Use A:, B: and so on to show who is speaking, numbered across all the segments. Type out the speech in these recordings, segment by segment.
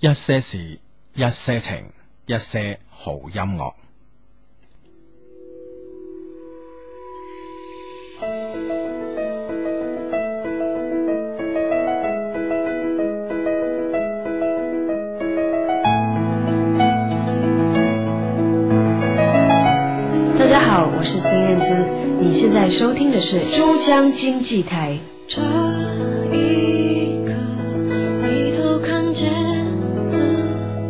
A: 一些事，一些情，一些好音樂。
B: 大家好，我是金燕姿，你现在收听的是珠江经济台。
C: 这一刻，回头看见自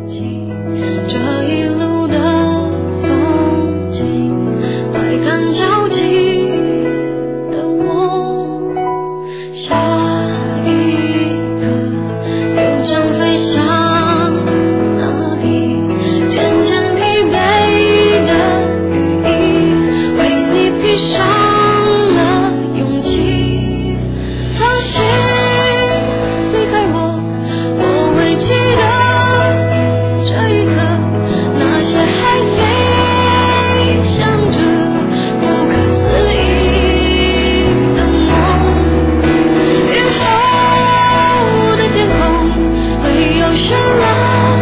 C: 己，这一路的风景，来看交集的我。下一刻，又将飞向哪里？渐渐疲惫的羽翼，为你披上了勇气。放心，离开我，我会记得这一刻，那些还飞翔着、不可思议的梦。雨后的天空会有绚烂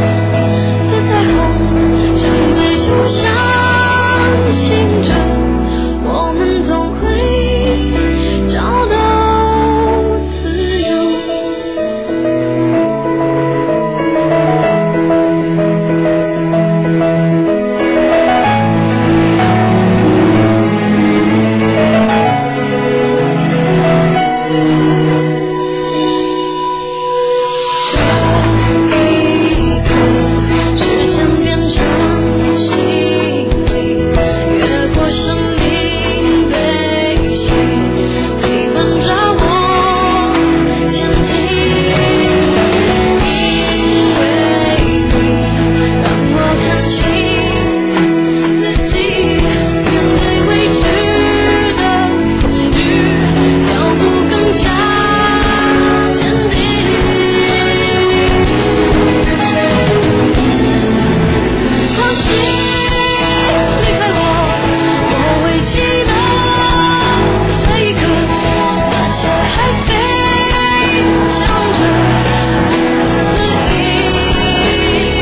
C: 的彩虹，相对就相信着，我们总会找到自由。时间变成行李，越过生命悲喜，陪伴着我前进。因为你，让我看清自己，面对未知的恐惧，脚步更加坚定。放心，离开我，我会记得这一刻，那些还飞翔着、不可思议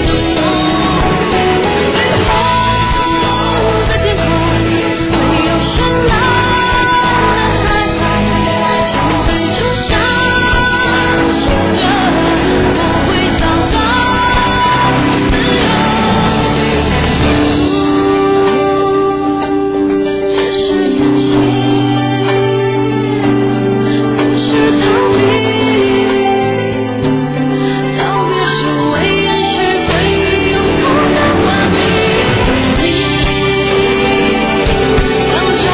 C: 的梦。雨后的天空会有绚烂的彩虹，相对就相信着，我会找到自由。只是演戏，不是逃避。告别是为爱学会永不的和平。你要有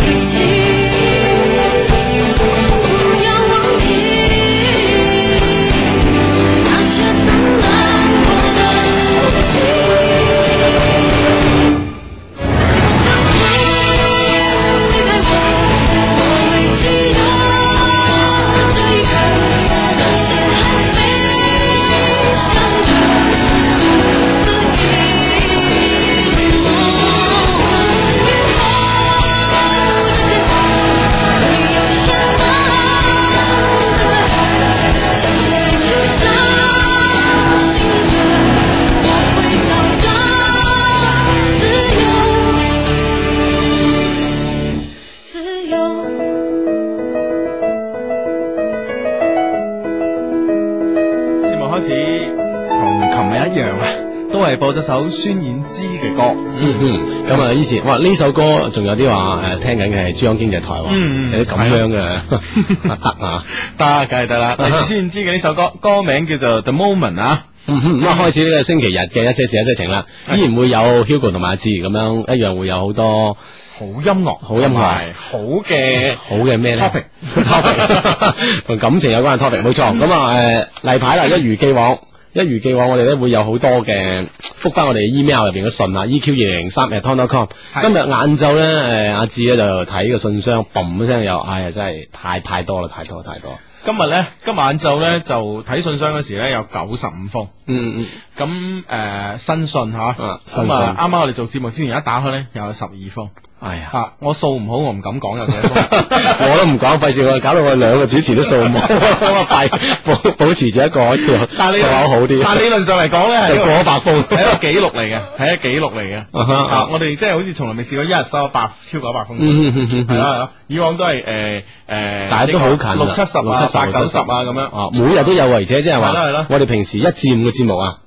C: 脾气，不要忘记那些曾来过的足迹。放心，离开我，我会记得这一刻，那些还飞翔着、不可思议的梦。雨后的天空会有绚烂的彩虹，相对就相信着，我会找到自由。自由。
A: 節目開始同琴日一樣啊，都係播咗首孫燕姿嘅歌。
D: 嗯嗯，咁啊，以前哇呢首歌仲有啲話诶聽緊嘅係珠江經濟台喎，
A: 嗯嗯
D: 有啲咁樣嘅啊 得
A: 得，
D: 啊，
A: 梗係得 啦。嚟自孫燕姿嘅呢首歌，歌名叫做《The Moment》啊。
D: 嗯哼咁啊開始呢個星期日嘅一些事一些情啦，依然會有 Hugo 同埋阿志咁樣，一樣會有好多
A: 好音樂，
D: 好音樂
A: 同埋好嘅
D: 好嘅咩咧
A: Topic
D: topic 同感情有關嘅 topic，冇錯。咁啊诶例牌啦，一如既往。一如既往，我哋咧會有好多嘅覆翻我哋 email 入邊嘅信啊，EQ 二零零三 at tom.com。
A: 係
D: 今日晏晝咧，誒阿志咧啊就睇個信箱，嘣一聲又，哎呀真係太太多啦，太多太多。
A: 今日咧，今晚晝咧就睇信箱嗰時咧有九十五封，
D: 嗯嗯
A: 咁誒、呃新信嚇，
D: 啊新
A: 咁
D: 信
A: 啊啱啱我哋做節目之前一打開咧又有十二封，
D: 嗯，
A: 哎呀，
E: 啊
A: 我數唔好，我唔敢講有幾多封。
D: 我都唔講，費事我搞到我兩個主持都數冇， 我保保持住一個
A: 但係
D: 數
A: 理
D: 口好啲，
A: 但係理論上嚟講咧，係一 個
D: 就過咗百封。
A: 係一個記錄嚟嘅，係一個記錄嚟嘅。
D: 啊哈
A: 啊！我哋即係好似從來未試過一日收一百超過一百封信，
D: 嗯嗯嗯嗯
A: 係啦係啦，以往都係誒誒，
D: 但係都好近啊
A: 六七十
D: 六
A: 啊
D: 七、十
A: 八九十
D: 六七十
A: 啊咁樣，
D: 啊，每日都有啊，而且即係
A: 係啦係
D: 話
A: 啦，
D: 我哋平時一至五嘅節目啊，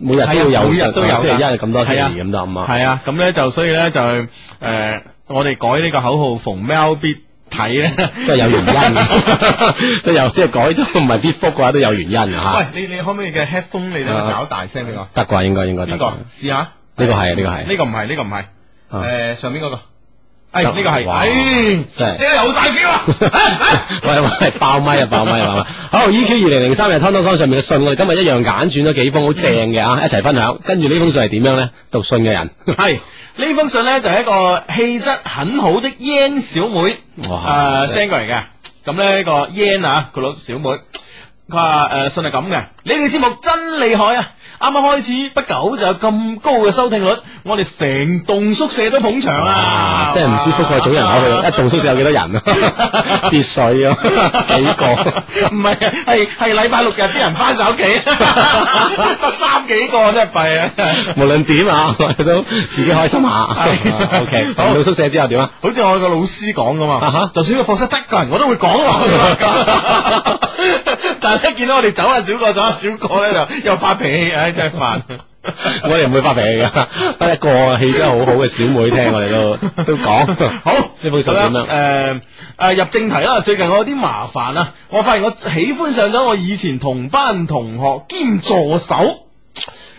D: 每日都
A: 係
D: 要
A: 啊
D: 有，
A: 每日都有㗎
D: 星期一係咁多，星期
A: 係
D: 二
A: 啊
D: 咁多咁啊。
A: 係啊，咁咧就所以咧就誒，呃我哋改呢個口號逢 mail 必睇咧，
D: 都係有原因啊嘅， 都有即係改咗唔係必福嘅話都有原因嘅吓。
A: 喂，你你可唔可以嘅 headphone 你
D: 啊
A: 都搞大聲俾我？
D: 得啩，應該應該得
A: 邊
D: 啩。
A: 個？試下。
D: 呢個係呢個係
A: 呢個唔係，呢個唔係。
D: 啊
A: 誒，呃上面嗰個。哎，
D: 得
A: 呢個係。
D: 哇
A: 哎，
D: 真係
A: 即係有大表啊！
D: 喂喂，爆咪啊，爆咪啊，爆咪！好，EQ 二零零三嘅湯湯湯上面嘅信，我哋今日一樣揀選咗幾封好正嘅啊，一齊分享。跟住呢封信係點樣咧？讀信嘅人，
A: 係呢封信咧就係一個氣質很好的 Yan 小妹
D: 哇
A: 誒 send 過嚟嘅，咁咧個 Yan 啊佢老小妹。佢話誒信係咁嘅，你哋節目真厲害啊！啱啱開始不久就有咁高嘅收聽率，我哋成棟宿舍都捧場啊！
D: 哇！真係唔知覆蓋組人口去到一棟宿舍有幾多 人啊？跌水啊，幾個。
A: 唔係，啊係係禮拜六日啲人翻晒屋企， 得三幾個真係弊啊！
D: 無論點啊，我哋都自己開心下。
A: 係
D: O K，上到宿舍之後點啊？
A: 好似我個老師講噶
D: 啊哈
A: 嘛，就算個課室得個人，我都會講落去。 但係咧，見到我哋走下小個，走下小個咧，就又發脾氣，唉，真係 煩。
D: 我哋唔會發脾氣噶，得一個氣質好好嘅小妹聽我哋都都講。
A: 好，
D: 呢封信點啊樣
A: 誒、誒入正題啦。最近我有啲麻煩啊，我發現我喜歡上咗我以前同班同學兼助手。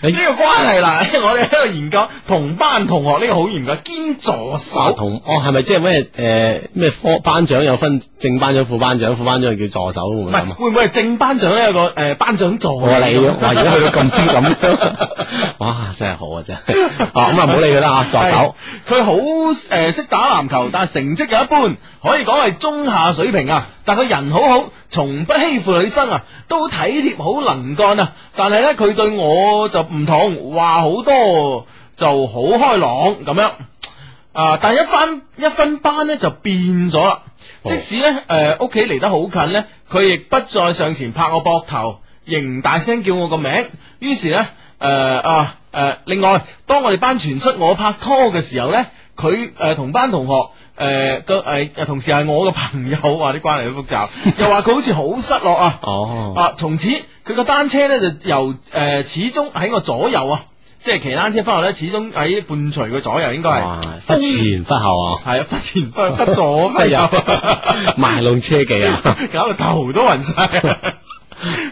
A: 呢個關係啦， 我哋喺度研究同班同學呢個好研究兼助
D: 啊
A: 手，
D: 同哦係咪即係咩誒咩科班長有分正班長、副班長，副班長叫助手會唔
A: 唔
D: 會
A: 係
D: 咁啊？
A: 會唔會係正班長咧有個誒、班長助
D: 我話你哇！而
A: 啊
D: 家去到咁咁樣，哇！真係好啊，真係啊咁啊，唔好理佢 啦嚇，助手
A: 係佢好誒識打籃球，但係成績又一般，可以講係中下水平啊。但佢人好好，從不欺負女生啊，都好體貼，好能幹啊。但係呢，佢對我就唔同，話好多就好開朗咁樣。啊！但係一翻一分班呢，就變咗啦。
D: 哦
A: 即使呢，誒呃屋企離得好近呢，佢亦不再上前拍我膊頭，仍大聲叫我個名。於是呢，誒、啊誒、另外，當我哋班傳出我拍拖嘅時候呢，佢誒、呃同班同學。誒個誒同時係我嘅朋友，話啲關係好複雜，又話佢好似好失落啊！
D: 哦，
A: 啊，從此佢個單車咧就由誒、呃始終喺我左右啊，即係騎單車翻學咧，始終喺伴隨佢左右，應該
D: 哇！
A: 係
D: 忽前忽後啊，
A: 係啊，忽前忽忽左忽
D: 真係有
A: 右，
D: 賣弄車技啊！
A: 搞到頭都 暈晒。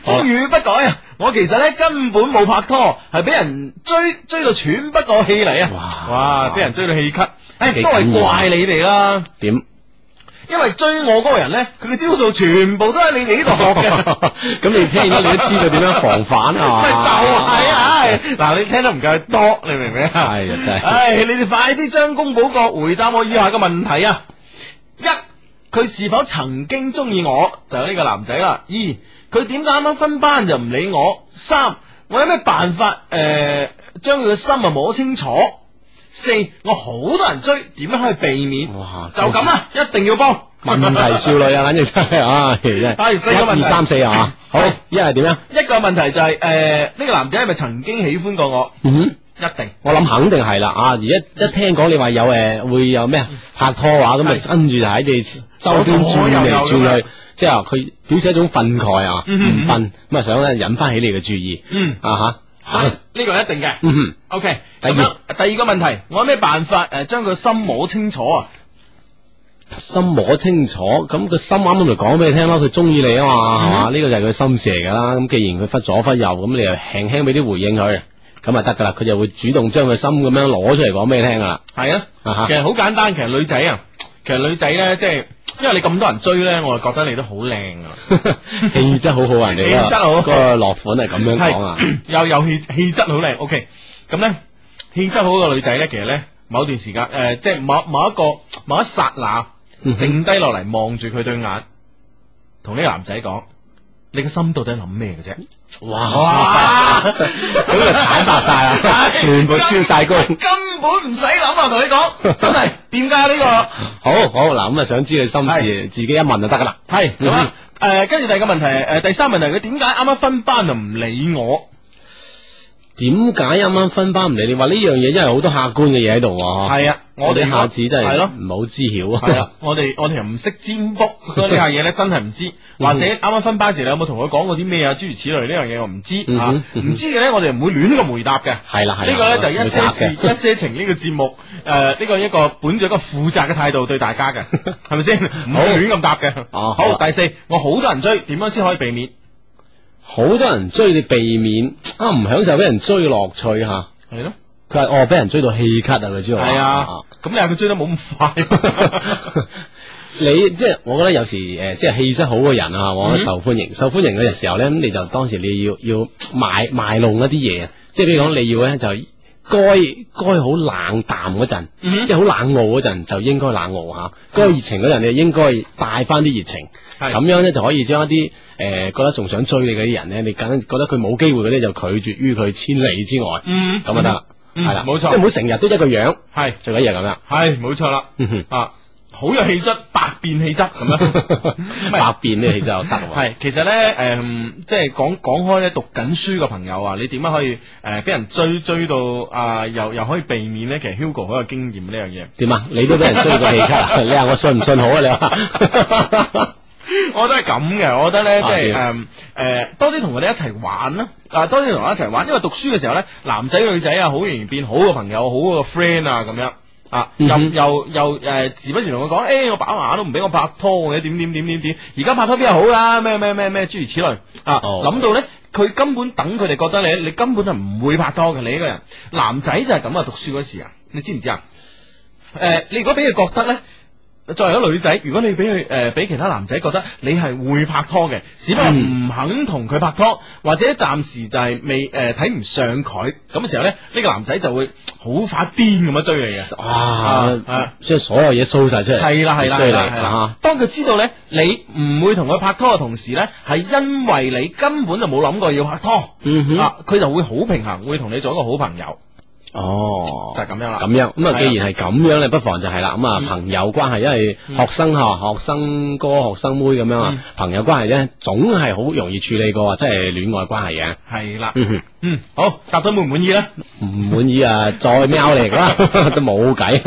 A: 風雨不改啊！我其實咧根本冇拍拖，係俾人追追到喘不過氣嚟啊！
D: 哇
A: 哇，俾人追到氣咳，唉，
D: 幾
A: 都係
D: 緊要啊
A: 怪你哋啦。
D: 點？
A: 因為追我嗰個人咧，佢嘅招數全部都喺你哋呢度學嘅。
D: 咁你聽咗你都知道點樣防 範啊？哎
A: 咪就係啊！唉 嗱，你聽得唔夠多，你明唔明啊？
D: 係啊真係
A: 唉，你哋快啲將功補過，回答我以下嘅問題啊！一，佢是否曾經中意我？就有呢個男仔啦。二，佢點解啱啱分班就唔理我？三，我有咩辦法誒，將佢嘅心啊摸清楚？四，我好多人追，點樣可以避免？
D: 哇
A: 就咁啦，一定要幫。
D: 問題少女啊，反正真係啊，真係
A: 係四個問
D: 一
A: 題
D: 二三四啊，好
A: 係，
D: 一係點啊 咧？
A: 一個問題就係、誒，呢、個男仔係咪曾經喜歡過我？
D: 嗯，
A: 一定。
D: 我諗肯定係啦啊！而家一聽講你話有誒會有咩啊拍拖話咁，咪
A: 係
D: 跟住就喺你周邊轉嚟轉去，即係話佢表示一種憤慨啊，
A: 嗯嗯
D: 唔憤咁啊，想咧引翻起你嘅注意
A: 嗯，
D: 啊吓，
A: 呢個一定嘅。
D: 嗯哼
A: O K，
D: 第二
A: 咁啊第二個問題，我有咩辦法
D: 啊
A: 誒將佢心摸清楚啊？
D: 心摸清楚，咁個心啱啱咪講俾你聽咯，佢中意你啊
A: 嗯
D: 嘛，係嘛？呢個就係佢心事嚟噶啦。咁既然佢忽左忽右，咁你就輕輕俾啲回應佢，咁啊得噶啦。佢就會主動將佢心咁樣攞出嚟講俾你聽噶啦。
A: 係啊，
D: 啊哈
A: 其實好簡單，其實女仔啊，其實女仔咧，即係因為你咁多人追咧，我就覺得你都好靚 啊，
D: 氣質好好啊，人哋
A: 氣質好
D: 嗰個落款係咁樣講啊。
A: 係又 有氣氣質好靚。O K，咁咧氣質好嘅女仔咧，其實咧某段時間誒、呃即係某某一個某一剎那，
D: 嗯哼
A: 靜低落嚟望住佢對眼，同呢個男仔講：你嘅心到底諗咩嘅啫？
D: 哇，
A: 啊
D: 咁就坦白晒啦，全部超晒工。
A: 根本唔使諗啊！同你講，真係 B 點解呢
D: 好好嗱，咁啊想知佢心事，自己一問就得噶啦。
A: 個係咁啊？诶，跟住第二個問題，诶，第三問題，佢點解啱啱分班就唔理我？
D: 點解啱啱分班唔理？你話呢樣嘢，因為好多客觀嘅嘢喺度喎。
A: 係啊，我哋
D: 哋哦下次真係
A: 係咯。
D: 唔好知曉啊。
A: 系啦，我哋我哋又唔識占卜， 所以呢下嘢咧真係唔知，
D: 嗯
A: 或者啱啱分班時你有冇同佢講過啲咩啊？諸如此類呢樣嘢我唔知
D: 嗯
A: 啊
D: 哼，嗯哼
A: 唔知嘅咧我哋唔會亂咁回答嘅。
D: 係啦，係啊啦。
A: 呢個咧就係一些
D: 會
A: 事
D: 雜
A: 一些情呢個節目，诶呢個一個本着一個負責嘅態度對大家 嘅，係咪先？唔好亂咁答嘅。
D: 哦好
A: 好，
D: 啊
A: 第四，我好多人追，點樣先可以避免？
D: 好多人追你避免啊，唔享受俾人追樂趣吓。
A: 係咯，
D: 佢話哦，俾人追到氣咳啊，佢知道。
A: 係啊，咁你話佢追得冇咁快，
D: 你即係我覺得有時誒、呃即係氣質好嘅人啊，我覺
A: 嗯
D: 得受歡迎，受歡迎嘅時候咧，咁你就當時你要要賣賣弄一啲嘢，即係比如講你要咧就該該好冷淡嗰陣，
A: 嗯哼
D: 即係好冷傲嗰陣就應該冷傲嚇，該熱情嗰陣你就應該帶翻啲熱情，
A: 係
D: 咁樣咧就可以將一啲誒、呃、覺得仲想追你嗰啲人咧，你簡直覺得佢冇機會嗰啲就拒絕於佢千里之外，
A: 嗯
D: 咁就得啦，
A: 嗯
D: 係啦、
A: 冇錯
D: 即係唔好成日都一個樣，
A: 係
D: 最緊要係咁樣。
A: 係冇錯啦，
D: 嗯哼
A: 啊好有氣質，百變氣質咁樣， 唔係
D: 百變呢，你就得喎。
A: 系，其實咧，诶、即係講講開咧，讀緊書嘅朋友啊，你點樣可以诶俾、人追追到啊、又又可以避免咧？其實 Hugo 好有經驗呢樣嘢，
D: 點啊？你都俾人追過 氣㗎，你話我信唔信好啊？你話
A: 我覺得係咁嘅，我覺得咧，即係
D: 啊
A: 诶诶，誒多啲同佢哋一齊玩啦，啊，多啲同佢哋一齊玩，因為讀書嘅時候咧，男仔女仔啊，好容易變好嘅朋友，好嘅 friend 啊，咁樣。啊，又
D: 嗯哼
A: 又又诶，時不時同佢講，诶、我把牙都唔俾我拍拖嘅，點點點點點，而家拍拖邊有好啦，咩咩咩咩，諸如此類啊，
D: 哦
A: 諗到咧，佢根本等佢哋覺得你，你根本就唔會拍拖嘅，你呢個人，男仔就係咁啊，讀書嗰時啊，你知唔知啊？诶、呃你如果俾佢覺得咧。作為一個女仔，如果你俾佢誒俾其他男仔覺得你係會拍拖嘅，只不過唔
D: 嗯
A: 肯同佢拍拖，或者暫時就係未誒睇唔上佢咁嘅時候咧，呢、呢個男仔就會好發癲咁樣追你嘅。 啊
D: 哇
A: 啊，
D: 將所有嘢 show 晒出嚟，
A: 係啦係啦
D: 追
A: 係
D: 你
A: 啦係啦
D: 啊！
A: 當佢知道咧，你唔會同佢拍拖嘅同時咧，係因為你根本就冇諗過要拍拖，
D: 嗯哼，
A: 啊，佢就會好平衡，會同你做一個好朋友，
D: 哦
A: 就。係咁樣啦。
D: 咁樣咁
A: 係
D: 啊，
A: 啊
D: 既然係咁樣咧，不妨就係啦。咁啊，
A: 嗯
D: 朋友關係，因為
A: 嗯
D: 學生嚇、學生哥、學生妹咁樣
A: 嗯
D: 啊，朋友關係咧，總係好容易處理過，即係戀愛關係嘅。
A: 係啦，
D: 嗯
A: 嗯，好，答到滿唔滿意咧？
D: 哼，唔滿意啊， 再喵嚟啦， 都冇 計。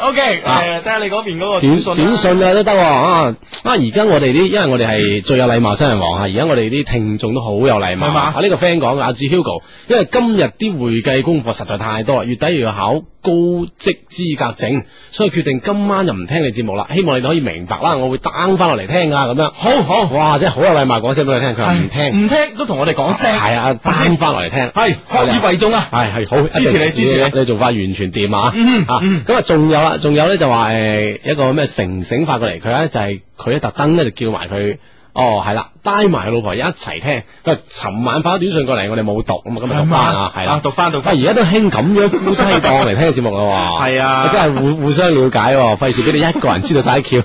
A: O K，诶，
D: 啊
A: 呃睇下你嗰邊嗰個
D: 短
A: 信啦
D: 短信啊都得喎啊！啊，而家我哋啲，因為我哋係最有禮貌新人王啊！而家我哋啲聽眾都好有禮貌
A: 係嘛
D: 啊！呢個 friend 講阿志 Hugo，因為今日啲會計功課實在太多，月底又要考高職資格證，所以決定今晚就唔聽你節目啦。希望你哋可以明白啦，我會 down 翻落嚟聽噶咁樣。
A: 好好，
D: 哇！真係好有禮貌，講聲俾佢聽，佢話唔
A: 係
D: 聽，
A: 唔聽都同我哋講聲，
D: 係啊，down 翻落嚟聽。
A: 係
D: 我哋
A: 學以為重啊！
D: 哎系系好，
A: 支持你
D: 一定
A: 支持你
D: 你做法完全掂啊！
A: 嗯
D: 啊
A: 嗯
D: 咁啊，仲有啦，仲有咧就話诶，誒一個咩成醒發過嚟，佢咧就係佢咧特登咧就叫埋佢，哦係啦，帶埋老婆一齊聽。啊佢話尋晚發咗短信過嚟，我哋冇讀咁啊，咁啊讀翻啊，係啦。
A: 讀翻讀
D: 啊！
A: 翻
D: 而。家都興咁樣夫妻檔嚟聽節目啦喎，
A: 係啊
D: 真係互互相了解喎，費事俾你一個人知道晒 啲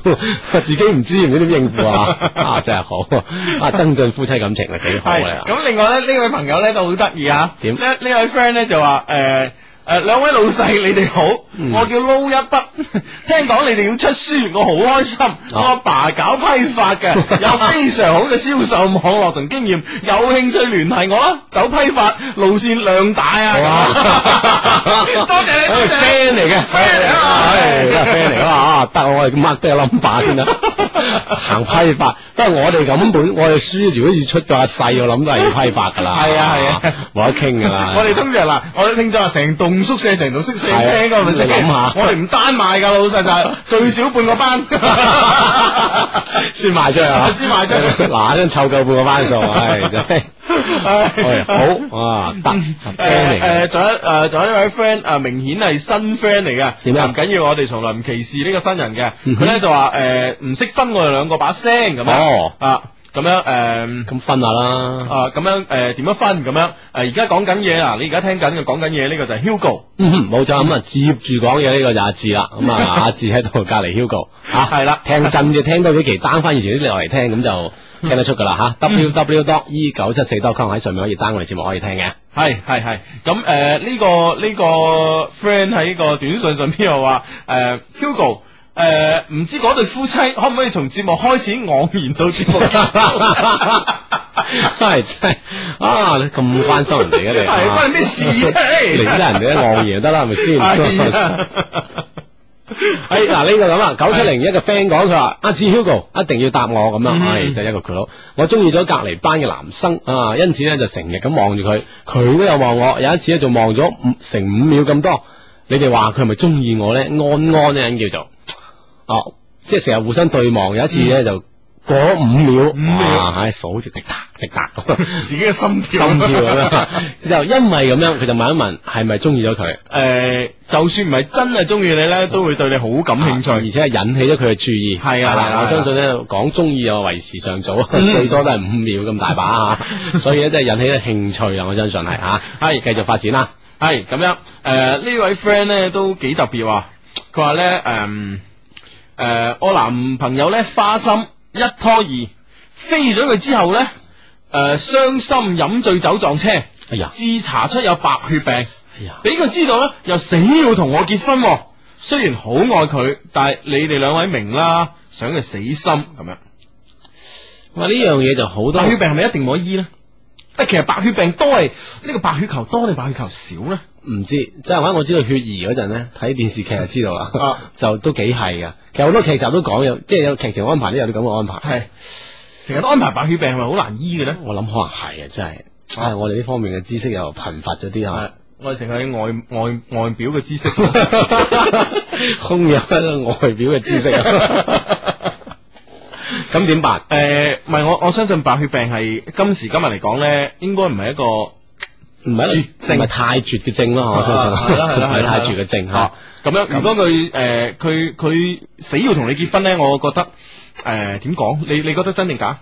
D: 橋，自己唔知唔知點應付啊！啊，真係好啊，增進夫妻感情啊，幾好
A: 係
D: 啊！
A: 咁，另外咧呢位朋友咧就好得意啊！
D: 點
A: 呢呢位 friend 咧就話誒誒兩位老細你哋好，
D: 嗯
A: 我叫撈一筆， 聽講你哋要出書，我好開心。
D: 哦
A: 我阿爸搞批發 嘅，有非常好嘅銷售網絡同經驗，有興趣聯繫我啦，走批發路線量大啊！
D: 哇
A: 多謝你，多謝你。
D: friend 嚟嘅
A: friend 嚟啊
D: 係真係 friend 嚟啊啊！得我哋 mark 低個 number 先啦，行批發。不過我哋咁本，我哋書如果要出嘅細，我諗都係要批發㗎啦。
A: 係啊係啊
D: 冇得傾㗎啦。
A: 我哋通常嗱，我哋聽咗話成棟宿舍、成棟宿舍
D: 係啊
A: 聽噶，係咪先？
D: 你諗下
A: 我哋唔單賣㗎，老實就係最少半個班。
D: 先賣出去啊，
A: 先賣出去哎
D: 嗱，真湊夠半個班數，唉，真 係。喂，好啊，得 friend 嚟嘅
A: 诶，誒仲有诶，仲有呢位 friend 啊，明顯係新 friend 嚟嘅，
D: 點啊
A: 唔緊要，我哋從來唔歧視呢個新人嘅。
D: 嗯
A: 佢
D: 哼
A: 咧就話诶，誒唔識分我哋兩個把聲咁樣
D: 哦，
A: 啊，咁樣诶。
D: 咁分下啦。
A: 啊，咁樣诶，誒點樣分咁樣？诶，而家講緊嘢啊，你而家聽緊嘅講緊嘢呢個就係 Hugo，
D: 嗯，冇錯，咁啊，接住講嘢呢個就阿 志啦，咁啊，阿志喺度隔離 Hugo 啊，
A: 係啦
D: 聽真嘅，聽多幾期 down 翻以前啲落嚟聽，咁就聽得出噶啦吓。w w w 一九七四 dot com 喺上面可以 down 我哋節目可以聽嘅，
A: 系系系系，咁诶呢个呢、个 friend 喺个短信上边又话诶、呃 Hugo。诶，唔、知嗰對夫妻可唔可以從節目開始昂然到節目結束？
D: 真系真系啊！你咁关心人哋嘅
A: 係
D: 你啊，
A: 關你咩事啫
D: 你得人哋一浪嘢得啦，系咪先？ 哎嗱呢個咁啊，九七零一個 friend 講佢話：阿志 Hugo 一定要答我咁
A: 嗯
D: 樣，唉真係一個佢佬。我中意咗隔離班嘅男生啊，因此咧就成日咁望住佢，佢都有望我。有一次咧仲望咗五成五秒咁多。你哋話佢係咪中意我咧？安安呢人叫做哦，即係成日互相對望。有一次咧就過咗五秒，五
A: 嗯秒
D: 唉數好似滴答滴答咁。
A: 自己嘅心
D: 心跳啊咁 樣，就因為咁樣，佢就問一問係咪中意咗佢，
A: 诶、呃就算唔係真係中意你咧，都會對你好感興趣。
D: 啊而且係引起咗佢嘅注意。
A: 係啊
D: 係
A: 係啊
D: 啦我相信咧講中意又為時尚早，
A: 嗯
D: 最多都係五秒咁大把 嚇，所以咧真係引起咗興趣啦。我相信係嚇，係繼續發展啦。
A: 系咁樣，诶、呢位 friend 咧都幾特別啊！佢話咧，诶、诶、我男朋友咧花心一拖二，飛咗佢之後咧，诶、傷心飲醉酒撞車，
D: 哎呀，
A: 自查出有白血病，
D: 哎呀，
A: 俾佢知道咧，又死要同我結婚、喎。雖然好愛佢，但係你哋兩位明啦，想佢死心咁樣。
D: 哇！呢樣嘢就好多
A: 白。血病係咪一定冇得醫咧？但其實白血病多係呢個白血球多定白血球少咧？
D: 唔知，即系話我知道血兒嗰陣咧，睇電視劇就知道
A: 啊
D: 啦， 就都幾係噶。其實好多劇集都講有，即係有劇情安排都有啲咁嘅安排。
A: 系成日都安排白血病係咪好難醫嘅咧？
D: 我諗可能係啊，真係，唉，我哋呢方面嘅知識又貧乏咗啲啊
A: 係，我哋成日外外外表嘅知識，
D: 空有一個外表嘅知識啊， 咁點辦？
A: 诶，唔係我我相信白血病係今時今日嚟講咧，應該唔係一個
D: 唔係
A: 絕症
D: 唔係太絕嘅症咯，我哦相
A: 啊係
D: 信，
A: 啦 係啦
D: 唔
A: 係
D: 係
A: 啦
D: 太絕嘅症吓
A: 啊。咁樣。如果佢诶佢佢死要同你結婚咧，我覺得诶點講？你你覺得真定假？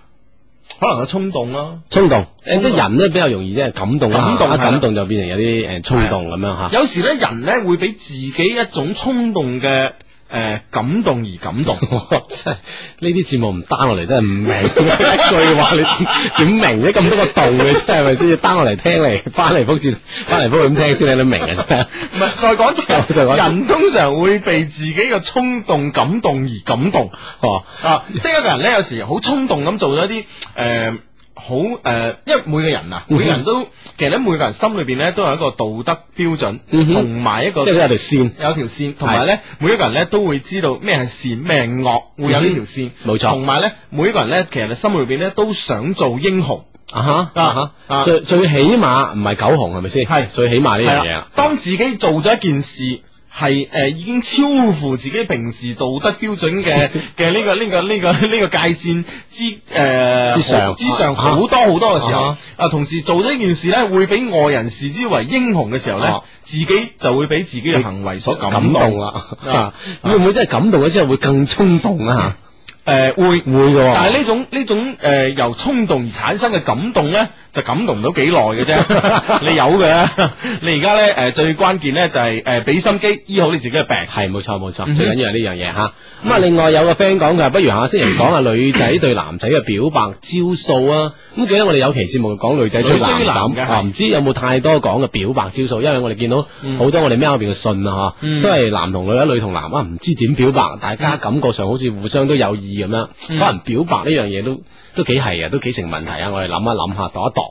A: 可能係衝動咯。
D: 衝動，誒即係人咧比較容易即係感動啦，啊
A: 感動
D: 一
A: 係啦
D: 感動就變成有啲誒衝動咁樣吓。
A: 有時咧，人咧會俾自己一種衝動嘅诶感動而感動。
D: 我真係呢啲節目唔 down 落嚟真係唔明， 一句話你點明啫？咁多個道嘅真係咪先？down 落嚟聽 嚟，翻嚟覆先，翻嚟覆去咁聽先，你都明嘅 真係。
A: 唔係，再講一次
D: 再講一次
A: 人通常會被自己嘅衝動感動而感動。
D: 哦，
A: 啊，即係一個人咧，有時好衝動咁做咗一啲诶。誒好誒、因為每個人啊，
D: 嗯
A: 每個人都其實咧，每個人心裏邊咧都有一個道德標準，
D: 嗯哼
A: 同埋、一
D: 即
A: 個
D: 係佢有條線，
A: 有條線，同埋咧每一個人咧都會知道咩係善，咩係惡，會有呢條線。
D: 嗯冇錯
A: 同埋咧每一個人咧，其實心裏邊咧都想做英雄。
D: 啊哈
A: 啊
D: 啊
A: 啊
D: 哈，最最起碼唔係九紅係咪先？
A: 係
D: 最起碼呢樣
A: 係
D: 嘢
A: 啦
D: 啊。
A: 當自己做咗一件事，係诶、呃已經超乎自己平時道德標準 嘅嘅呢個呢、個呢、個呢、個界線之诶、呃
D: 之上
A: 之上好多好多嘅時候，
D: 啊
A: 啊同時做咗呢件事咧，會俾外人視之為英雄嘅時候咧，
D: 啊
A: 自己就會俾自己嘅行為所感
D: 感動
A: 動。
D: 啦，
A: 啊
D: 啊 會唔會真係感動咗之後會更衝動啊？
A: 诶、呃會。
D: 會嘅喎，
A: 嗯但係呢種呢種诶、呃由衝動而產生嘅感動咧，就感動唔到幾耐嘅 啫。你有嘅， 你而家咧诶最關鍵咧就係诶俾心機醫好你自己嘅病。
D: 係冇錯冇
A: 嗯哼
D: 錯，最緊要係呢樣嘢吓。咁啊，另外有個 friend 講佢話，不如下星期講下女仔對男仔嘅表白招數啊。咁記得我哋有期節目講女仔追
A: 女追男
D: 男
A: 嘅
D: 仔，啊唔知有冇太多講嘅表白招數，因為我哋見到
A: 嗯
D: 好多我哋 mail 入邊嘅信啊，
A: 嗯
D: 嗬，都係男同女啊，女同男啊，唔知點表白，大家感覺上好似互相都有意咁樣。
A: 嗯
D: 可能表白呢樣嘢都都幾係啊，都幾成問題啊。我哋諗一諗下，度一度，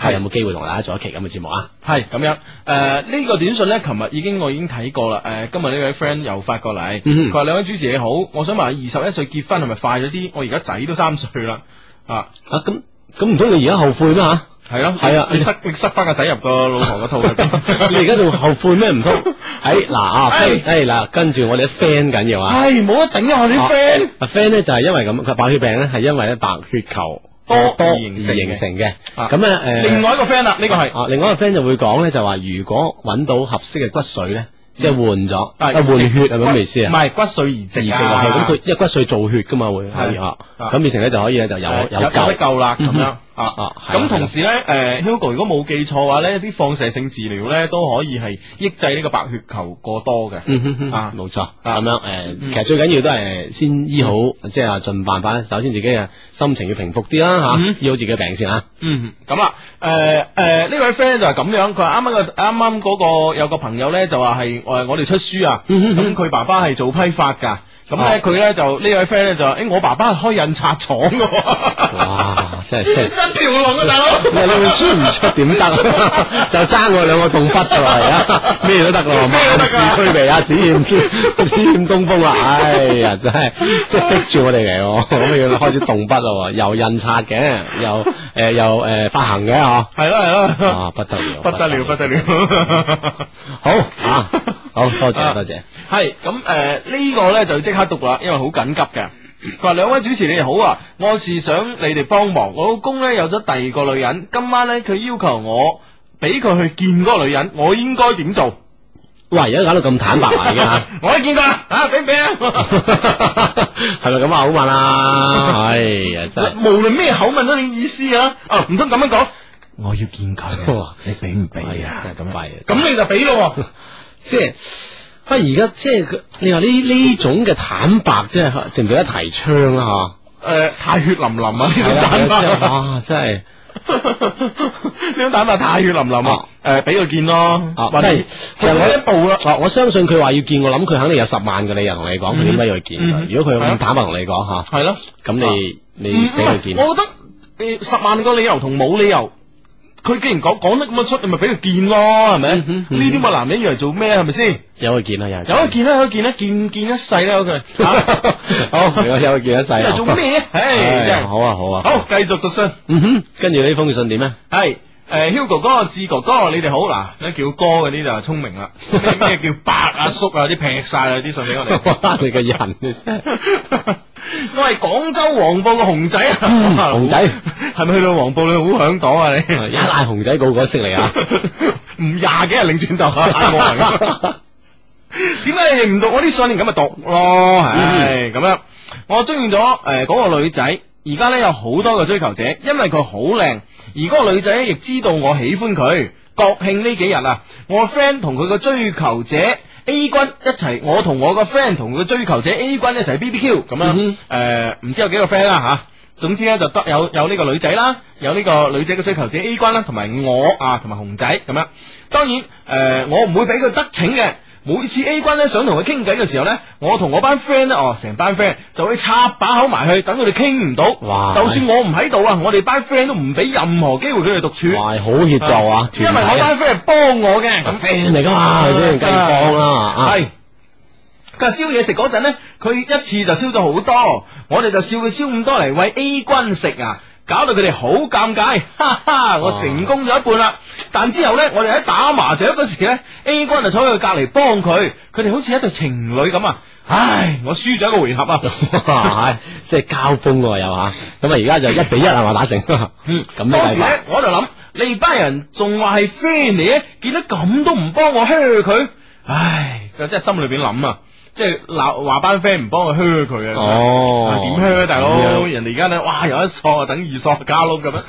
A: 係
D: 係有冇機會同大家做一期咁嘅節目啊？
A: 系咁样，诶、呢、個短信呢，琴日已經我已經睇過啦。诶、今日呢位 friend 又發過嚟，
D: 嗯哼
A: 佢話兩位主持你好，我想問二十一歲結婚係咪快咗啲？我而家仔都三歲啦，啊，
D: 啊咁咁唔通你而家後悔咩吓？
A: 係咯，
D: 係啊
A: 你 塞你塞翻個仔入個老婆個啊肚入邊，
D: 你而家仲後悔咩 唔通？哎嗱啊，
A: 哎
D: 哎嗱，跟住我哋啲 friend 緊要啊。
A: 唉冇得頂啊！我啲 friend
D: 啊 friend 咧就係因為咁，佢白血病咧係因為咧白血球
A: 多
D: 多
A: 而
D: 而
A: 形成
D: 形
A: 嘅
D: 成嘅。
A: 啊
D: 咁咧誒，
A: 另外一個 friend 啦，呢、個係
D: 啊，另外一個 friend 就會講咧就話，如果揾到合適嘅骨髓咧，即係換咗啊
A: 嗯係
D: 換血係咪咁嘅意思
A: 唔
D: 啊？
A: 係骨髓移植
D: 移植
A: 啊，
D: 啊係咁，佢因為骨髓造血噶嘛會
A: 係
D: 係啊，
A: 啊
D: 咁變成咧就可以咧就有
A: 呃誒有
D: 救
A: 得。救啦咁樣
D: 嗯
A: 啊
D: 啊係啦
A: 咁同時咧，诶 Hugo 如果冇記錯嘅話咧，啲放射性治療咧都可以係抑制呢個白血球過多嘅。
D: 嗯哼哼
A: 啊
D: 冇錯，
A: 啊
D: 咁樣诶，
A: 嗯
D: 其實最緊要都係先醫好，即係盡辦法。首先自己嘅心情要平復啲啦，吓
A: 嗯
D: 醫好自己嘅病先吓。
A: 嗯，咁啊，诶、诶，呢位 friend 就係咁樣，佢話啱啱個啱啱嗰個有個朋友咧就話係诶我哋出書啊，
D: 嗯哼
A: 咁
D: 哼
A: 佢爸爸係做批發㗎，咁
D: 哦
A: 咧佢咧就呢位 friend 咧就話，诶、我爸爸係開印刷廠㗎喎，
D: 哇，真係真係。
A: 一條龍啊大
D: 你
A: 佬，
D: 本書唔出點得？啊 就爭我兩個洞忽噶啦，而家咩都得噶啦，
A: 咩都
D: 萬
A: 得
D: 事
A: 㗎
D: 俱備啊！只欠只欠東風啦，哎呀，真係即係逼住我哋嚟喎，咁要開始動筆咯，又印刷嘅，又誒又誒發行嘅嗬，
A: 係啦係啦，
D: 啊不得了，
A: 不得了不得了，
D: 好啊，好多謝多謝，
A: 係咁诶，誒呢個咧就即刻讀啦，因為好緊急嘅。佢話兩位主持你哋好啊，我是想你哋幫忙，我老公咧有咗第二個女人，今晚咧佢要求我俾佢去見嗰個女人，我應該點做？
D: 哇！而家搞到咁坦白埋嘅嚇。
A: 我都見過啦，啊俾唔俾啊？
D: 係咪咁啊？好問啊！哎呀， 真係
A: 無論咩口吻都你意思啊，啊唔通咁樣講，
D: 我要見佢，啊你俾唔俾啊？真係咁弊啊！
A: 咁你就俾咯 喎。
D: 即係啊！而家即係佢你話呢呢種嘅坦白，即係值唔值得提倡啊啦？
A: 诶、太血淋淋啊！呢
D: 嚇，
A: 種坦 白，
D: 哇！真係
A: 呢種坦白太血淋淋啊
D: 啊！
A: 诶、俾佢見咯，
D: 啊
A: 或者
D: 即係
A: 其實我一步啦。
D: 啊！我相信佢話要見我，諗佢肯定有十萬嘅理由同你講，佢點解要去見
A: 嗯
D: 佢？如果佢
A: 係啊
D: 咁坦白同你講嚇，
A: 係咯，
D: 咁你你
A: 嗯唔
D: 俾佢見啊
A: 唔係，我覺得誒十萬個理由同冇理由，佢既然講講得咁樣出，你咪俾佢見咯，係咪？
D: 嗯
A: 呢
D: 哼嗯哼
A: 啲咁嘅男人以為做咩係咪先？
D: 有去見啊啦，有
A: 有得見啦，有得見啦，見見一啊世啦，有佢。
D: 好，有有去見一世
A: 你
D: 啊
A: 嚟做咩？唉，真
D: 唉，
A: 係
D: 好啊，好啊，
A: 好，繼續讀信。
D: 嗯哼，跟住呢封信點咧？啊
A: 係诶，Hugo 哥、志哥哥，你哋好嗱，咧叫哥嗰啲就聰明啦，咩咩叫伯啊、叔啊啲劈晒啦啲信俾我 哋。
D: 哇！你個人真係
A: 我係廣州黃埔嘅熊仔啊，
D: 嗯熊仔
A: 係咪去到黃埔你好響檔啊你？
D: 一拉熊仔個個都識你啊！
A: 唔廿幾日拧轉頭啊！嗌我嚟 點解你哋唔讀我啲信，咁咪讀
D: 嗯
A: 咯？唉，咁樣我中意咗诶嗰個女仔，而家咧有好多個追求者，因為佢好靚，而嗰個女仔咧亦知道我喜歡佢。國慶呢幾日啊，我 friend 同佢個追求者 A 君一齊，我同我個 friend 同佢追求者 A 君一齊 BBQ 咁樣。
D: 嗯哼
A: 诶，唔、知有幾個 friend 啊啦吓。總之咧就得有有呢個女仔啦，有呢個女仔嘅追求者 A 君啦，同埋我啊，同埋熊仔咁樣。當然诶、呃我唔會俾佢得逞嘅。每次 A 君咧想同佢傾偈嘅時候咧，我同我班 friend 咧，哦，成班 friend 就會插把口埋去，等佢哋傾唔到。
D: 哇
A: 就算我唔喺度啊，我哋班 friend 都唔俾任何機會佢哋獨處。
D: 哇，好協助啊！
A: 因為我班 friend 係幫我嘅，咁
D: friend 嚟噶嘛，係咪先？梗係幫啦，啊
A: 系。佢話燒嘢食嗰陣咧，佢一次就燒咗好多，我哋就笑佢燒咁多嚟喂 A 君食啊，搞到佢哋好尷尬，哈哈！
D: 啊
A: 我成功咗一半啦，但之後咧，我哋喺打麻雀嗰時咧，A 君就坐喺佢隔離幫佢，佢哋好似一對情侶咁啊！唉，我輸咗一個回合 啊！
D: 哇，係即係交鋒喎又吓，咁啊而家就一比一係嘛打成，
A: 嗯，
D: 咁咩
A: 當時
D: 計法
A: 咧，我就諗你哋班人仲話係 friend 嚟嘅，見到咁都唔幫我噓佢，唉，佢真係心裏邊諗啊，即係鬧話班 friend 唔幫我噓佢啊。
D: 哦
A: 啊，點靴大
D: 咁
A: 佬？
D: 樣
A: 人哋而家咧，哇，有一索啊等二索加碌咁樣，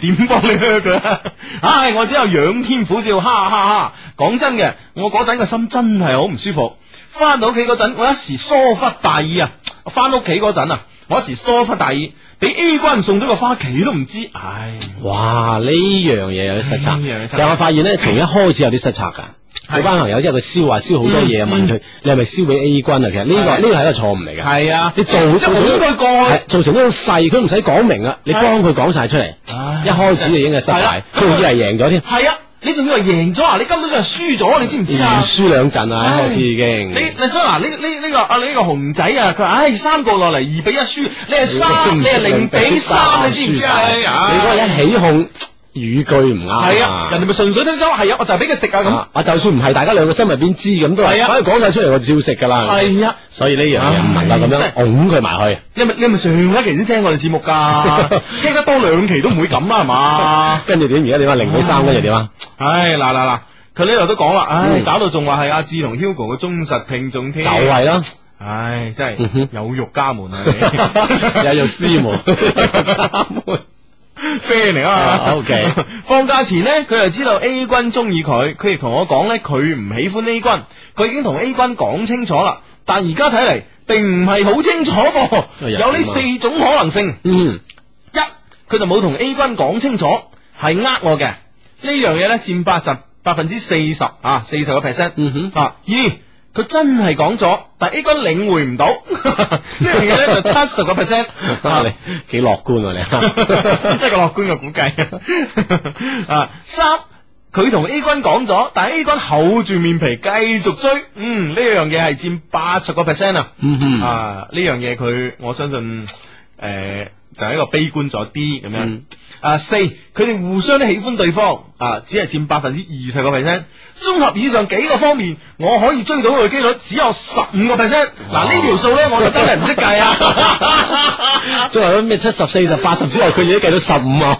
A: 點點幫你靴佢 啊？唉，我只有仰天苦笑，哈哈哈！講真嘅，我嗰陣個心真係好唔舒服。翻到屋企嗰陣，我一時疏忽大意啊！翻屋企嗰陣啊，我一時疏忽大意，俾 A 君送咗個花旗都唔知，唉，
D: 哇！呢樣嘢有啲失策，
A: 呢樣有啲失策
D: 但我發現咧，從一開始有啲失策㗎。
A: 係
D: 佢班朋友即係佢燒話燒好多嘢，
A: 嗯
D: 問佢你係咪燒俾 A 君啊？其實呢
A: 係
D: 個呢個係一個錯誤嚟㗎。
A: 係啊，
D: 你做
A: 即係好該過去
D: 係造成呢種勢，佢唔使講明啊，你幫佢講晒出嚟，
A: 唉
D: 一開始就已經係失
A: 係啦
D: 敗，佢以為贏咗添。
A: 係啊，你仲以為贏咗啊？你根本上係輸咗，你知唔知啊
D: 唔？輸兩陣啊，
A: 唉
D: 開始已經。
A: 你你想嗱呢呢呢個啊呢個熊仔啊，佢話唉三個落嚟二比一輸，你係三，你係零比三，你知唔知啊？
D: 你嗰日一起控語句唔啱。
A: 係啊，人哋咪順水推舟，係啊，我就係俾佢食啊咁。
D: 啊，啊就算唔係，大家兩個心入邊知咁都係，
A: 係啊
D: 反正講晒出嚟，我照食㗎啦。
A: 係啊，
D: 所以呢樣嘢唔能夠咁
A: 唉
D: 樣拱佢埋去。
A: 你咪你咪上一期先聽我哋節目㗎，聽得多兩期都唔會咁啊啦，係 嘛？
D: 跟住點？而家點啊？零比三，跟住點啊？
A: 唉嗱嗱嗱，佢呢度都講啦，唉
D: 嗯
A: 搞到仲話係阿志同 Hugo 嘅忠實聽眾
D: 就
A: 添，
D: 係咯，
A: 唉真
D: 嗯
A: 係
D: 哼
A: 有辱家門啊！你
D: 有肉師門。
A: friend 嚟啊
D: 啊，OK
A: 放假前呢，佢就知道 A 君中意佢，佢亦同我講呢，佢唔喜歡 A 君，佢已經同 A 君講清楚啦。但而家睇嚟並唔係好清楚噃，
D: 哎呀
A: 有呢
D: 點啊
A: 四種可能性。
D: 嗯，
A: 一，佢就冇同 A 君講清楚，係呃我嘅呢樣嘢呢，佔八十百分之四十啊，四十個 percent。
D: 嗯哼
A: 啊，二，佢真係講咗，但 A 君領會唔到 呢樣嘢呢，就七十個 percent。啊
D: 你几乐观啊 你，
A: 即係個樂觀嘅估計啊。三，佢同 A 君講咗，但係 A 君厚住面皮繼續追，嗯，呢樣嘢係佔八十個 percent 啊。
D: 嗯哼
A: 啊，呢樣嘢佢我相信诶、就係一個悲觀咗啲咁樣。
D: 嗯
A: 啊四，佢哋互相都喜歡對方，啊只係佔百分之二十個 percent。綜合以上幾個方面，我可以追到佢嘅機率只有十五個 percent。嗱呢條數咧，我就真係唔識計 啊！
D: 最后咩七十四十八十之外，佢已經計到十五啊，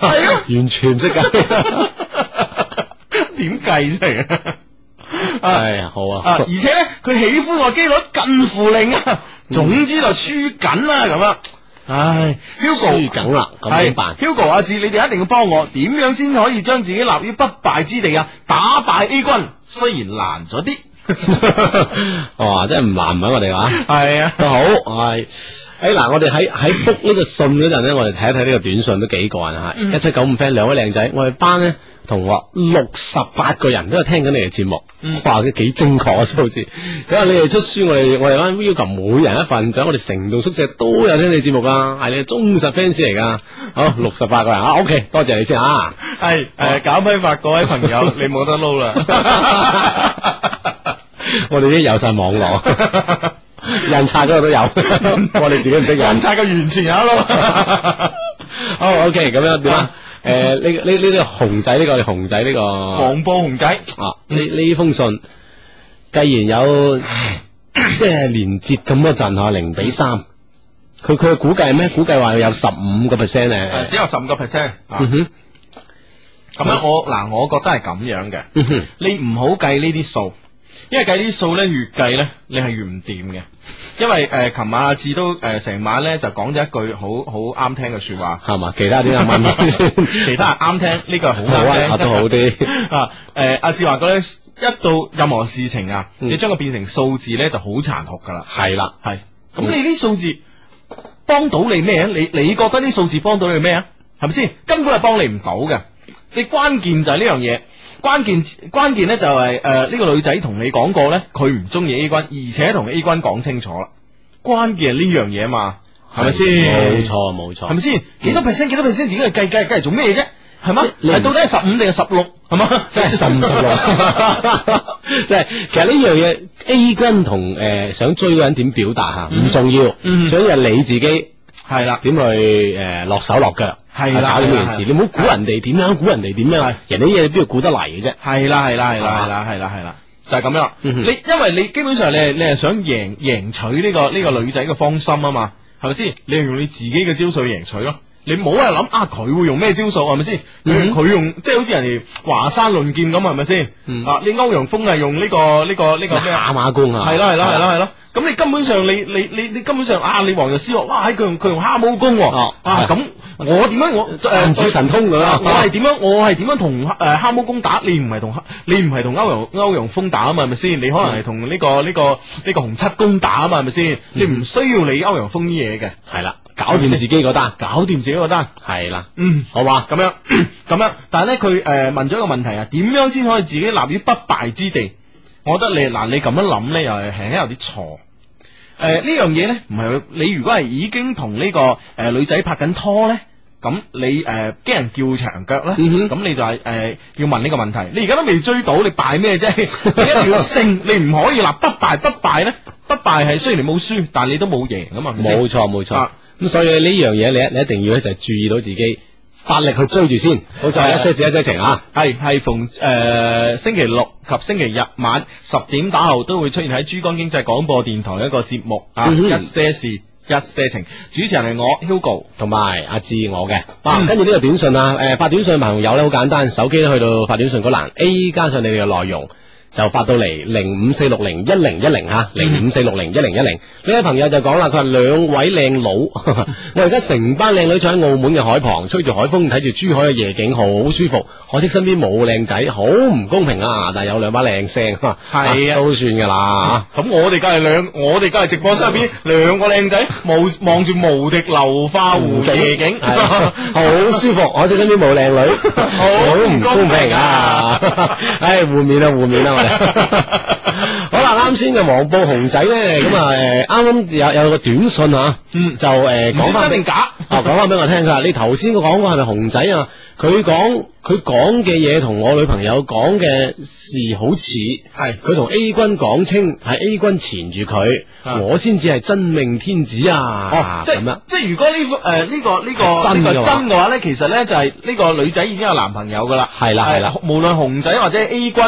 D: 完全唔識㗎。
A: 点计出嚟啊？
D: 哎呀，好
A: 啊！
D: 啊
A: 而，且咧，佢喜歡我機率近乎零
D: 嗯
A: 啊，總之就輸緊啦咁啊！唉，Hugo
D: 輸緊啦咁點辦
A: 係 Hugo 阿志，你哋一定要幫我，點樣先可以將自己立於不敗之地啊？打敗 A 君，雖然難咗 啲，
D: 哇，真係唔難唔係我哋話。
A: 係啊，
D: 都好，係。誒嗱，我哋喺喺 book 呢個信嗰陣咧，我哋睇一睇呢個短信都幾過癮嚇，一七九五 friend 兩位靚仔，我哋班咧同學六十八個人都係聽緊你哋節目，
A: 嗯
D: 哇，都幾精確嘅數字。咁啊，你哋出書，我哋我哋班要求每人一份獎，我哋成棟宿舍都有聽你節目噶，係你嘅忠實 fans 嚟噶。好，六十八個人啊，OK，多謝你先啊。
A: 係誒搞批發各位朋友，你冇得撈 啦。
D: 我哋已經有晒網絡，印刷嗰個都有， 我哋自己唔識印
A: 人。察嘅完全有咯，
D: 好 OK，咁樣點啊？诶，呢呢呢呢個熊仔呢個熊仔呢個
A: 黃波紅仔，
D: 啊呢呢封信，既然 有即係連接咁多陣吓，零比三，佢佢估計咩？估計話有十五個
A: 誒
D: percent 咧。
A: 只有十五個 percent。啊
D: 嗯哼，
A: 咁樣我嗱，我覺得係咁樣嘅。
D: 嗯哼，
A: 你唔好計呢啲數，因為計呢啲數咧越計咧，你係越唔掂嘅。因為誒，琴、晚阿志都誒成、晚咧就講咗一句好好啱聽嘅説話，
D: 係嘛？其 他啲啊，問問先
A: 其他人啊啱聽，呢、個係好
D: 好啊
A: 啱聽
D: 答得好啲
A: 啊！誒，阿志話過咧，一到任何事情啊，
D: 嗯
A: 你將佢變成數字咧就好殘酷噶啦。
D: 係啦，
A: 係，咁
D: 嗯
A: 你啲數字幫到你咩啊？你你覺得啲數字幫到你咩啊？係咪先？根本係幫你唔到嘅。你關鍵就係呢樣嘢，關鍵關鍵咧就係誒呢個女仔同你講過咧，佢唔中意 A 君，而且同 A 君講清楚啦。關鍵係呢樣嘢嘛，係咪先？
D: 冇，錯冇錯，
A: 係咪先？幾多 percent 幾多 percent 自己去計計計嚟做咩啫？係嘛？
D: 你
A: 係到底係十五定係十六？係嘛？
D: 真係甚 熟啊！即係其實呢樣嘢 A 君同誒想追嗰個人點表達嚇唔重要，
A: 嗯
D: 所以係你自己點
A: 係啦。
D: 去誒落手落腳，啊
A: 係啦
D: 搞呢件
A: 係
D: 事。
A: 啦啊
D: 你唔好估人哋點樣，估人哋點樣，人哋啲嘢邊度估得嚟嘅啫。
A: 系啦系啦系啦系啦系啦系啦，就系咁樣啦。
D: 啊嗯哼
A: 你因為你基本上你係你係想贏贏取呢、個呢、個女仔嘅芳心啊嘛，係咪先？你係用你自己嘅招數去贏取咯。你冇係諗啊，佢會用咩招數係咪先？佢
D: 嗯
A: 佢用即係好似人哋華山論劍咁係咪先？
D: 嗯
A: 啊，你歐陽鋒係用呢、個呢、個呢、個咩啊
D: 打馬工啊，
A: 係咯係咯係咯係咯。咁你根本上你你你你根本上啊，你黃藥師話哇，佢用佢用蝦毛功喎
D: 哦
A: 啊
D: 係
A: 咁。我點樣我
D: 暗指神通咁
A: 啊
D: 啊！
A: 我係點樣？我係點樣同诶黑毛公打？你唔係同黑，你唔係同歐陽歐陽锋打啊嘛？係咪先？你可能係同呢個呢、個呢、個洪七公打啊嘛？係咪先？你唔需要理歐陽锋啲嘢嘅，
D: 係啦，搞掂自己嗰單，
A: 搞掂自己個單。
D: 係啦，
A: 嗯，
D: 好嘛？
A: 咁樣 咁樣，但係咧佢诶问咗一個問題啊，點樣先可以自己立於不敗之地？我覺得你嗱，你咁樣諗咧，又係輕輕有啲錯。诶、呢樣嘢咧，唔係你如果係已經同呢、個个呃女仔拍緊拖咧，咁你诶惊、人叫長腳咧，
D: 嗯哼
A: 咁、你就係呃要問呢個問題。你而家都未追到，你敗咩 啫？你一定要勝，你唔可以嗱不敗不敗咧，不敗係雖然你冇輸，但你都冇贏噶嘛。係咪先
D: 冇錯冇錯
A: 啊。
D: 咁所以呢樣嘢你一你一定要咧就係注意到自己，發力去追住先。好
A: 係
D: 晒
A: 啊
D: 一些事一些情啊！
A: 系系逢诶、呃星期六及星期日晚十點打後都會出現喺珠江經濟廣播電台一個節目啊，
D: 嗯哼
A: 一些事一些情，主持人係我 Hugo。
D: 同埋阿志我嘅，啊
A: 嗯
D: 跟住呢個短信啊，誒、發短信朋友咧好簡單，手機咧去到發短信嗰欄 A 加上你哋嘅內容，就發到嚟零五四六零一零一零
A: 嗯
D: 吓，零五四六零一零一零。呢位朋友就講啦，佢話兩位靚佬， 我而家成班靚女坐喺澳門嘅海旁，吹住海風，睇住珠海嘅夜景，好舒服。可惜身邊冇靚仔，好唔公平啊！但係有兩把靚聲，
A: 係啊
D: 都算㗎啦。
A: 咁我哋梗係兩，我哋梗係直播室入邊兩個靚仔，無望住無敵流花湖啊
D: 嗯
A: 夜景，
D: 係好舒 服，可惜身邊冇靚女，好唔公平啊！唉，互面啊，互面啊，我 哋。好啦，啱先嘅黃埔熊仔咧，咁啊，誒啱啱有有個短信啊，
A: 嗯
D: 就誒
A: 唔
D: 講
A: 知
D: 翻
A: 真
D: 俾
A: 定假？
D: 啊，講翻俾我聽，佢話你頭先講嗰係咪熊仔啊？佢講佢講嘅嘢同我女朋友講嘅事好似，
A: 係
D: 佢同 A 君講清係 A 君纏住佢，
A: 啊
D: 我先至係真命天子
A: 哦
D: 啊！，
A: 即
D: 咁樣
A: 係。即係如果呢個誒呢個呢個
D: 真
A: 呢個
D: 嘅話
A: 真嘅話咧，其實咧就係呢個女仔已經有男朋友噶啦，
D: 係啦係啦
A: 誒無論紅仔或者 A 君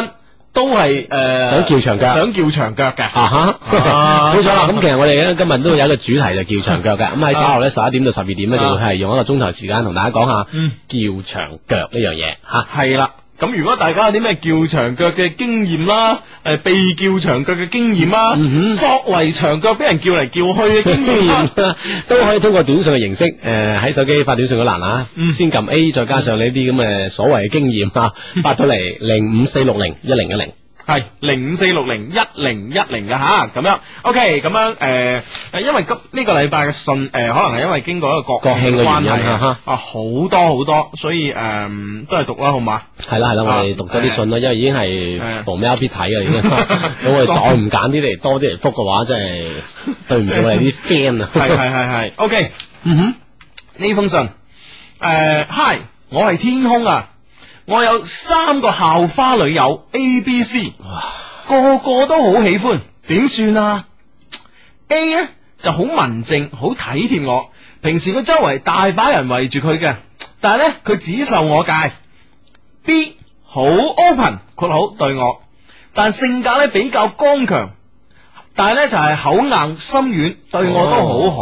A: 都係誒
D: 想叫長腳
A: 想叫長腳嘅，
D: 啊哈，
A: 啊
D: 冇錯啦。咁其實我哋咧今日都有一個主題就叫長腳嘅。咁喺稍後咧十一點到十二點
A: 啊
D: 咧，就會係用一個鐘頭時間同大家講下
A: 嗯
D: 叫長腳呢樣嘢 吓。
A: 係啦。咁如果大家有啲咩叫長腳嘅經驗啦，誒被叫長腳嘅經驗啦，
D: 嗯哼
A: 作為長腳俾人叫嚟叫去嘅經驗 啦，
D: 都可以通過短信嘅形式，誒、喺手機發短信嗰欄啊，
A: 嗯
D: 先撳 A，再加上你啲咁嘅所謂嘅經驗啊，
A: 嗯
D: 發咗嚟零五四六零一零一零。
A: 系零五四六零一零一零嘅吓，咁样，OK，咁样诶、呃，因为今呢个礼拜嘅信诶、呃可能系因为经过一个国
D: 國慶嘅
A: 關
D: 原因
A: 係
D: 啊哈
A: 啊，好多好多，所以诶、呃都系读啦，好嘛？
D: 係啦係啦，我哋讀咗啲信啦，因為已經
A: 啊係啊
D: 係逢喵必睇啦，已經。 咁我哋再唔揀啲嚟多啲嚟覆嘅話，真係對唔住我 哋啲 friend 啊。
A: 系系系系，OK，
D: 嗯哼。
A: 呢封信，诶、h i 我系天空啊，我有三个校花女友 A、B、C，个个都好喜欢，点算啊？A 咧就好文静，好體貼我，平時佢周圍大把人圍住佢嘅，但係咧佢只受我戒。B 好 open，括好對我，但性格咧比較剛強，但係咧就係、口硬心軟，對我都好好。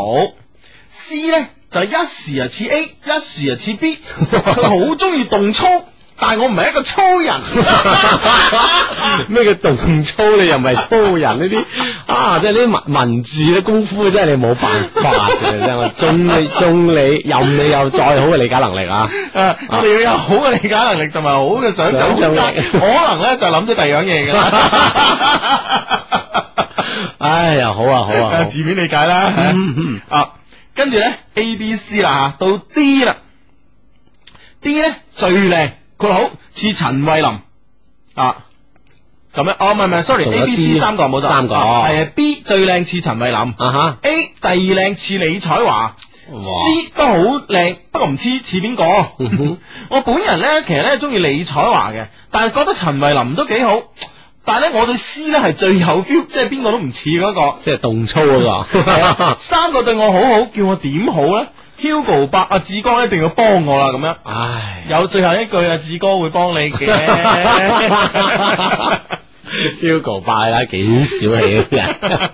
A: C 咧就係一時啊似 A，一時啊似 B，佢好中意動粗，但係我唔係一個粗人。
D: 咩叫動粗？你又唔係粗人呢啲啊！即係呢啲文文字嘅功夫，真係你冇辦法嘅，真係我中你中你任你有再好嘅理解能力啊！
A: 啊！我哋要有好嘅理解能力同埋好嘅想像空
D: 想像
A: 間
D: 力
A: 可能咧就諗咗第二樣嘢㗎啦。
D: 唉呀，好啊 好啊，好
A: 啊字面理解啦。
D: 嗯嗯
A: 啊，跟住咧 A、B、C 啦嚇，到 D 啦，D 咧最靚，佢好似陳慧琳啊。咁樣，哦，唔係唔係，sorry，
D: 仲有
A: A、B、C
D: D
A: 三個冇錯，
D: 三個
A: 啊係啊 B 最靚似陳慧琳
D: 啊哈，
A: ，A 第二靚似李彩華
D: 哇
A: ，C 都好靚，不過唔知似邊個。
D: 嗯哼
A: 我本人咧，其實咧中意李彩華嘅，但係覺得陳慧琳都幾好。但係咧，我對 C 咧係最有 feel，即係邊個都唔似嗰個。
D: 即係動粗嗰
A: 係啊。
D: 個
A: 三個對我好好，叫我點好咧？Hugo 伯阿志哥一定要幫我啦，咁樣。
D: 唉，
A: 有最後一句啊，志哥會幫你嘅。
D: Hugo 拜啦，幾小氣啊！真係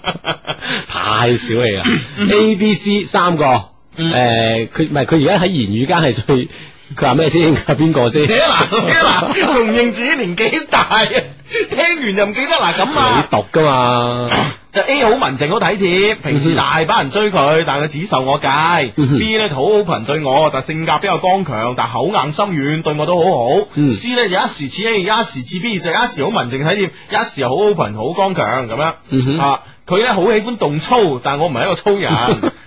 D: 太小氣啦！A、B、C 三個，誒、
A: 嗯
D: 佢唔係佢而家喺言語間係最， 佢話咩先？佢話邊個先？
A: 你嗱，你嗱，容認自己年紀大啊，聽完就唔記得嗱咁
D: 你
A: 啊。
D: 讀噶嘛？
A: 就 A 好文靜好體貼，平時大把人追佢，但佢只受我戒。
D: 嗯哼
A: B 咧好 open 對我，但性格比較剛強，但口硬心軟，對我都好好。
D: 嗯
A: C 咧就一時似 A，一時似 B，就一時好文靜體貼，一時又好 open 好剛強咁樣。
D: 嗯哼
A: 啊，佢咧好喜歡動粗，但我唔係一個粗 人。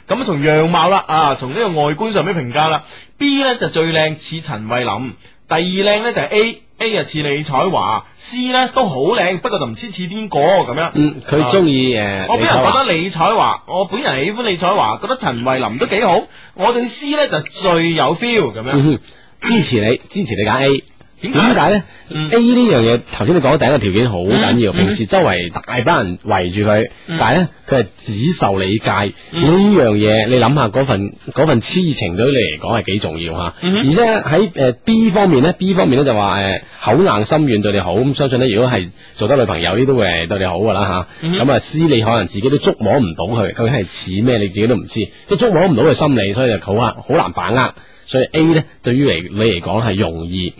A: 咁從樣貌啦，啊，從呢個外觀上面評價啦，B 咧就最靚似陳慧琳，第二靚咧就係 A。A 啊似李彩華，C 咧都好靚，不過就唔知似邊個咁樣。
D: 嗯，佢中意誒，
A: 我
D: 李
A: 本
D: 彩
A: 人覺
D: 華
A: 得李彩華，我本人喜歡李彩華，覺得陳慧琳都幾好。我對 C 咧就最有 feel 咁
D: 嗯
A: 樣。
D: 哼支持你，支持你揀 A。
A: 點解
D: 點解咧
A: 嗯
D: ？A E 呢樣嘢，頭先你講第一個條件好緊要，
A: 嗯
D: 平時周圍大班人圍住佢，
A: 嗯
D: 但係咧佢係只受理解呢
A: 嗯
D: 樣嘢。你諗下嗰份嗰份痴情對於你嚟講係幾重要嚇，
A: 嗯哼
D: 而且喺誒 B 方面咧，B 方面咧就話誒口硬心軟對你好，咁相信咧如果係做得女朋友呢都會係對你好噶啦嚇。
A: 嗯哼
D: 咁啊 C 你可能自己都捉摸唔到佢究竟係似咩，你自己都唔知，即係捉摸唔到佢心理，所以就好難好難把握。所以 A 咧對於嚟你嚟講係容易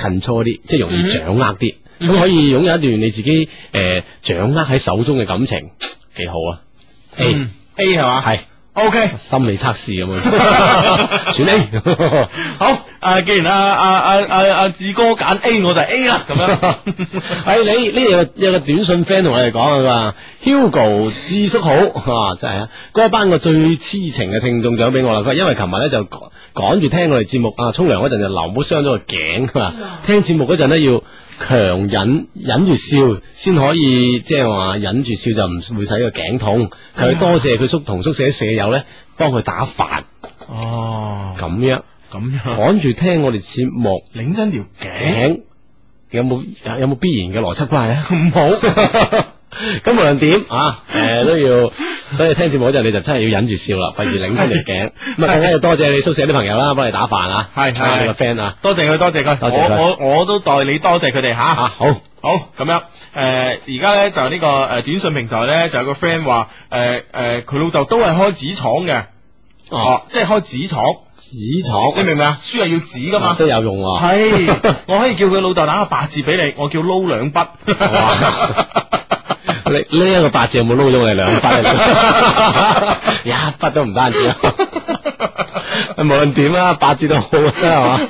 D: control 啲，即係容易掌握啲。咁可以擁有一段你自己诶掌握喺手中嘅感情，幾好啊！A
A: 嗯 A 系嘛？
D: 係
A: O K。
D: 心理測試咁樣，選 A。
A: 好，啊，既然阿阿阿阿阿志哥拣 A，我就係 A 啦，咁样。
D: 係哎你呢有個有個短信 friend 同我哋講佢話 Hugo 智叔好，啊真係啊！嗰班個最痴情嘅聽眾獎俾我啦，佢話因為琴日咧就趕趕住聽我哋節目啊，沖涼嗰陣就流毛傷咗個頸，佢話聽節目嗰陣咧要強忍忍住笑先可以，即係話忍住笑就唔會使個頸痛。佢多謝佢叔同宿舍啲舍友咧幫佢打飯
A: 哦，
D: 咁樣，
A: 咁样，
D: 趕住聽我哋節目。
A: 拧真条颈，
D: 頸有冇有冇必然嘅邏輯關係啊？唔好。 咁無論點啊，誒、都要，所以聽節目嗰陣你就真係要忍住笑啦，費 事擰親條頸。咁啊，更加要多謝你宿舍啲朋友啦，幫你打飯啊，
A: 係係
D: 啊你個 friend 啊，
A: 多谢佢，多谢佢，
D: 多謝佢
A: 我我我都代你多谢佢哋吓。
D: 啊好，
A: 好咁样，诶、而家咧就呢、個个诶、短信平台咧就有個 friend 話，诶、诶，佢、老豆都係開紙廠嘅，
D: 哦，
A: 哦，即係開紙廠，
D: 紙廠
A: 你明唔明啊？書係要紙噶嘛。
D: 都有用喎、
A: 係， 我可以叫佢老豆打個八字俾你，我叫撈兩筆。
D: 你 呢一個八字有冇撈咗我哋兩筆啊？ 一筆都唔 單止啊！無論點啦，八字都好啦，係嘛？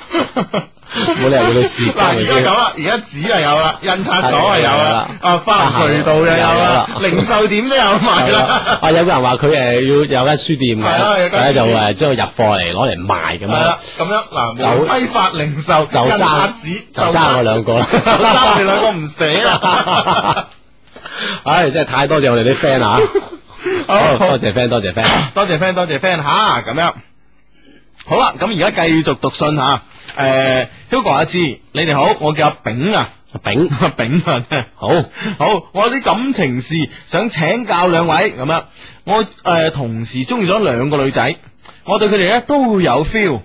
D: 冇理由要你試
A: 嗱，而家咁啦，而家紙係有啦，印刷廠係有啦，啊，花行渠道又有啦，零售點都有賣
D: 係
A: 啦
D: 啦。，啊有個人話佢誒要有間書店
A: 係啊有
D: 嘅，
A: 間
D: 大家就
A: 書店
D: 誒將佢入貨嚟攞嚟賣咁
A: 系啦
D: 樣，，
A: 咁樣嗱，
D: 就
A: 無批發零售
D: 就
A: 印刷
D: 爭
A: 紙
D: 就爭我兩個 啦。
A: 就爭你兩個唔死啊啦。
D: 唉，真係太多謝我哋啲 friend 啊！好多謝 friend，多謝 friend。
A: 多謝 friend，多謝 friend 吓，咁樣好啦，咁而家繼續讀信吓。诶、h u g o 阿志，你哋好，我叫阿炳啊，
D: 丙
A: 阿炳啊，真係
D: 好，嗯
A: 好，我有啲感情事想請教兩位咁樣，我誒、呃同時中意咗兩個女仔，我對佢哋咧都有 feel。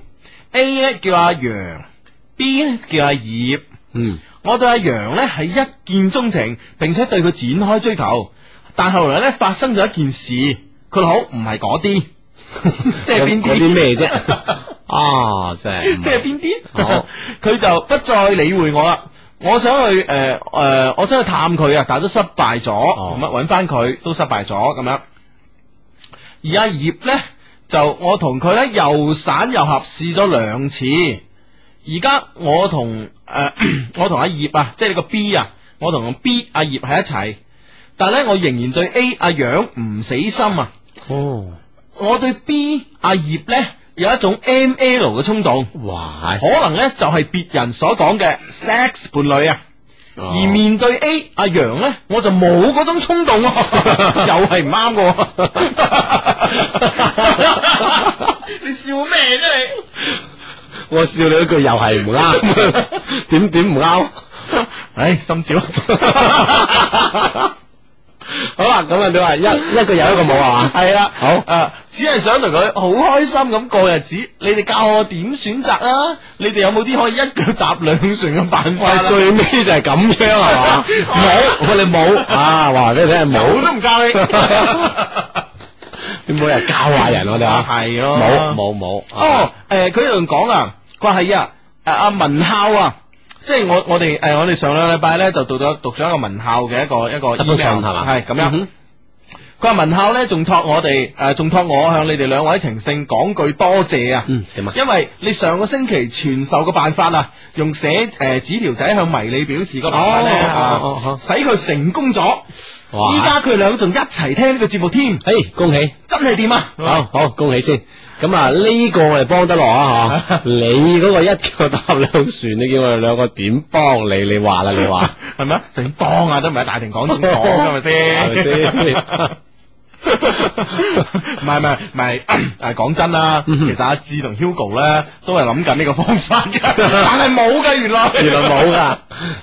A: A 咧叫阿楊，B 咧叫阿葉。
D: 嗯
A: 我對阿楊咧係一見鍾情，並且對佢展開追求，但後來咧發生咗一件事，佢好唔係嗰 啲，即係邊
D: 嗰
A: 啲
D: 啲咩啫？啊，真係
A: 即係邊啲
D: 好？
A: 嗯佢就不再理會我啦。我想去诶诶、呃我想去探佢啊，但係都失敗咗，
D: 哦
A: 咁啊揾翻佢都失敗咗咁樣。而阿葉呢，就我同佢呢又散又合試咗兩次。而家我同诶、 我同阿葉啊，即係呢個 B 啊，我同 B 阿葉喺一齊，但係呢，我仍然對 A 阿楊唔死心啊。
D: 哦，
A: 我對 B 阿葉呢，有一種 M L 嘅衝動。
D: 哇！
A: 可能咧就係別人所講嘅 sex 伴侶啊。而
D: 哦
A: 面對 A 阿楊咧，我就冇嗰種衝 動喎、又係唔啱嘅喎。你笑咩啫你？
D: 我笑你嗰句又係唔啱， 點點唔啱？
A: 唉，心照。
D: 好啦，咁啊，你 話一一個有一個冇係嘛？
A: 系啊，
D: 好
A: 诶、只係想同佢好開心咁過日子。你哋教我點選擇啊？你哋有冇啲可以一腳踏兩船嘅辦法
D: 喂，
A: 啊？
D: 最尾就係咁樣係 嘛？冇，我哋冇啊！話俾你聽係
A: 冇都
D: 冇，
A: 唔教你。
D: 你每日教壞人我哋啊！
A: 係咯，
D: 冇冇冇啊
A: 哦，诶、佢有人講啊，佢話係啊，诶、阿文孝啊，即係我我哋诶、誒我哋上兩禮拜咧就讀咗讀咗一個文孝嘅一個一個
D: 一封信
A: 哦 email
D: 係嘛？
A: 係咁樣
D: 嗯。
A: 佢話文孝咧仲托我哋诶，誒仲、托我向你哋兩位情聖講句多謝啊。
D: 嗯，點啊？
A: 因為你上個星期傳授嘅辦法啊，用寫誒紙條仔向迷你表示個辦法咧，
D: 哦
A: 啊
D: 哦哦
A: 使佢成功咗。
D: 哇
A: 依家佢兩仲一齊聽呢個節目添，
D: 誒，恭喜！
A: 真係點啊？
D: 好好恭喜先。咁啊，呢個我哋幫得落啊， 嗬！你嗰個一腳踏兩船，你叫我哋兩個點幫你？你話啦，你 話
A: 系咪啊？就算帮啊，都唔系大庭廣眾講噶，係咪先？
D: 係 咪先
A: 唔係唔係唔係， 诶講真啦，
D: 嗯哼
A: 其實阿志同 Hugo 咧都係諗緊呢個方法 嘅，但係冇嘅原來，
D: 原來冇㗎，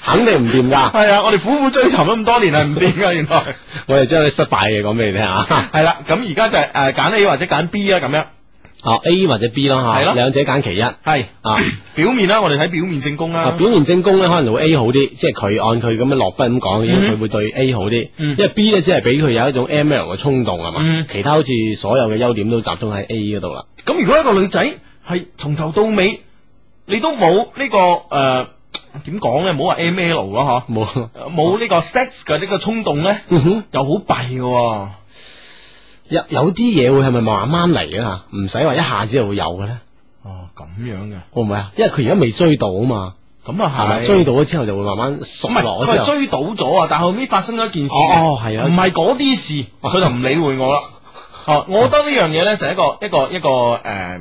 D: 肯定唔掂㗎。
A: 係啊，我哋苦苦追尋咗咁多年係唔掂噶， 原來
D: 我哋將啲失敗嘅講俾你聽啊！
A: 係啦。咁而家就係诶拣 A 或者揀 B 啊，咁樣
D: 哦，A 或者 B 啦，
A: 係
D: 吓，
A: 咯
D: 兩者揀其一啊。
A: 係表面啦，我哋睇表面正功
D: 啊，
A: 啦。
D: 表現正功咧，可能會 A 好啲，即係佢按佢咁樣落筆咁講，
A: 嗯
D: 佢會對 A 好啲。
A: 嗯
D: 因為 B 咧只係俾佢有一種 M L 嘅衝動啊嘛
A: 嗯，
D: 其他好似所有嘅優點都集中喺 A 嗰度啦。
A: 咁如果一個女仔係從頭到尾你都冇呢個诶点讲咧？唔好话 M L 咯，
D: 冇，
A: 嗬，冇呢個 sex 嘅呢個衝動咧，
D: 嗯哼，
A: 又好弊嘅喎。哦
D: 有有啲嘢會係咪慢慢嚟嘅吓？唔使話一下子就會有嘅咧，
A: 哦，咁樣嘅，
D: 會唔會啊？因為佢而家未追到啊嘛，
A: 咁啊
D: 係咪？
A: 係
D: 追到咗之後就會慢慢熟
A: 唔係
D: 落
A: 佢
D: 咗之
A: 係
D: 後，
A: 追到咗啊，但後尾發生咗一件事，
D: 哦哦係啊
A: 唔係嗰啲事，佢就唔理會我啦。哦，我覺得呢樣嘢咧就係一個一個一個诶、呃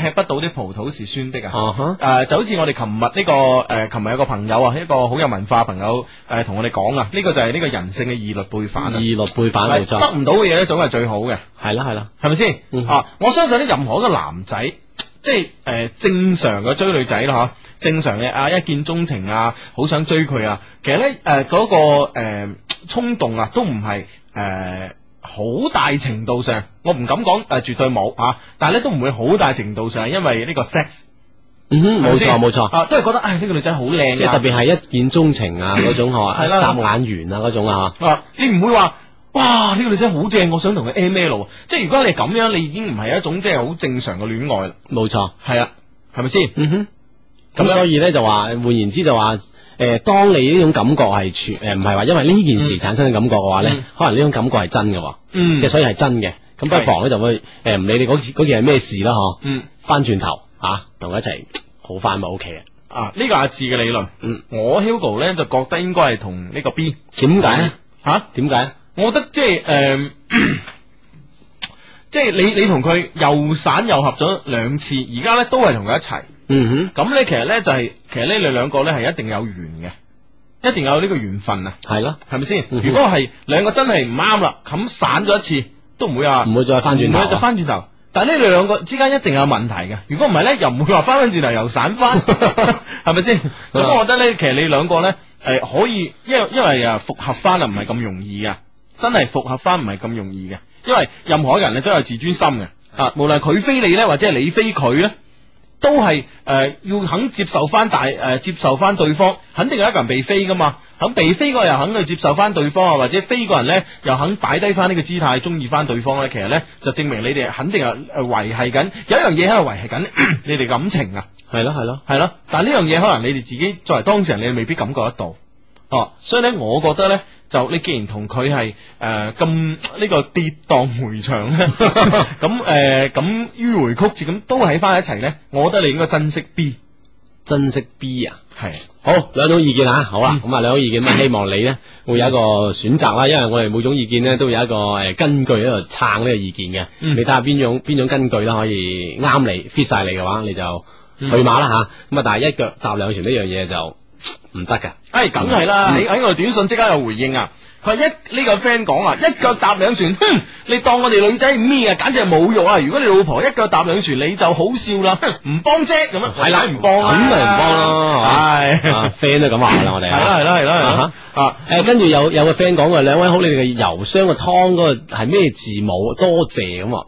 A: 吃不到啲葡萄是酸的啊。
D: 啊哈，
A: 诶、就好似我哋琴日呢個诶，琴、日有個朋友啊，一個好有文化嘅朋友诶，同、我哋講啊，呢、個就係呢個人性嘅義律背反啊
D: 二，律背反
A: 係
D: 冇
A: 得
D: 錯，
A: 唔到嘅嘢咧，總係最好嘅，
D: 係啦係啦，
A: 係咪先？
D: 嗯
A: 啊，我相信咧，任何一個男仔。即係誒、呃正常嘅追女仔啦嚇，正常嘅啊一見鐘情啊，好想追佢啊。其實咧誒嗰個誒、呃、衝動啊，都唔係誒好大程度上，我唔敢講誒、呃、絕對冇啊，但係咧都唔會好大程度上，因為呢個 sex
D: 嗯哼，冇
A: 係
D: 錯
A: 咪
D: 冇
A: 先
D: 錯。
A: 啊，都系觉得唉呢、個个女仔好靚啊，
D: 即係特別係一見鍾情啊嗰種嗬，
A: 係啦
D: 霎眼緣啊嗰種啊，
A: 啊，你唔會話哇呢、個女仔好正，我想同佢 M L，啊即係如果你咁樣，你已經唔係一種即係好正常嘅戀愛啦，
D: 冇錯。
A: 係啊，係咪先？
D: 嗯哼，咁
A: 咁樣
D: 所以咧就話，換言之就話，诶、當你呢種感覺係全诶，唔係話因為呢件事產生嘅感覺嘅話咧，
A: 嗯
D: 可能呢種感覺係真嘅喎，
A: 嗯
D: 即係所以係真嘅。咁不妨咧就會诶，唔、理你嗰件嗰件係咩事啦，嗬，
A: 嗯
D: 翻轉頭啊，同佢一齊好翻咪 OK 啊？
A: 啊，呢、個阿志嘅理論，
D: 嗯，
A: 我 Hugo 咧就覺得應該係同呢個 B
D: 點解咧？
A: 吓、
D: 點解？
A: 我覺得即係诶。誒 即係你你同佢又散又合咗兩次，而家咧都係同佢一齊。
D: 嗯
A: 咁咧其實咧就係、其實呢你兩個咧係一定有緣嘅，一定有呢個緣分啊。
D: 哼，係咯，
A: 系咪先？
D: 嗯
A: 如果系两个真系唔啱啦，冚散咗一次都唔会啊，
D: 唔會再翻轉頭啊
A: 唔會再翻转头。但呢兩個之間一定有問題嘅，如果唔係咧，又唔會話翻翻轉頭又散翻，係咪先？咁我覺得咧，其實你兩個咧，誒、可以，因為因為啊復合翻啊唔係咁容易嘅，真係復合翻唔係咁容易嘅，因為任何人咧都有自尊心嘅，啊，無論佢飛你咧，或者係你飛佢咧，都係誒、呃要肯接受翻大誒、呃接受翻對方，肯定有一個人被飛噶嘛。肯被飛嗰個又肯去接受翻對方啊，或者飛嗰人咧又肯擺低翻呢個姿態，中意翻對方咧，其實咧就證明你哋肯定係呃維係緊有一樣嘢喺度維 係緊你哋感情啊，
D: 係咯，係咯，
A: 係咯。但呢樣嘢可能你哋自己作為當事人，你哋未必感覺得到。哦，所以咧，我覺得咧，就你既然同佢係誒咁呢個跌宕回腸 咧，咁誒咁迂迴曲折咁都喺翻一齊咧，我覺得你應該珍惜 B
D: 珍惜 B 啊。
A: 係
D: 好，兩種意見啊，好
A: 嗯
D: 啦，咁啊兩種意見，咁啊希望你咧會有一個選擇啦，因為我哋每種意見咧都有一個诶根據喺度撐呢個意見嘅，
A: 嗯
D: 你睇下邊種邊種根據啦，可以啱你 fit 晒你嘅話，你就
A: 嗯
D: 去馬啦吓，咁啊但係一腳踏兩船呢樣嘢就唔得噶，
A: 哎，梗係啦，
D: 嗯
A: 喺喺我哋短信即刻有回應啊！佢話一呢、個 friend 講啊，一腳踏兩船，哼！你當我哋女仔咩啊？簡直係侮辱啊！如果你老婆一腳踏兩船，你就好笑啦，哼唔幫啫咁樣，
D: 係啦
A: 唔幫啦，
D: 咁咪唔幫咯
A: 唉係
D: 啊 friend 都咁話啦，我哋
A: 係啦
D: 啊。
A: 係啦係啦係啦啊！
D: 诶，跟住有有個 friend 講嘅，兩位好，你哋嘅郵箱嘅湯嗰個係咩字母？多謝咁啊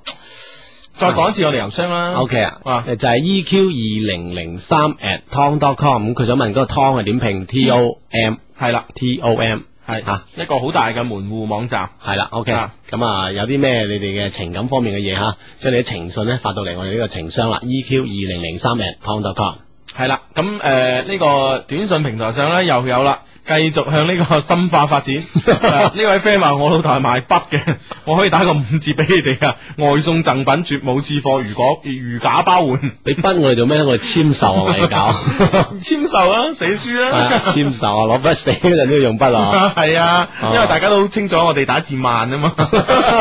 A: 再講一次我哋郵箱啦。
D: ，OK 啊
A: 啊，
D: 誒就係 EQ 二零零三 at tom dot com，咁佢想問嗰個湯係點拼？T O M
A: 係啦，
D: T O M
A: 係
D: 啊
A: 一個好大嘅門户網站。
D: 系啦，OK，
A: 啊
D: 咁啊有啲咩你哋嘅情感方面嘅嘢吓，將你啲情信咧發到嚟我哋呢個情商啦，EQ 二零零三 at tom.com，
A: 係啦，咁誒呢個短信平台上咧又有啦。繼續向呢個深化發 展。啊呢位 friend 話：我老豆係賣筆嘅， 我可以打個五折俾你哋啊！外送贈品絕冇次貨，如果如假包 換，
D: 你筆我哋做咩咧？我哋簽售啊，我哋 搞，
A: 簽售啊，寫書
D: 係
A: 啊
D: 啊，簽售啊，攞筆寫嗰陣都要用筆 啊，
A: 係啊，因為大家都好清楚我哋打字慢啊 嘛。呢啲
D: 啊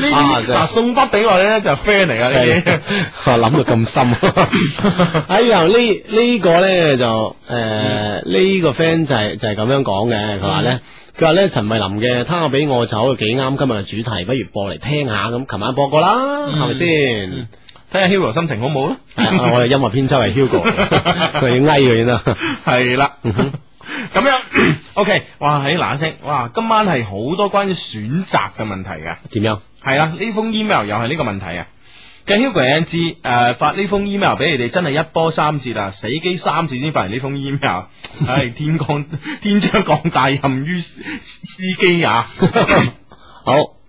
D: 真係
A: 嗱送筆俾我哋咧就係 friend 嚟噶呢
D: 係
A: 啲。
D: 我諗到咁深， 哎呀呢呢個咧就诶
A: 嗯
D: 呢個 friend 就係就係咁樣講嘅，佢話咧。佢話咧陳慧琳嘅《他俾我走》幾啱今日嘅主題，不如播嚟聽下咁。琴晚播過啦，係咪先？
A: 嗯睇下 Hugo 心情好唔好啦。
D: 係啊我哋音樂編輯係 Hugo，嚟嘅佢要翳佢先啦。
A: 系啦，
D: 嗯哼
A: 咁样 OK，哇，喺嗱一声，哇，今晚系好多关于选择嘅问题嘅，
D: 點樣？
A: 系啦，呢封 email 又系呢个问题啊。嘅 Hugo a n 知诶发呢封 email 俾你哋，真系一波三折啊！死機三次先發完呢封 email，唉、天降天將降大任於司司機啊！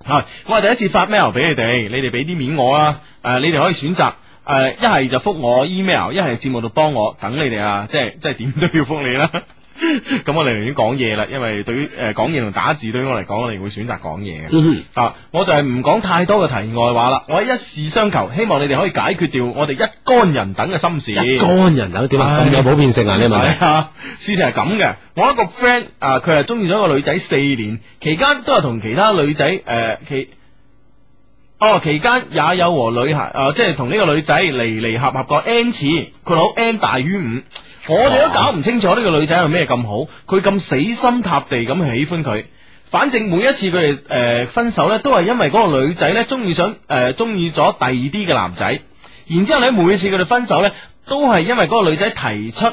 D: 好，
A: 系，我係第一次發 mail 啊俾你哋，你哋俾啲面我啊！诶、你哋可以選擇诶一係就覆我 email，一係節目度幫我，等你哋啊，即係即係點都要覆你啦。 咁我哋寧願講嘢啦，因為對於诶呃讲嘢同打字對於我嚟講，我哋會選擇講嘢嘅。
D: 嗯
A: 啊！我就係唔講太多嘅題外話啦，我一事相求，希望你哋可以解決掉我哋一干人等嘅心事。
D: 哼，一干人等点啊？
A: 唉
D: 咁有普遍性啊？呢個問題
A: 係啊，事情係咁嘅，我一個 friend 啊，佢係中意咗一個女仔四年，期間都係同其他女仔诶、呃其哦期間也有和女孩啊、即係同呢個女仔離離合合過 n 次，佢好 n 大於五。我哋都搞唔清楚呢個女仔有咩咁好，佢咁死心塌地咁喜歡佢。反正每一次佢哋诶分手咧，都係因為嗰個女仔咧中意想诶中意咗第二啲嘅男仔，然之后咧每次佢哋分手咧，都係因為嗰個女仔提出。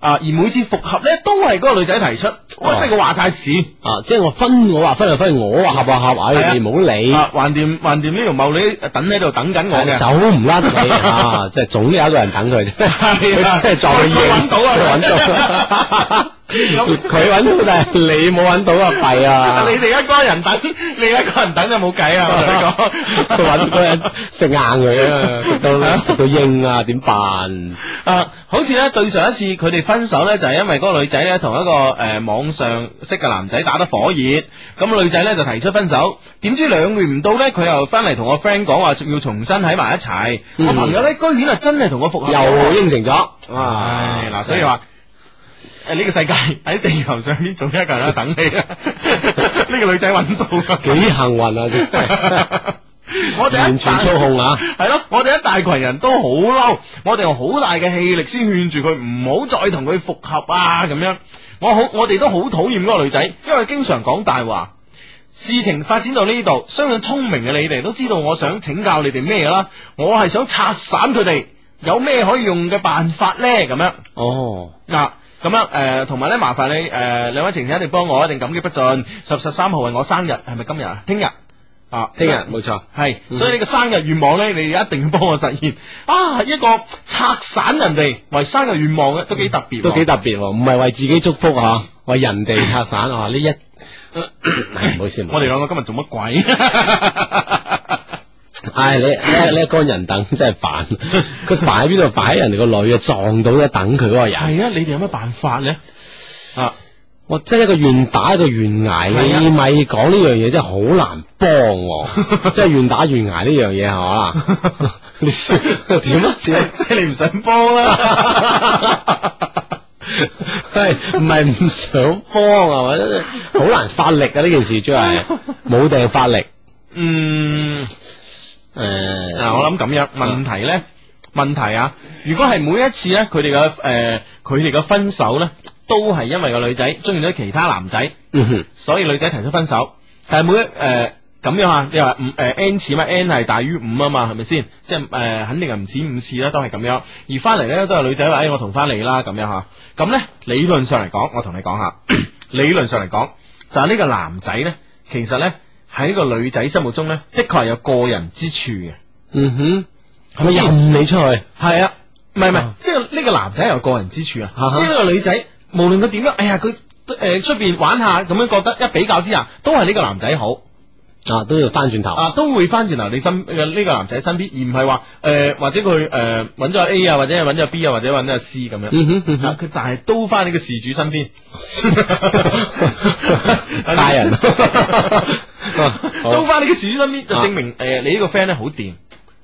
A: 啊！而每次復合咧，都係嗰個女仔提出，我真係佢話晒事，
D: 啊，即係我分我話分就分，我話合啊合，
A: 係啊
D: 唉，你唔好理。
A: 啊，橫掂橫掂呢條茂女等喺度等緊我嘅，
D: 走唔甩 你啊！即係總有一個人等佢啫，
A: 係啊
D: 佢真係撞
A: 佢
D: 佢嘢
A: 揾到啊
D: 佢揾到， 佢揾到，但係你冇揾到啊，弊啊！
A: 你哋一個人等，你一個人等就冇計啊！我同你講，
D: 佢揾嗰人食硬佢啊， 食到食到應啊，點辦？
A: 啊，好似咧對上一次佢哋分手咧，就係、因為嗰個女仔咧同一個誒、呃、網上識嘅男仔打得火熱，咁女仔咧就提出分手，點知兩個月唔到咧，佢又翻嚟同我 friend 講話要重新喺埋一齊，
D: 嗯
A: 我朋友咧居然啊真係同我復合，
D: 又應承咗，
A: 唉嗱，所以話。誒呢個世界喺地球上面仲有一個人喺度等你 啊！呢個女仔揾到啊
D: 幾幸運啊，真係
A: 我哋一
D: 完全
A: 大
D: 操控啊！
A: 系咯，我哋一大群人都好嬲，我哋用好大嘅氣力先勸住佢唔好再同佢復合啊咁樣。我好，我哋都好討厭嗰個女仔，因為經常講大話。事情發展到呢度，相信聰明嘅你哋都知道我想請教你哋咩啦。我係想拆散佢哋，有咩可以用嘅辦法呢？咁樣。
D: 哦，
A: 嗱，啊咁樣誒，同埋咧，麻煩你誒、兩位情人一定幫我，一定感激不盡。十十三號係我生日，係咪今日啊？聽日啊，
D: 聽日冇錯，
A: 係，
D: 嗯
A: 所以你個生日願望咧，你一定要幫我實現。啊，一個拆散人哋為生日願望嘅，都幾特別喎，
D: 嗯都幾特別喎，唔係為自己祝福啊，為人哋拆散啊，呢一， 唉唔好意思，唔好
A: 我哋
D: 意思
A: 兩個今日做乜鬼？
D: 唉，你你你一干人等真係煩， 佢煩喺邊度？煩喺人哋個女啊，撞到一等佢嗰個人，
A: 係啊，你哋有乜辦法咧？啊，
D: 我真係一個願打一個願挨，
A: 係啊
D: 你咪講呢樣嘢真係好難幫 喎，即係願打願挨呢樣嘢係嘛？你笑點啊？
A: 即
D: 點
A: 係
D: 啊
A: 即係你唔想幫 啦。
D: 系唔係唔想幫啊？或者好難發力啊！呢件事真係 冇地發力。嗯
A: 嗯。
D: 诶、
A: 嗱，啊我諗咁樣問題咧，問題啊，如果係每一次咧，佢哋嘅诶，佢哋嘅分手咧，都係因為個女仔中意咗其他男仔，
D: 嗯哼，
A: 所以女仔提出分手。但係每一诶咁、樣啊，你話五诶 n 次嘛，n 係大於五啊嘛，係咪先？即係诶、呃肯定係唔止五次啦，都係咁樣。而翻嚟咧，都係女仔話：，哎诶、我同翻你啦，咁樣吓。咁咧，理論上嚟講，我同你講下， 理論上嚟講，就係呢個男仔咧，其實咧喺呢個女仔心目中咧，的確係有過人之處嘅。
D: 嗯哼，
A: 係咪
D: 咪任你出去？
A: 系啊，唔系唔系
D: 啊，
A: 即系呢个男仔有个人之处啊
D: 啊，哈
A: 即系呢个女仔，无论佢点样，哎呀佢诶出边玩下咁样，觉得一比较之下，都系呢个男仔好
D: 啊，都要翻轉頭。
A: 啊，都会翻转头你身呃呢个男仔身边，而唔系话诶或者佢诶揾咗 A 啊，或者揾咗 B 啊，或者揾咗 C 咁样。
D: 嗯哼，嗯
A: 啊
D: 哼，
A: 佢但系都翻呢个事主身 边，
D: 大 人啊好啊
A: 都翻呢個事主身邊，就證明诶、呃你呢個 friend 咧好掂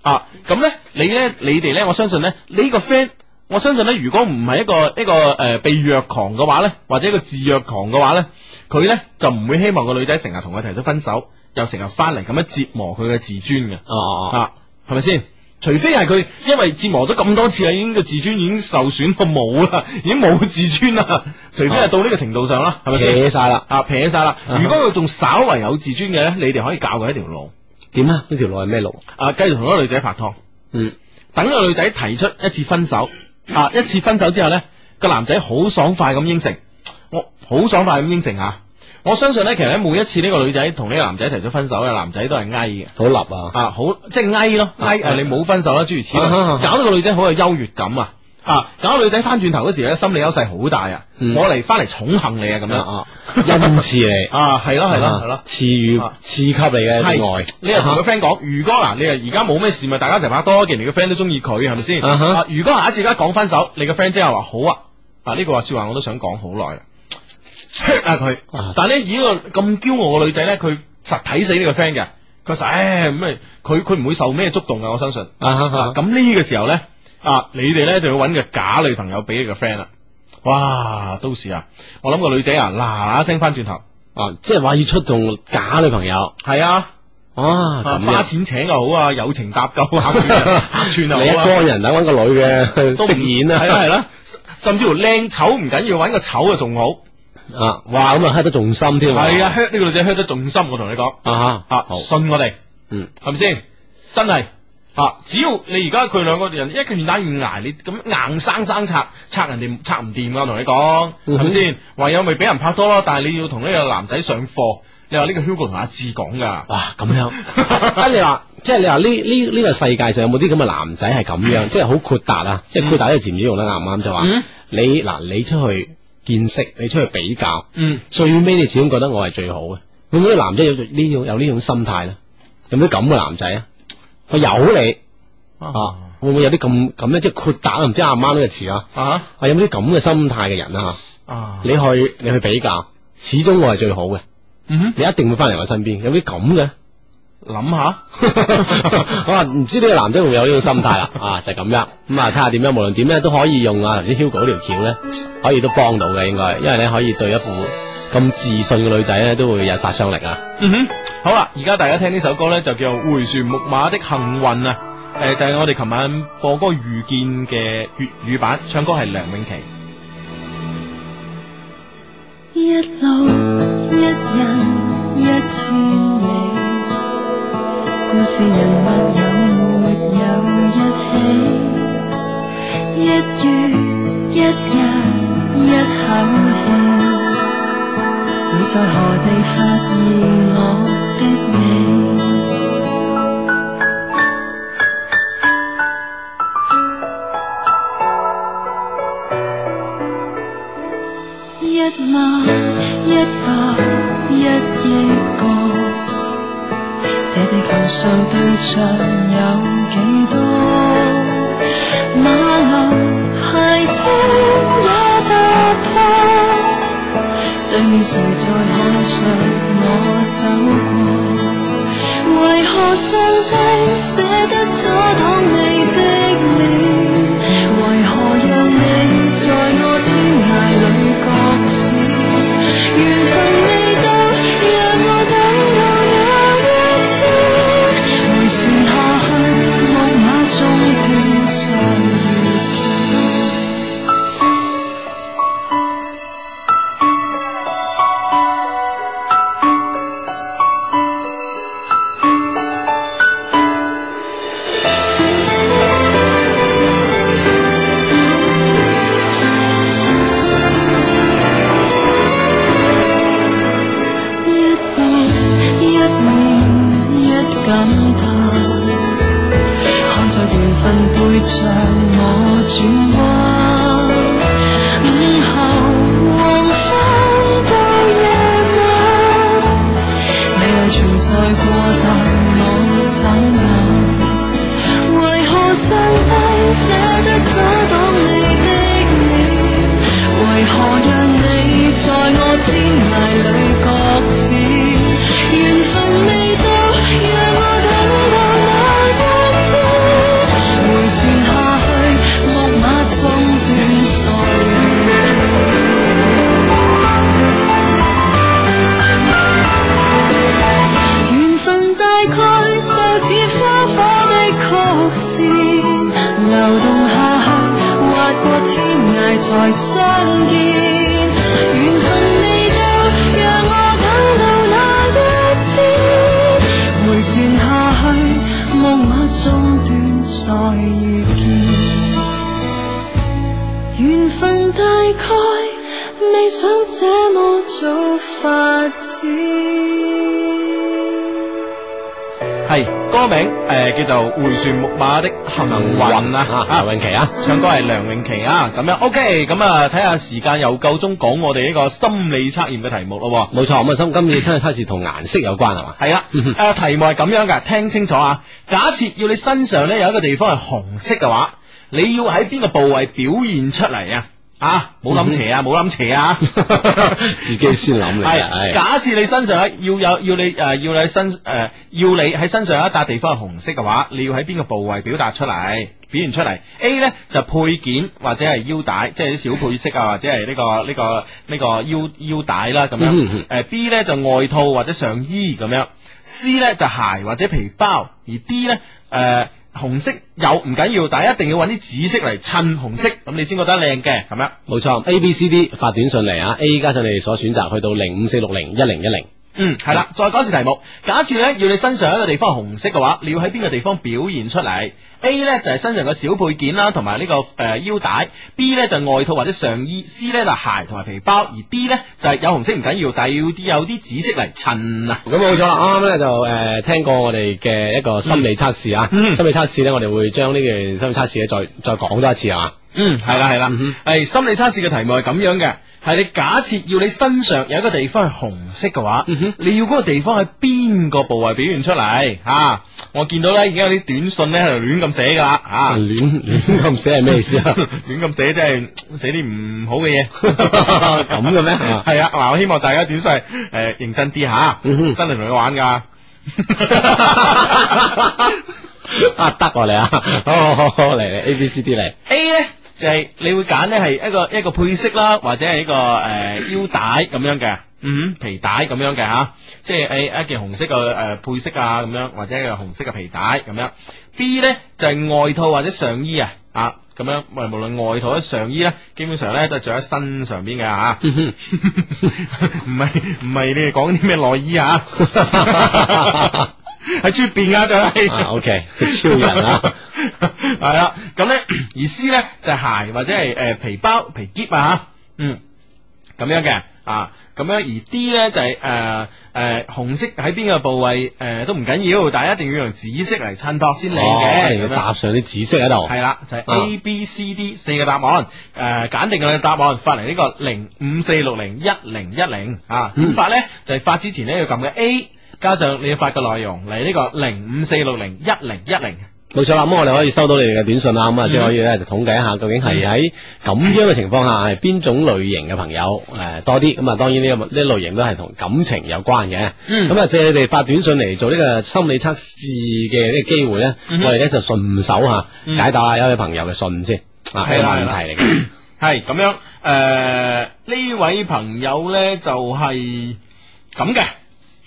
A: 啊！咁咧，你咧，你哋咧，我相信咧，你個 friend，我相信咧，如果唔係一個一個诶、呃被虐狂嘅話咧，或者一個自虐狂嘅話咧，佢咧就唔會希望個女仔成日同佢提出分手，又成日翻嚟咁樣折磨佢嘅自尊嘅
D: 哦哦
A: 啊，係咪先？除非係佢因為折磨咗咁多次啦，已經個自尊已經受損到冇啦， 已經冇自尊 啦。除非係到呢個程度上啦，係
D: 哦，
A: 咪先？
D: 撇晒啦。
A: 啊，撇晒啦！如果佢仲稍為有自尊嘅咧，你哋可以教佢一條路，
D: 點啊？呢條路係咩路？
A: 啊，繼續同嗰個女仔拍拖，
D: 嗯，
A: 等個女仔提出一次分手，啊，一次分手之後咧，個男仔好爽快咁應承，我好爽快咁應承啊！我相信咧，其實咧每一次呢個女仔同呢個男仔提出分手嘅男仔都係翳嘅。
D: 好立啊。
A: 啊，好即系翳咯，翳
D: 啊
A: 啊，你冇分手啦，諸如此類，
D: 啊啊啊
A: 搞到個女仔好有優越感啊，啊，搞到女仔翻轉頭嗰時咧，心理優勢好大啊！
D: 嗯
A: 我嚟翻嚟寵幸你啊，咁樣
D: 啊，恩赐嚟，
A: 啊，係咯係咯係
D: 啊
A: 咯。
D: 賜予
A: 啊
D: 賜給你嘅愛
A: 係，，你又同個 friend 講，如果嗱，你又而家冇咩事，咪大家一齊拍拖，既然你個 friend 都中意佢，係咪先？
D: 啊哈
A: 啊如果下一次而家講分手，你個 friend 即係話好啊，啊呢句話说話我都想講好耐啦，hurt 啊佢
D: 啊，
A: 但係咧以呢個咁驕傲嘅女仔咧，佢實睇死呢個 friend 嘅，佢實唉咁咪佢佢唔會受咩觸動嘅，我相信。
D: 啊哈
A: 啊
D: 哈，
A: 咁呢個時候咧，啊，你哋咧就要揾個假女朋友俾你個 friend 啦。哇，到時啊，我諗個女仔啊，嗱嗱聲翻轉頭，
D: 啊，即係話要出動假女朋友，
A: 係啊，
D: 啊
A: 啊
D: 咁
A: 花
D: 樣，
A: 錢請又好啊，友情搭救 客串啊客串
D: 你一
A: 又好啊，
D: 個人等揾個女嘅
A: 都唔
D: 飾演啊，
A: 係啦係啦，甚至乎靚醜唔緊要，揾個醜就仲好。
D: 啊，哇，咁啊，黑得仲深添，
A: 係啊，hurt 呢個女仔 hurt 得仲深，我同你講
D: 啊哈，
A: 啊，
D: 好，
A: 信我哋
D: 嗯，
A: 係咪先？真係。啊！只要你而家佢兩個人一拳打完挨，你咁硬生生拆拆人哋拆唔掂噶，我同你講係
D: 嗯哼
A: 咪先？唯有咪俾人拍拖咯，但係你要同呢個男仔上課，你話呢個 Hugo 同阿志講噶，
D: 哇，咁樣，啊，你話，即係你話呢呢呢個世界上有冇啲咁嘅男仔係咁樣，即係好豁達啊，即係豁達呢個字唔知用得啱唔啱，就話
A: 嗯
D: 你嗱，你出去見識，你出去比較，
A: 嗯，
D: 最尾你始終覺得我係最好嘅，會唔會啲男仔有呢種有呢種心態咧？有冇啲咁嘅男仔啊？我由你
A: 哦
D: 啊，會唔會有啲咁咁咧？即係豁達，啊唔知啱唔啱呢個詞啊？
A: 啊
D: 啊，有冇啲咁嘅心態嘅人啊？
A: 啊，
D: 你去你去比較，始終我係最好嘅，
A: 嗯
D: 你一定會翻嚟我身邊。有啲咁嘅，
A: 哼，諗下，
D: 我 話唔知呢個男仔會唔會有呢種心態啦？啊，就係咁樣咁啊，睇下點樣，無論點咧都可以用啊。頭先 Hugo 呢條橋咧，可以都幫到嘅應該，因為咧可以對一副咁自信嘅女仔咧都會有殺傷力啊。
A: 嗯哼，好啦，而家大家聽呢首歌咧就叫《回旋木馬的幸運》啊，誒、就係、我哋琴晚播歌遇見嘅粵語版，唱歌係梁詠琪。
C: 一路一人一千里，故事人物有沒有一起？一月一日一口氣，會在何地發現我的你？一萬一百一億個，這地球上對象有幾多？馬路鞋跡也踏破，對面誰在看着我走過？為何上帝捨得阻擋你的臉？為何讓你在我天涯裏擱淺？緣分未到，讓我等到那一天，回旋下去，木馬中斷上遇見。一步一秒一感嘆，看在緣分背着我轉彎。午後黃昏到夜晚，你係存在過，但我走眼。為何上帝捨得阻擋你的臉？為何讓你在我天涯裏擱淺？緣分未到，讓我等到那一天，回旋下去，木馬中斷再遇。緣分大概就似花火的曲線，流動下去，劃過天涯才相見。緣分未到，讓我等到那一天，回旋下去，木馬中斷再遇見。緣分大概未想這麼早發展。
A: 系歌歌名诶、誒叫做《回旋木馬的幸運》啊，
D: 啊，梁詠琪啊，
A: 唱歌係梁咏琪啊，咁樣 OK，咁啊睇下時間又夠鐘講我哋呢個心理測驗嘅題目咯
D: 冇錯。咁啊，今今次親嘅測試同顏色有關係嘛？
A: 喎。係啦，
D: 嗯哼
A: 诶、題目係咁樣噶，聽清楚啊！假設要你身上咧有一個地方係紅色嘅話，你要喺邊個部位表現出嚟啊？啊，冇諗邪啊，冇諗邪啊！
D: 自己先諗嚟嘅，
A: 系，
D: 係
A: 假設你身上要有要你诶、呃要你身诶、呃要你喺身上有一笪地方係紅色嘅話，你要喺邊個部位表達出嚟？表現出嚟，A 呢就配件或者係腰帶，即係啲小配飾啊，或者係呢、個呢、個呢、個腰腰帶啦咁樣。
D: 嗯嗯
A: 誒
D: 嗯、
A: B 呢就外套或者上衣咁樣，C 呢就鞋或者皮包，而 D 呢誒、呃、紅色有唔緊要，但係一定要揾啲紫色嚟襯紅色，咁你先覺得靚嘅咁樣。
D: 冇錯。A、B、C、D 發短信嚟啊！A 加上你哋所選擇，去到零五四六零一零一零。
A: 嗯，系啦，再講一次題目。假設咧要你身上一個地方係紅色嘅話，你要喺邊個地方表現出嚟？A 呢就係身上嘅小配件啦，同埋呢個诶、呃腰帶。B 呢就係外套或者上衣。C 呢就係鞋同埋皮包。而 D 呢就係有紅色唔緊要，但係要啲有啲紫色嚟襯啊。
D: 咁冇錯啦，啱啱咧就誒、呃、聽過我哋嘅一個心理測試啊，
A: 嗯
D: 心理測試咧，我哋會將呢件心理測試咧再再講多一次係啊嘛？
A: 嗯，係啦係啦，
D: 嗯
A: 係心理測試嘅題目係咁樣嘅，係你假設要你身上有一個地方係紅色嘅話，
D: 嗯哼
A: 你要嗰個地方喺邊個部位表現出嚟啊？我見到咧已經有啲短信咧喺度亂咁寫㗎啦啊！
D: 亂亂咁寫係咩 意思啊？
A: 乱咁寫真係寫啲唔好嘅嘢，
D: 咁嘅 咩
A: 係啊，嗱，我希望大家短信诶認真啲吓，
D: 嗯
A: 真
D: 哼
A: 係同你玩㗎。
D: 啊得喎你 啊，好好好好嚟嚟 A B C D 嚟，
A: A 咧就係你會揀咧係一個一個配飾啦，或者係一個诶、呃腰帶咁樣嘅，嗯皮帶咁樣嘅吓，即係诶一件紅色嘅诶、呃配飾啊咁樣，或者一個紅色嘅皮帶咁樣。B 咧就係外套或者上衣啊啊咁樣，無論外套或者上衣咧，基本上咧都係着喺身上邊嘅吓。
D: 嗯哼
A: 唔系唔系，你哋講啲咩內衣啊？ 喺出边啊，就係
D: 啊 OK 超人啊，
A: 係啦。咁 咧，而 C 咧就係鞋或者係诶皮包、皮夾啊，嗯，咁樣嘅啊，咁樣而 D 咧就係诶诶紅色喺邊個部位诶、呃都唔緊要，但係一定要用紫色嚟襯托 先靚
D: 哦一
A: 嘅。
D: 定
A: 咁
D: 要
A: 樣
D: 搭啊上啲紫色喺度
A: 系，啦，就係 A、B、C、D 四個答案，诶、揀定嘅答案發嚟呢個零五四六零一零一零啊，點
D: 嗯
A: 發咧就係發之前咧要撳嘅 A，加上你要發嘅內容嚟呢個零五四六零一零一零。
D: 冇錯啦。咁我哋可以收到你哋嘅短信啦，咁
A: 嗯
D: 啊，即係可以咧就統計一下究竟係喺咁樣嘅情況下係邊種類型嘅朋友誒多啲，咁啊當然呢個呢類型都係同感情有關嘅。
A: 嗯
D: 咁啊，借你哋發短信嚟做呢個心理測試嘅呢個機會咧，
A: 嗯哼
D: 我哋咧就順手嚇
A: 嗯
D: 解答下有位朋友嘅信先，啊，
A: 係
D: 係
A: 啦
D: 問題 嚟嘅。
A: 係咁樣，诶、呢位朋友咧就係咁嘅。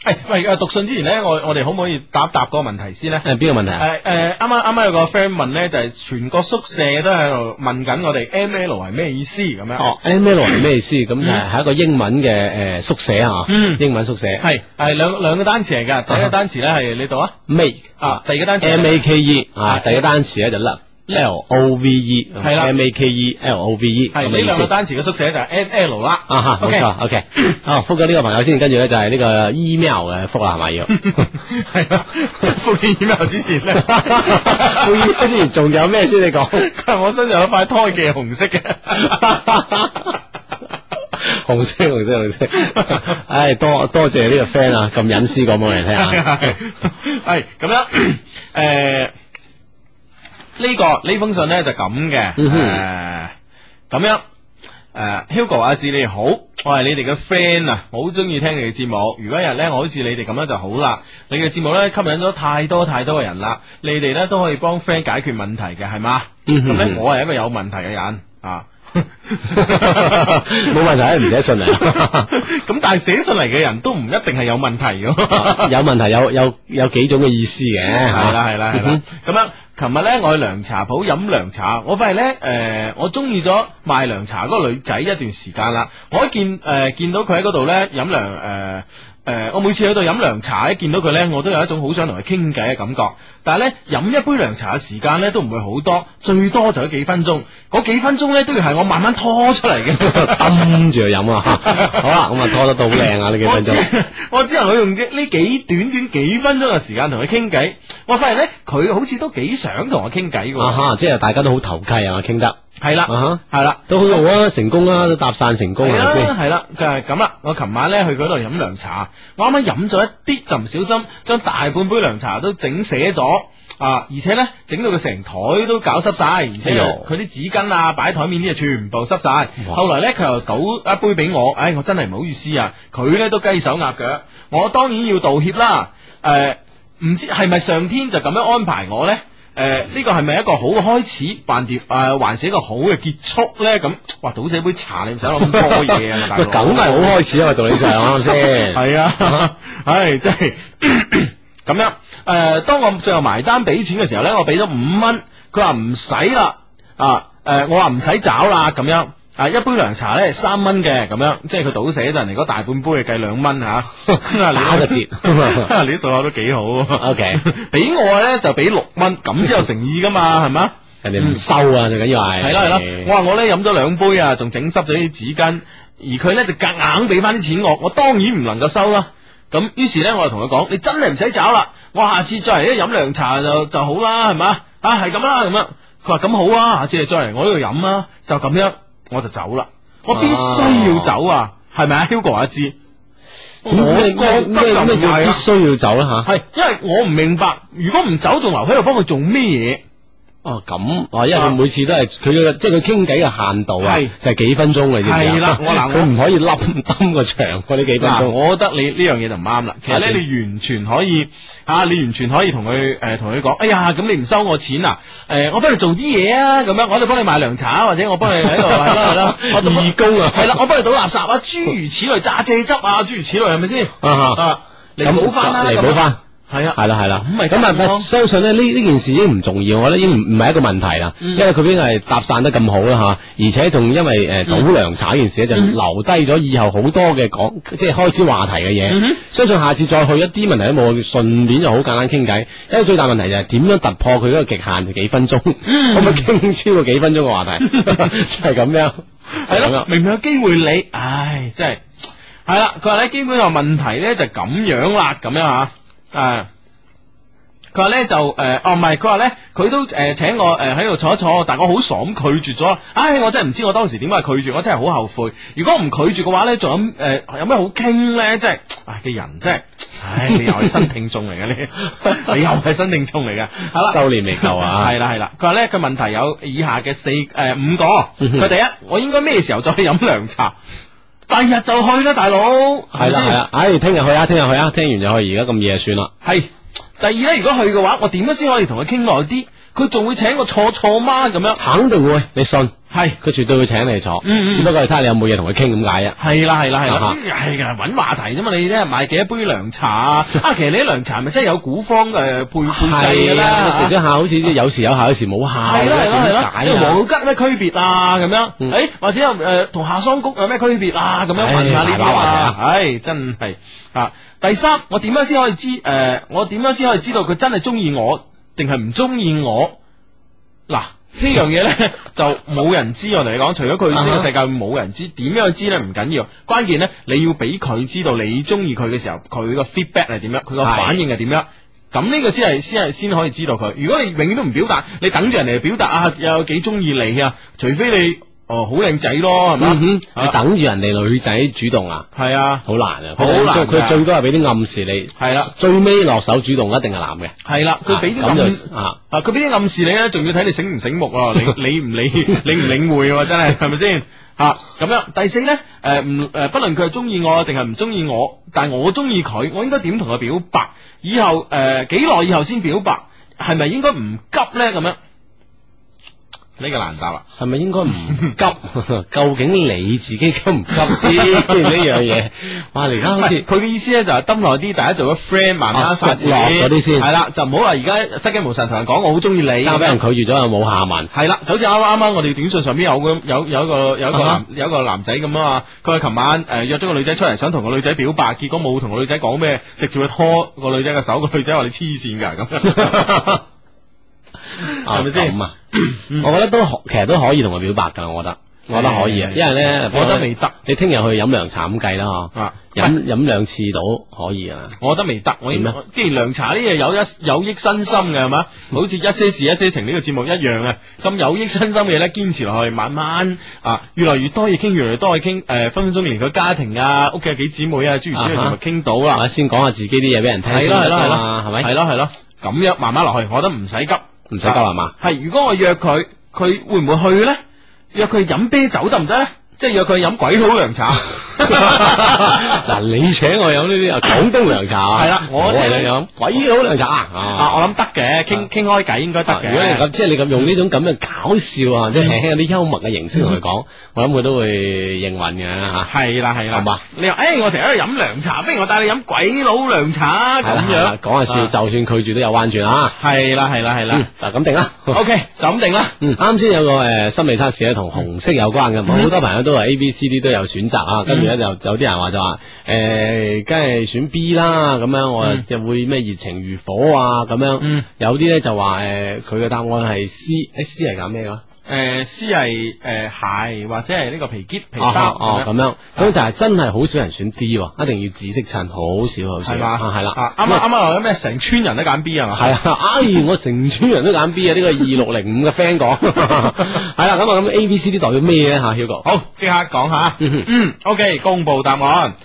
A: 诶、哎喂，诶，读信之前咧，我我哋可唔可以答一答嗰個問題先咧？
D: 誒邊個問題啊？
A: 诶诶，啱啱啱啱有個 friend 問咧，就係全個宿舍都喺度問緊我哋 M L 係咩意思咁樣。
D: 哦，M L 係咩意思？咁就
A: 嗯
D: 係係一個英文嘅誒縮寫啊，
A: 嗯
D: 英文縮寫
A: 系系两两个单词嚟噶，第一个单词咧系你读啊，
D: make
A: 啊，第二个单词
D: M A K E 啊，
A: 係
D: 第一個單詞咧就 love L O V E
A: 係啦
D: ，M A K E L O V E
A: 系呢
D: 咁嘅意
A: 两
D: 思
A: 个。单词嘅缩写就系 N L 啦，
D: 啊哈，冇
A: OK
D: 錯，OK，好，覆咗呢個朋友先，跟住咧就係呢個 email 嘅覆啦，係咪要？
A: 系 啊，复你 email 之前 咧，
D: 會議之前仲有咩先？你 講。
A: 佢話我身上有块胎记系红色嘅，
D: 紅色紅色紅色，唉，多多謝呢個 friend 啊，咁隱私講俾我哋聽啊 下。
A: 系咁 样，诶，呢個呢封信咧就咁嘅，
D: 嗯哼
A: 诶，咁樣。诶、h u g o 阿志你哋好，我係你哋嘅 friend 啊，我好中意聽你哋節目。如果有一日咧，我好似你哋咁樣就好啦。你嘅節目咧吸引咗太多太多嘅人啦，你哋咧都可以幫 friend 解決問題嘅，係嘛？
D: 嗯
A: 咁
D: 哼
A: 咧、我係一個有問題嘅人啊。
D: 冇問題，唔使信啊嚟。
A: 咁但係寫信嚟嘅人都唔一定係有問題 嘅。
D: 有問題有有有幾種嘅意思嘅，
A: 系啦系啦系啦
D: 嗯，
A: 咁样。琴日咧，我去涼茶鋪飲涼茶，我發現咧，誒、我中意咗賣涼茶嗰個女仔一段時間啦。我一見誒、見到佢喺嗰度咧飲涼誒誒、诶、我每次去到飲涼茶，一見到佢咧，我都有一種好想同佢傾偈嘅感覺。但係咧，飲一杯涼茶嘅時間咧，都唔會好多，最多就係幾分鐘。嗰幾分鐘咧，都要係我慢慢拖出嚟嘅。
D: 抌住佢飲啊！好啦，咁啊拖得到好靚啊呢幾
A: 我
D: 分
A: 只
D: 鐘。
A: 我只能夠用呢幾短短幾分鐘嘅時間同佢傾偈。我發現咧，佢好似都幾想同我傾偈
D: 啊
A: 嘅。
D: 哈，即係大家都好投契啊嘛，傾得
A: 係
D: 啊
A: 啦，
D: 哈，
A: 係啦。
D: 都好好啊，成功啦，都搭讪成功
A: 係
D: 係
A: 啊
D: 咪
A: 啦，
D: 先？
A: 係啦，就係咁啦。我琴晚咧去嗰度飲涼茶，我啱啱飲咗一啲就唔小心，將大半杯涼茶都整瀉咗啊！而且咧整到佢成台都搞濕晒，而且
D: 哎呦
A: 佢啲紙巾啊擺喺台面啲嘢全部濕晒。
D: 哇
A: 後來咧佢又倒一杯俾我，唉、我真係唔好意思啊！佢咧都雞手鴨腳，我當然要道歉啦。诶、唔知係咪上天就咁樣安排我咧？诶、呢個係咪一個好嘅開始，還掂诶，還是一個好嘅結束咧？咁，哇，倒死杯茶，你唔使諗咁多嘢啊，大
D: 喂
A: 佬。
D: 梗係好開始啊，嘛，道理上啱唔啱先？
A: 系啊，唉，真系 咁样。诶、当我最後埋單俾錢嘅時候咧，我俾咗五蚊，佢話唔使啦，啊，诶、我話唔使找啦，咁樣啊，一杯涼茶咧三蚊嘅，咁樣即係佢倒寫咗人哋嗰大半杯，計兩蚊啊 吓，
D: 打
A: 打
D: 個折
A: 啊你啲數口都幾好喎。
D: OK
A: 俾我咧就俾六蚊，咁先有誠意噶嘛，係咪？
D: 人哋唔收啊，最緊要係
A: 係啦係啦，我話我咧飲咗兩杯啊，仲整濕咗啲紙巾，而佢咧就夾硬俾翻啲錢我，我當然唔能夠收啦。咁於是咧，我就同佢講：你真係唔使找啦，我下次再嚟呢度飲涼茶就就好啦，係嘛？啊，係咁啦，咁樣。佢話咁好啊，下次你再嚟我呢度飲啊，就咁樣，我就走啦。我必須要走啊，係咪啊，Hugo 阿志？
D: 咁咩咩咩咩叫必須要走啦吓？
A: 係，啊因為我唔明白，如果唔走仲留喺度幫佢做咩嘢？
D: 哦咁，哦，因為佢每次都係佢嘅，即係佢傾偈嘅限度啊，
A: 係
D: 就係幾分鐘嘅，你知唔知啊
A: 係啦我嗱我
D: 佢唔可以冧冧個場嗰呢幾分
A: 嗱，
D: 鐘。
A: 我覺得你呢樣嘢就唔啱啦。其實咧，
D: 啊點
A: 你完全可以嚇、啊你完全可以同佢誒同佢講，哎呀，咁你唔收我錢啊？誒、我幫你做啲嘢啊，咁樣我哋幫你買涼茶，或者我幫你 喺度係啦係啦，我同
D: 義工 啊
A: 係啦，我幫你倒垃圾啊，諸如此類，榨蔗汁啊，諸如此類，係咪先？
D: 啊哈
A: 啊，彌補翻啦，咁
D: 咁彌補
A: 樣
D: 翻。
A: 係啊，
D: 系啦系啦，
A: 咁咪
D: 咁
A: 得咯
D: 啊，相信咧呢呢件事已經唔重要，我啊覺得已經唔唔係一個問題啦，
A: 嗯
D: 因為佢已經係搭散得咁好啦吓，而且仲因為诶倒涼茶呢件事咧，就
A: 嗯
D: 留低咗以後好多嘅講，即係開始話題嘅
A: 嗯哼
D: 嘢。相信下次再去一啲問題都冇，順便就好簡單傾偈。因為最大問題就係點樣突破佢嗰個極限就幾分鐘，可唔可以傾超過幾分鐘嘅話 題？就係咁樣，就
A: 嗯係
D: 係咁
A: 咯
D: 樣，。
A: 明明有機會你，唉，真係係啦。佢話咧，基本上問題咧就咁樣啦，咁樣吓，誒。佢話咧就誒、哦唔係，佢話咧佢都誒、呃請我誒喺度坐一坐，但我好傻咁拒絕咗。唉，我真係唔知我當時點解拒絕，我真係好後悔。如果唔拒絕嘅話咧，仲有誒、有咩好傾咧？真係，唉嘅人真係，唉你又係新聽眾嚟嘅 你，你又係新聽眾嚟嘅。好啦，
D: 收斂未夠啊
A: 係啦係啦，佢話咧佢問題有以下嘅四誒、五個。
D: 嗯哼
A: 佢第一，我應該咩時候再去飲涼茶？第二日就去啦，大佬。
D: 係啦係啦，唉，聽日去啊，聽日去啊，聽完就去，而家咁夜算啦。
A: 係第二咧，如果去嘅話，我點樣先可以同佢傾耐啲？佢仲會請我坐坐媽咁樣。
D: 肯定會，你信？
A: 係
D: 佢絕對會請你坐，
A: 嗯嗯
D: 只不過係睇下你有冇嘢同佢傾咁解啫。
A: 係啦係啦哎係啦
D: 啊，
A: 係噶揾話題啫嘛！你咧買幾多杯涼茶啊？啊，其實你啲涼茶咪真係有古方誒配 配制㗎
D: 係
A: 啦
D: 啊，食咗
A: 嚇。
D: 下好似啲有時有效，有時冇效
A: 係
D: 嘅，
A: 咯係咯係
D: 點
A: 咯，
D: 解
A: 你
D: 啊
A: 黃桔咩區別啊？咁樣，
D: 嗯
A: 誒或者有誒同夏桑菊有咩區別啊？咁樣
D: 唉
A: 問下呢啲
D: 大把話
A: 啊，
D: 題
A: 唉真係啊！第三，我點樣先可以知誒？我點樣先可以知道佢真係中意我定係唔中意我？嗱。呢樣嘢 咧就冇人知，我同你講，除咗佢呢
D: 啊
A: 個
D: 哈
A: 世界冇人知，點樣知咧唔緊要，關鍵咧你要俾佢知道你中意佢嘅時候，佢個 feedback 係點樣，佢個
D: 係
A: 反應係點樣。咁呢個先係先係先可以知道佢。如果你永遠都唔表達，你等住人哋表達啊，有幾中意你啊？除非你哦好靚仔咯，係咪？
D: 嗯哼，
A: 啊
D: 你等住人哋女仔主動啊，
A: 係啊，
D: 好難啊，
A: 好難㗎
D: 佢佢最多係俾啲暗示你，
A: 係啦，
D: 最尾落手主動一定係男嘅，
A: 係啦，佢俾啲
D: 啊
A: 暗
D: 咁就啊，
A: 啊，佢俾啲暗示你咧，仲要睇你醒唔醒目 啊！你你唔理，你唔領會喎，真係係咪先？吓咁樣，第四咧，诶唔诶，不論佢係中意我定係唔中意我，但係我中意佢，我應該點同佢表白？以後呃诶幾耐以後先表白？係咪應該唔急咧？咁樣
E: 呢個難答啦。
D: 系咪應該唔 急？ 究竟你自己急唔急先呢樣嘢？哇！而家好 似
A: 佢嘅意思咧就係蹲耐啲，大家做咗 friend，慢慢
D: 啊
A: 殺自己
D: 熟落嗰啲先
A: 係啦，就唔好話而家失驚無神同人講我好中意你。
D: 交俾人拒絕咗，又冇下文。
A: 系啦，就好似啱啱啱我哋短信上邊有咁有有一個有一個
D: 啊哈
A: 男有一個男仔咁啊嘛，佢話琴晚誒約咗個女仔出嚟，想同個女仔表白，結果冇同個女仔講咩，直接去拖個女仔嘅手，個女仔話你黐線㗎咁， 係
D: 係
A: 咪先嗯
D: 咁啊，我覺得都可其實都可以同佢表白㗎，我覺得， 我覺得可以啊，因為啊咧，
A: 嗯我覺得未得
D: 你聽日去飲涼茶咁計啦，
A: 啊。
D: 嗬，飲飲兩次到可以啊。
A: 我覺得未得，我
D: 點咧
A: 我既然涼茶呢嘢有一有益身心嘅係嘛，
D: 嗯
A: 好似一些事一些情呢個節目一樣啊，咁有益身心嘅嘢咧，堅持落去，慢慢啊，越嚟越多嘢傾，越嚟越多嘢傾，誒、呃分分鐘連佢家庭啊、屋企有幾姊妹啊，諸如此類，
D: 啊哈
A: 咪傾到
D: 係咪
A: 啦，
D: 先講下自己啲嘢俾人聽
A: 係
D: 先
A: 咯係
D: 得
A: 咯
D: 㗎
A: 係
D: 嘛，係
A: 咯，係
D: 咪？
A: 咯係咯，咁樣慢慢落去，我覺得唔使急，
D: 唔使急啊 係嘛？
A: 係如果我約佢，佢會唔會去咧？約佢飲啤酒得唔得咧？即係約佢飲鬼佬 涼茶。
D: 嗱，你請我飲呢啲啊，廣東涼茶啊
A: 係啦我
D: 我係你飲鬼佬涼茶
A: 啊，
D: 啊。
A: 我諗得嘅，傾傾開偈應該得
D: 啊
A: 嘅。
D: 如果你咁，即係你咁用呢種咁嘅搞笑
A: 嗯
D: 啊，即係輕輕有啲幽默嘅形式同佢講，我諗佢都會應允嘅嚇。
A: 系啦系啦，
D: 啊好嘛？
A: 你話哎誒，我成日喺度飲涼茶，不如我帶你飲鬼佬涼茶啊
D: 係
A: 咁
D: 啦係
A: 樣啊
D: 啦，講下笑，就算拒絕都有彎轉啊。
A: 係啦係啦係
D: 嗯
A: 啦。
D: 就咁定啦。
A: OK，就咁定啦。
D: 嗯，啱先有個誒心理測試咧，同紅色有關
A: 嗯
D: 嘅，好多朋友都係 A、B、C、D 都有選擇啊。跟住咧就有啲人話就話誒，梗係選 B 啦，咁樣我
A: 嗯
D: 就會咩熱情如火啊咁樣
A: 嗯。
D: 有啲咧就話誒，佢嘅答案係 C，誒 C 係揀咩㗎？
A: 誒，C 係誒鞋或者係呢個皮結皮
D: 啊
A: 包
D: 哦咁
A: 樣
D: 樣，咁但係真係好少人選 D 喎，一定要紫色襯，好少好少，
A: 係嘛？
D: 啊係啦
A: 啊，啱啱啱啱有咩成村人都揀 B 啊嘛？
D: 係啊， 哎，我成村人都揀 B 啊，呢個二六零五嘅 friend 講，係啦，咁啊咁 A、B、C、D 代表咩咧吓，Hugo？
A: 好，即刻講下。
D: 嗯哼
A: 嗯，OK，公布答案。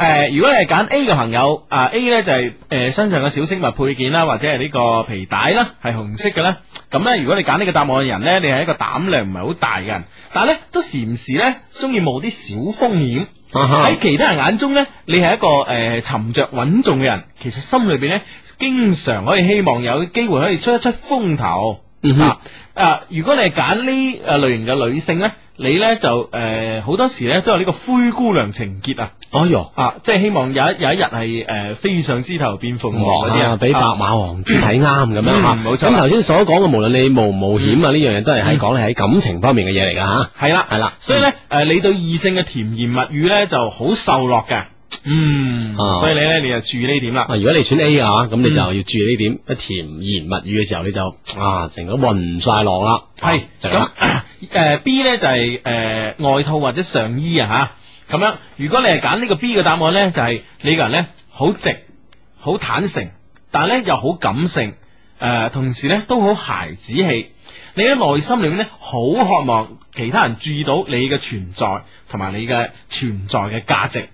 A: 誒、如果你係揀 A 嘅朋友，啊 A 咧就係、呃身上嘅小飾物配件啦，或者係呢個皮帶啦，係紅色嘅咧。咁咧，如果你揀呢個答案嘅人咧，你係一個膽量唔係好大嘅人，但係咧都時唔時咧中意冒啲小風險。
D: 啊哈
A: 喺其他人眼中咧，你係一個誒、呃、沉着穩重嘅人，其實心裏邊咧經常可以希望有機會可以出一出風頭。
D: 嗯哼
A: 啊啊，如果你係揀呢誒類型嘅女性咧，你咧就誒好、多時咧都有呢個灰姑娘情結啊，
D: 哎呦，
A: 啊，即係希望有一有一日係呃誒飛上枝頭變鳳凰嗰啲
D: 啊，俾白
A: 啊
D: 馬王子睇啱咁樣吓，
A: 嗯冇錯
D: 咁頭先所講嘅，無論你冒唔冒險啊，呢樣嘢都係喺講你喺感情方面嘅嘢嚟㗎吓。
A: 係啦
D: 係啦
A: 所以咧誒、你對異性嘅甜言蜜語咧就好受落嘅，嗯，
D: 啊
A: 所以你咧你就注意呢點啦。
D: 啊，如果你選 A 嘅話，咁你就要注意呢點，一甜言蜜語嘅時候，你就啊成個暈晒浪啦。啊
A: 系
D: 就係咁
A: 咁
D: 啦。
A: 诶 B 咧就係诶外套或者上衣啊吓，咁樣如果你係揀呢個 B 嘅答案咧，就係你個人咧好直、好坦誠，但係咧又好感性，诶、同時咧都好孩子氣。你喺內心裏面咧，好渴望其他人注意到你嘅存在，同埋你嘅存在嘅價值。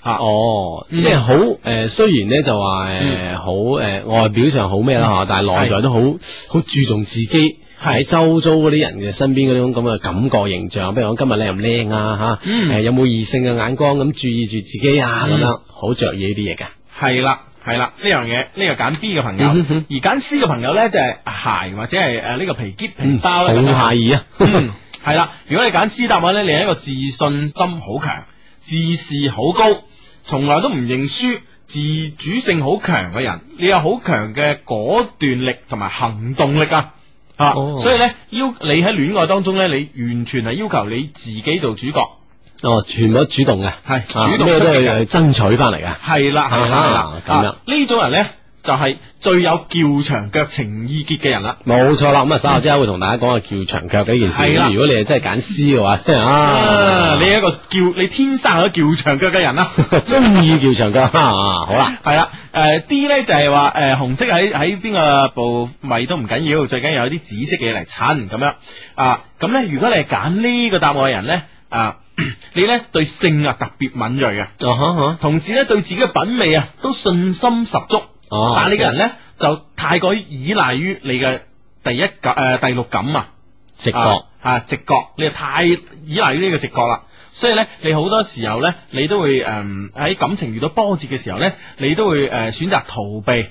A: 啊，
D: 哦，
A: 嗯
D: 即係好誒，雖然咧就話誒
A: 嗯
D: 好誒外表上好咩啦嚇，但係內在都好好注重自己。喺周遭嗰啲人嘅身邊嗰種咁嘅感覺形象，比如講今日靚唔靚啊嚇，
A: 嗯
D: 誒有冇異性嘅眼光咁注意住自己啊咁
A: 嗯
D: 樣，好着意呢啲嘢㗎。
A: 係啦，係啦，呢樣嘢呢個揀 B 嘅朋友，
D: 嗯哼哼
A: 而揀 C 嘅朋友咧就係鞋或者係誒呢個皮夾皮嗯包
D: 嗯好
A: 咧。咁樣
D: 下意啊，
A: 嗯，系啦，如果你揀 C 答案咧，你係一個自信心好強、自視好高、從來都唔認輸、自主性好強嘅人，你有好強嘅果斷力同埋行動力啊！啊，
D: 哦
A: 所以咧要你喺戀愛當中咧，你完全係要求你自己做主角，
D: 哦，全部都主動嘅，
A: 係
D: 啊
A: 主動
D: 咩
A: 出
D: 都
A: 擊嘅
D: 係爭取翻嚟嘅。
A: 係啦係啦
D: 啊
A: 係啦，
D: 咁樣
A: 啊呢種人咧就係、最有撬長腳情意結嘅人啦。
D: 冇錯啦，咁啊稍後之後會同大家講下翹長腳嘅呢件事。
A: 係啦
D: 咁如果你係真係揀 C 嘅話，啊
A: 啊，你係一個叫你天生係一個撬長腳嘅人啦。
D: 中意翹長腳 啊，好 啦，
A: 系啦，诶、D 咧就係話诶紅色喺喺邊個部位都唔緊要，最緊要有啲紫色嘅嘢嚟襯咁樣啊。咁咧，如果你係揀呢個答案嘅人咧，啊， 你咧對性啊特別敏鋭嘅，
D: 啊哈哈，
A: 同時咧對自己嘅品味啊都信心十足，
D: 哦，
A: 但係你個人咧就太過於依賴於你嘅第一感诶、第六感啊。
D: 直覺，
A: 啊啊直覺，你係太依賴於呢個直覺啦。所以咧，你好多時候咧，你都會誒嗯喺、感情遇到波折嘅時候咧，你都會誒、呃、選擇逃避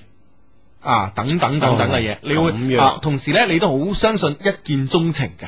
A: 啊等等等等嘅嘢，
D: 哦
A: 你會
D: 咁樣
A: 啊同時咧，你都好相信一見鍾情嘅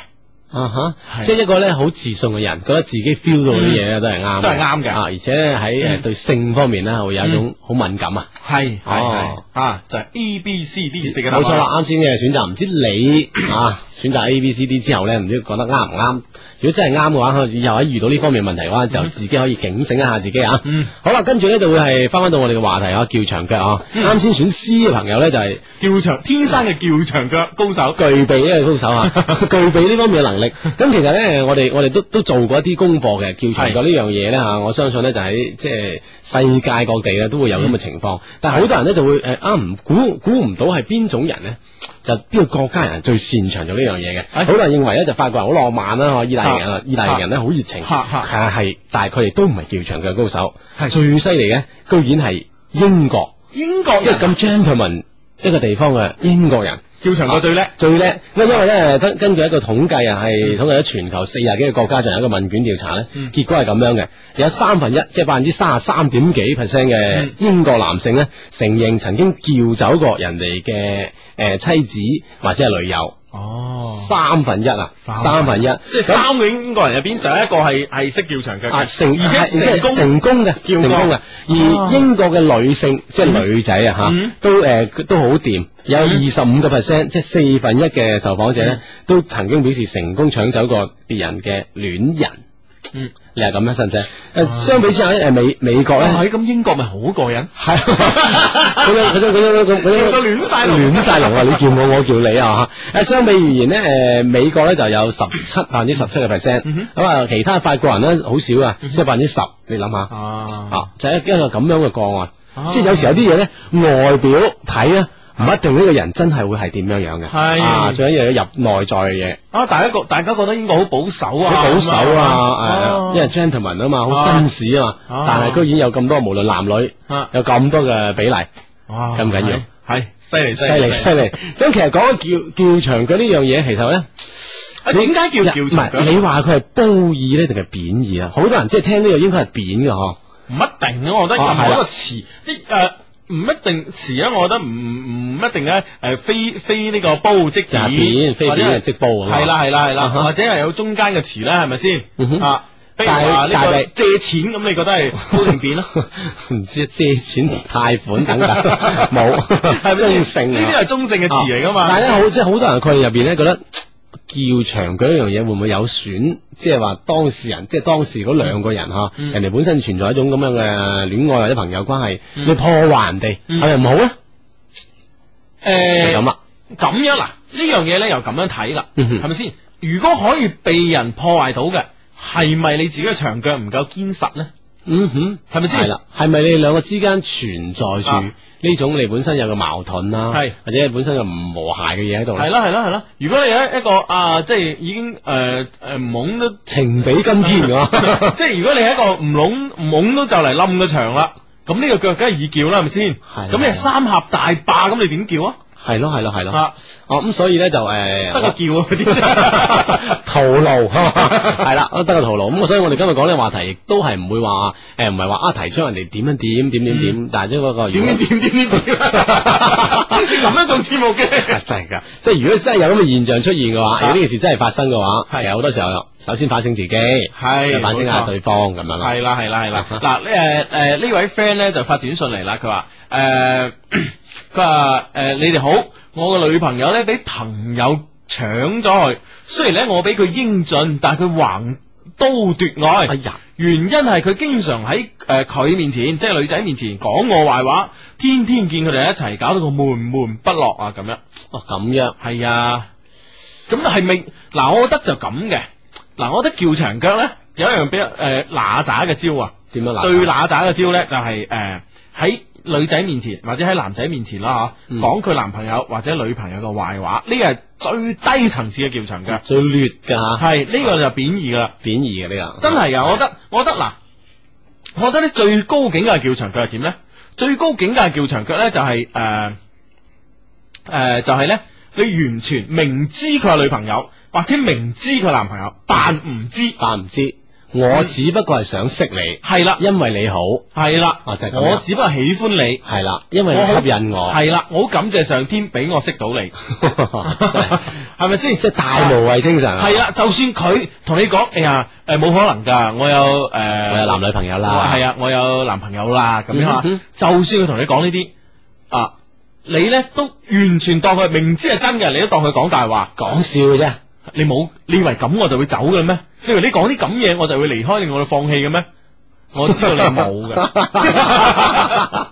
A: 係
D: 啊哈，即系一个咧好自信嘅人，觉得自己 feel 到啲嘢咧都系啱嘅，
A: 都係啱嘅
D: 啊！而且咧喺诶
A: 嗯
D: 对性方面咧会有一种好敏感啊。
A: 系系系
D: 哦嗯
A: 啊，就系 A B C D 四嘅嗯答
D: 冇
A: 案
D: 錯啦，，啱先嘅選擇，唔知你啊選擇 A、B、C、D 之後咧，唔知覺得啱唔啱？如果真係啱嘅話，以後喺遇到呢方面問題嘅話，就自己可以警醒一下自己啊。
A: 嗯，
D: 好啦，跟住咧就會係翻翻到我哋嘅話題啊，叫長腳啊。
A: 嗯
D: 啱先選 C 嘅朋友咧就係
A: 叫長天生
D: 嗯
A: 嘅叫長腳高手，
D: 具備呢個高手 啊，具備呢方面嘅能力。咁其實咧，我哋我哋都都做過一啲功課嘅，叫長腳呢樣嘢咧嚇，我相信咧就喺即係世界各地咧都會有咁嘅情況。但係好多人咧就會誒啊唔估估唔到係邊種人咧，就邊個國家人最擅長做呢樣嘢
A: 哎
D: 嘅。好多人認為咧就法國人好浪漫啦，嚇意大利人啊，啊意大利人咧好熱情，
A: 嚇嚇
D: 係係，但係佢哋都唔係叫長腳高手
A: 係，
D: 最犀利嘅居然係英國，
A: 英國
D: 即係
A: 人
D: 咁 gentleman 一個地方嘅英國人。
A: 叫長腳最叻，
D: 最叻，因為咧根根據一個統計啊，係統計咗全球四十幾個國家進行一個問卷調查咧，
A: 嗯
D: 結果係咁樣嘅，有三分一，即係百分之三十三點幾 percent 嘅
A: 嗯
D: 英國男性咧，承認曾經叫走過人哋嘅呃誒妻子或者係女友，
A: 哦
D: 三分一啊，三分一，
A: 即係三個英國人入邊就有一個係係識叫長腳
D: 啊
A: 嘅，
D: 成
A: 而且
D: 而
A: 成
D: 且
A: 功
D: 成功嘅
A: 叫過
D: 成功嘅，
A: 啊
D: 而英國嘅女性即係女仔啊
A: 嗯
D: 吓，都诶都好掂，有二
A: 嗯
D: 十五個 percent，即係四分一嘅受訪者
A: 嗯
D: 咧，都曾經表示成功搶走過別人嘅戀人。
A: 嗯，
D: 你係咁樣信唔信？诶，相比之下咧，诶美美國啊咧。
A: 哦係咁英國咪好過癮，
D: 系 嗰種嗰種嗰種嗰種
A: 叫到亂晒龍
D: 亂晒龍啊！你叫我，我叫你啊吓。誒，相比而言咧，诶，美國咧就有十七百分之十七嘅 percent，
A: 嗯
D: 咁啊，其他法國人咧好少啊，
A: 嗯哼
D: 即系百分之十。你諗下
A: 啊
D: 啊，就係一個咁樣嘅個案，
A: 啊
D: 即係有時有啲嘢咧，外表睇啊，唔一定呢個人真係會係點樣樣嘅。
A: 係
D: 啊，最緊要有入內在嘅嘢，
A: 啊！大家覺大家覺得英國好保守啊，
D: 好保守
A: 咁
D: 啊，
A: 啊
D: 誒，因為 gentleman 啊嘛，好
A: 啊
D: 紳士啊
A: 啊
D: 嘛，但係居然有咁多，無論男女
A: 啊
D: 有咁多嘅比例。
A: 哇
D: 咁緊要
A: 要，係犀利犀
D: 犀利犀利！咁其實講叫叫長腳呢樣嘢，其實咧，
A: 啊點解叫
D: 唔
A: 叫長腳
D: 係？你話佢係褒義咧定係貶義啊？好多人即係聽呢個應該係貶嘅嗬。
A: 唔一定啊，我覺得任
D: 哦
A: 何
D: 係
A: 一
D: 啦
A: 個詞，啲誒唔一定詞啊，我覺得唔唔一定咧誒非非呢個褒即
D: 就係貶非貶
A: 或者
D: 係即褒啊嘛
A: 係啦係啦係啦，
D: 啊哈
A: 或者係有中間嘅詞啦，係咪先
D: 嗯哼
A: 啊？比如話呢
D: 但係
A: 個
D: 但係
A: 借錢咁，你覺得係褒定貶咯？
D: 唔知借錢貸 款等等 冇中性
A: 呢
D: 啊
A: 啲係中性嘅詞嚟噶嘛？
D: 啊但係咧，好即係好多人佢入邊咧覺得。叫長腳呢樣嘢會唔會有損？即係話當事人，即係當時嗰兩個人嚇，
A: 嗯
D: 人哋本身存在一種咁樣嘅戀愛或者朋友關係，
A: 嗯
D: 你破壞人哋
A: 嗯
D: 係咪唔好咧？就
A: 誒
D: 咁啦，
A: 咁樣嗱，呢樣嘢咧又咁樣睇啦，
D: 嗯哼
A: 係咪先？如果可以被人破壞到嘅，係咪你自己嘅長腳唔夠堅實咧？
D: 嗯哼，
A: 係咪先
D: 系啦，系咪你哋兩個之間存在住
A: 啊
D: 呢種你本身有嘅矛盾啦，
A: 係
D: 或者本身有唔和諧嘅嘢喺度
A: 係
D: 咧？
A: 啦係啦係啦，如果你一一個啊，即係已經誒誒懵 都，
D: 情比金啊堅 㗎，
A: 即係如果你係一個唔懵懵都就嚟冧個場啦，咁呢個腳梗係易叫啦，係咪先？
D: 係啊
A: 咁你係三峽大壩咁，你點叫啊？
D: 係咯係咯係咯，
A: 啊，
D: 哦咁所以咧就呃诶
A: 得個叫啊嗰啲。
D: 徒勞 係啦，得個徒勞。咁所以我哋今日講呢個話題，亦都係唔會話诶，誒唔係話啊提倡人哋點樣點點點點，但係即係嗰個
A: 嗯點點點點點 點，咁樣做節目嘅
D: 啊，真係㗎！即係如果真係有咁嘅現象出現嘅話，
A: 啊
D: 如果呢件事真係發生嘅話，
A: 係
D: 其實好多時候首先反省自己，
A: 係
D: 反省
A: 冇
D: 下
A: 錯
D: 對方咁樣啦。
A: 係啦係啦係 啦，嗱呢誒誒呢位 friend 咧就發短信嚟啦， 佢話誒佢話誒你哋好，我個女朋友咧俾朋友搶咗佢，雖然咧我俾佢英俊，但係佢橫刀奪愛。
D: 哎呀，
A: 原因係佢經常喺诶佢面前，即係女仔面前講我壞話，天天見佢哋一齊，搞到我悶悶不樂啊咁樣。
D: 哦咁樣，
A: 係啊，咁係咪嗱？我覺得就咁嘅，嗱，我覺得叫長腳咧有一樣比較诶乸渣嘅招啊，
D: 點樣嗱
A: 最乸渣嘅招咧 就係诶喺女仔面前或者喺男仔面前啦吓，
D: 嗯
A: 講佢男朋友或者女朋友嘅壞話，呢個係最低層次嘅叫長腳，
D: 最劣㗎嚇，
A: 係呢個就貶義噶啦。
D: 貶義嘅呢個，
A: 真係噶，我覺得，我覺得嗱，我覺得咧最高境界嘅叫長腳係點咧？最高境界嘅叫長腳咧就係誒誒，就係咧你完全明知佢係女朋友，或者明知佢係男朋友，扮唔知。
D: 扮唔知。我
A: 嗯
D: 只不過係想識你，
A: 系啦，
D: 因為你好，
A: 系啦，
D: 啊就係咁樣
A: 我只不過喜歡你，
D: 係啦，因為你吸引我，
A: 系啦，我好感謝上天俾我識到你， 係咪先？
D: 即係大無畏精神啊！
A: 系啦，就算佢同你講，哎呀，诶冇可能噶，我有诶，
D: 我有男女朋友啦，
A: 系啊，我有男朋友啦，咁樣啊，
D: 嗯哼
A: 就算佢同你講呢啲啊，你咧都完全當佢明知係真嘅，你都當佢講大話，
D: 講笑嘅啫，
A: 你冇，你以為咁我就會走嘅咩？你以為你講啲咁嘢我就會離開你，我就放棄嘅咩？我知道你冇嘅。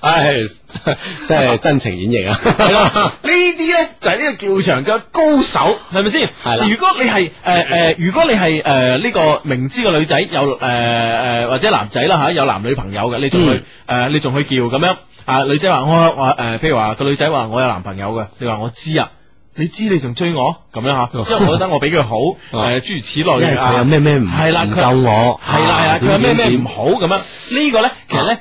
D: 唉，即 係真情演繹
A: 系啦
D: 啊！，
A: 呢啲咧就係呢個叫場嘅高手，係咪先？
D: 係啦嗯
A: 如果你係诶诶，如果你係诶呢個明知個女仔有诶诶、呃或者男仔啦吓，有男女朋友嘅，你仲去诶、
D: 嗯
A: 呃你仲去叫咁樣啊？女仔話我我诶、呃譬如話個女仔話我有男朋友嘅，你話我知啊。你知你仲追我咁樣吓，因為我覺得我比佢 好，誒諸如此
D: 哦因為
A: 類啊
D: 佢有咩咩唔
A: 係啦
D: 唔
A: 佢
D: 夠我，啊
A: 系啦系啦，佢有咩
D: 點點啊
A: 咩
D: 點
A: 唔好咁樣？呢個咧其實咧诶、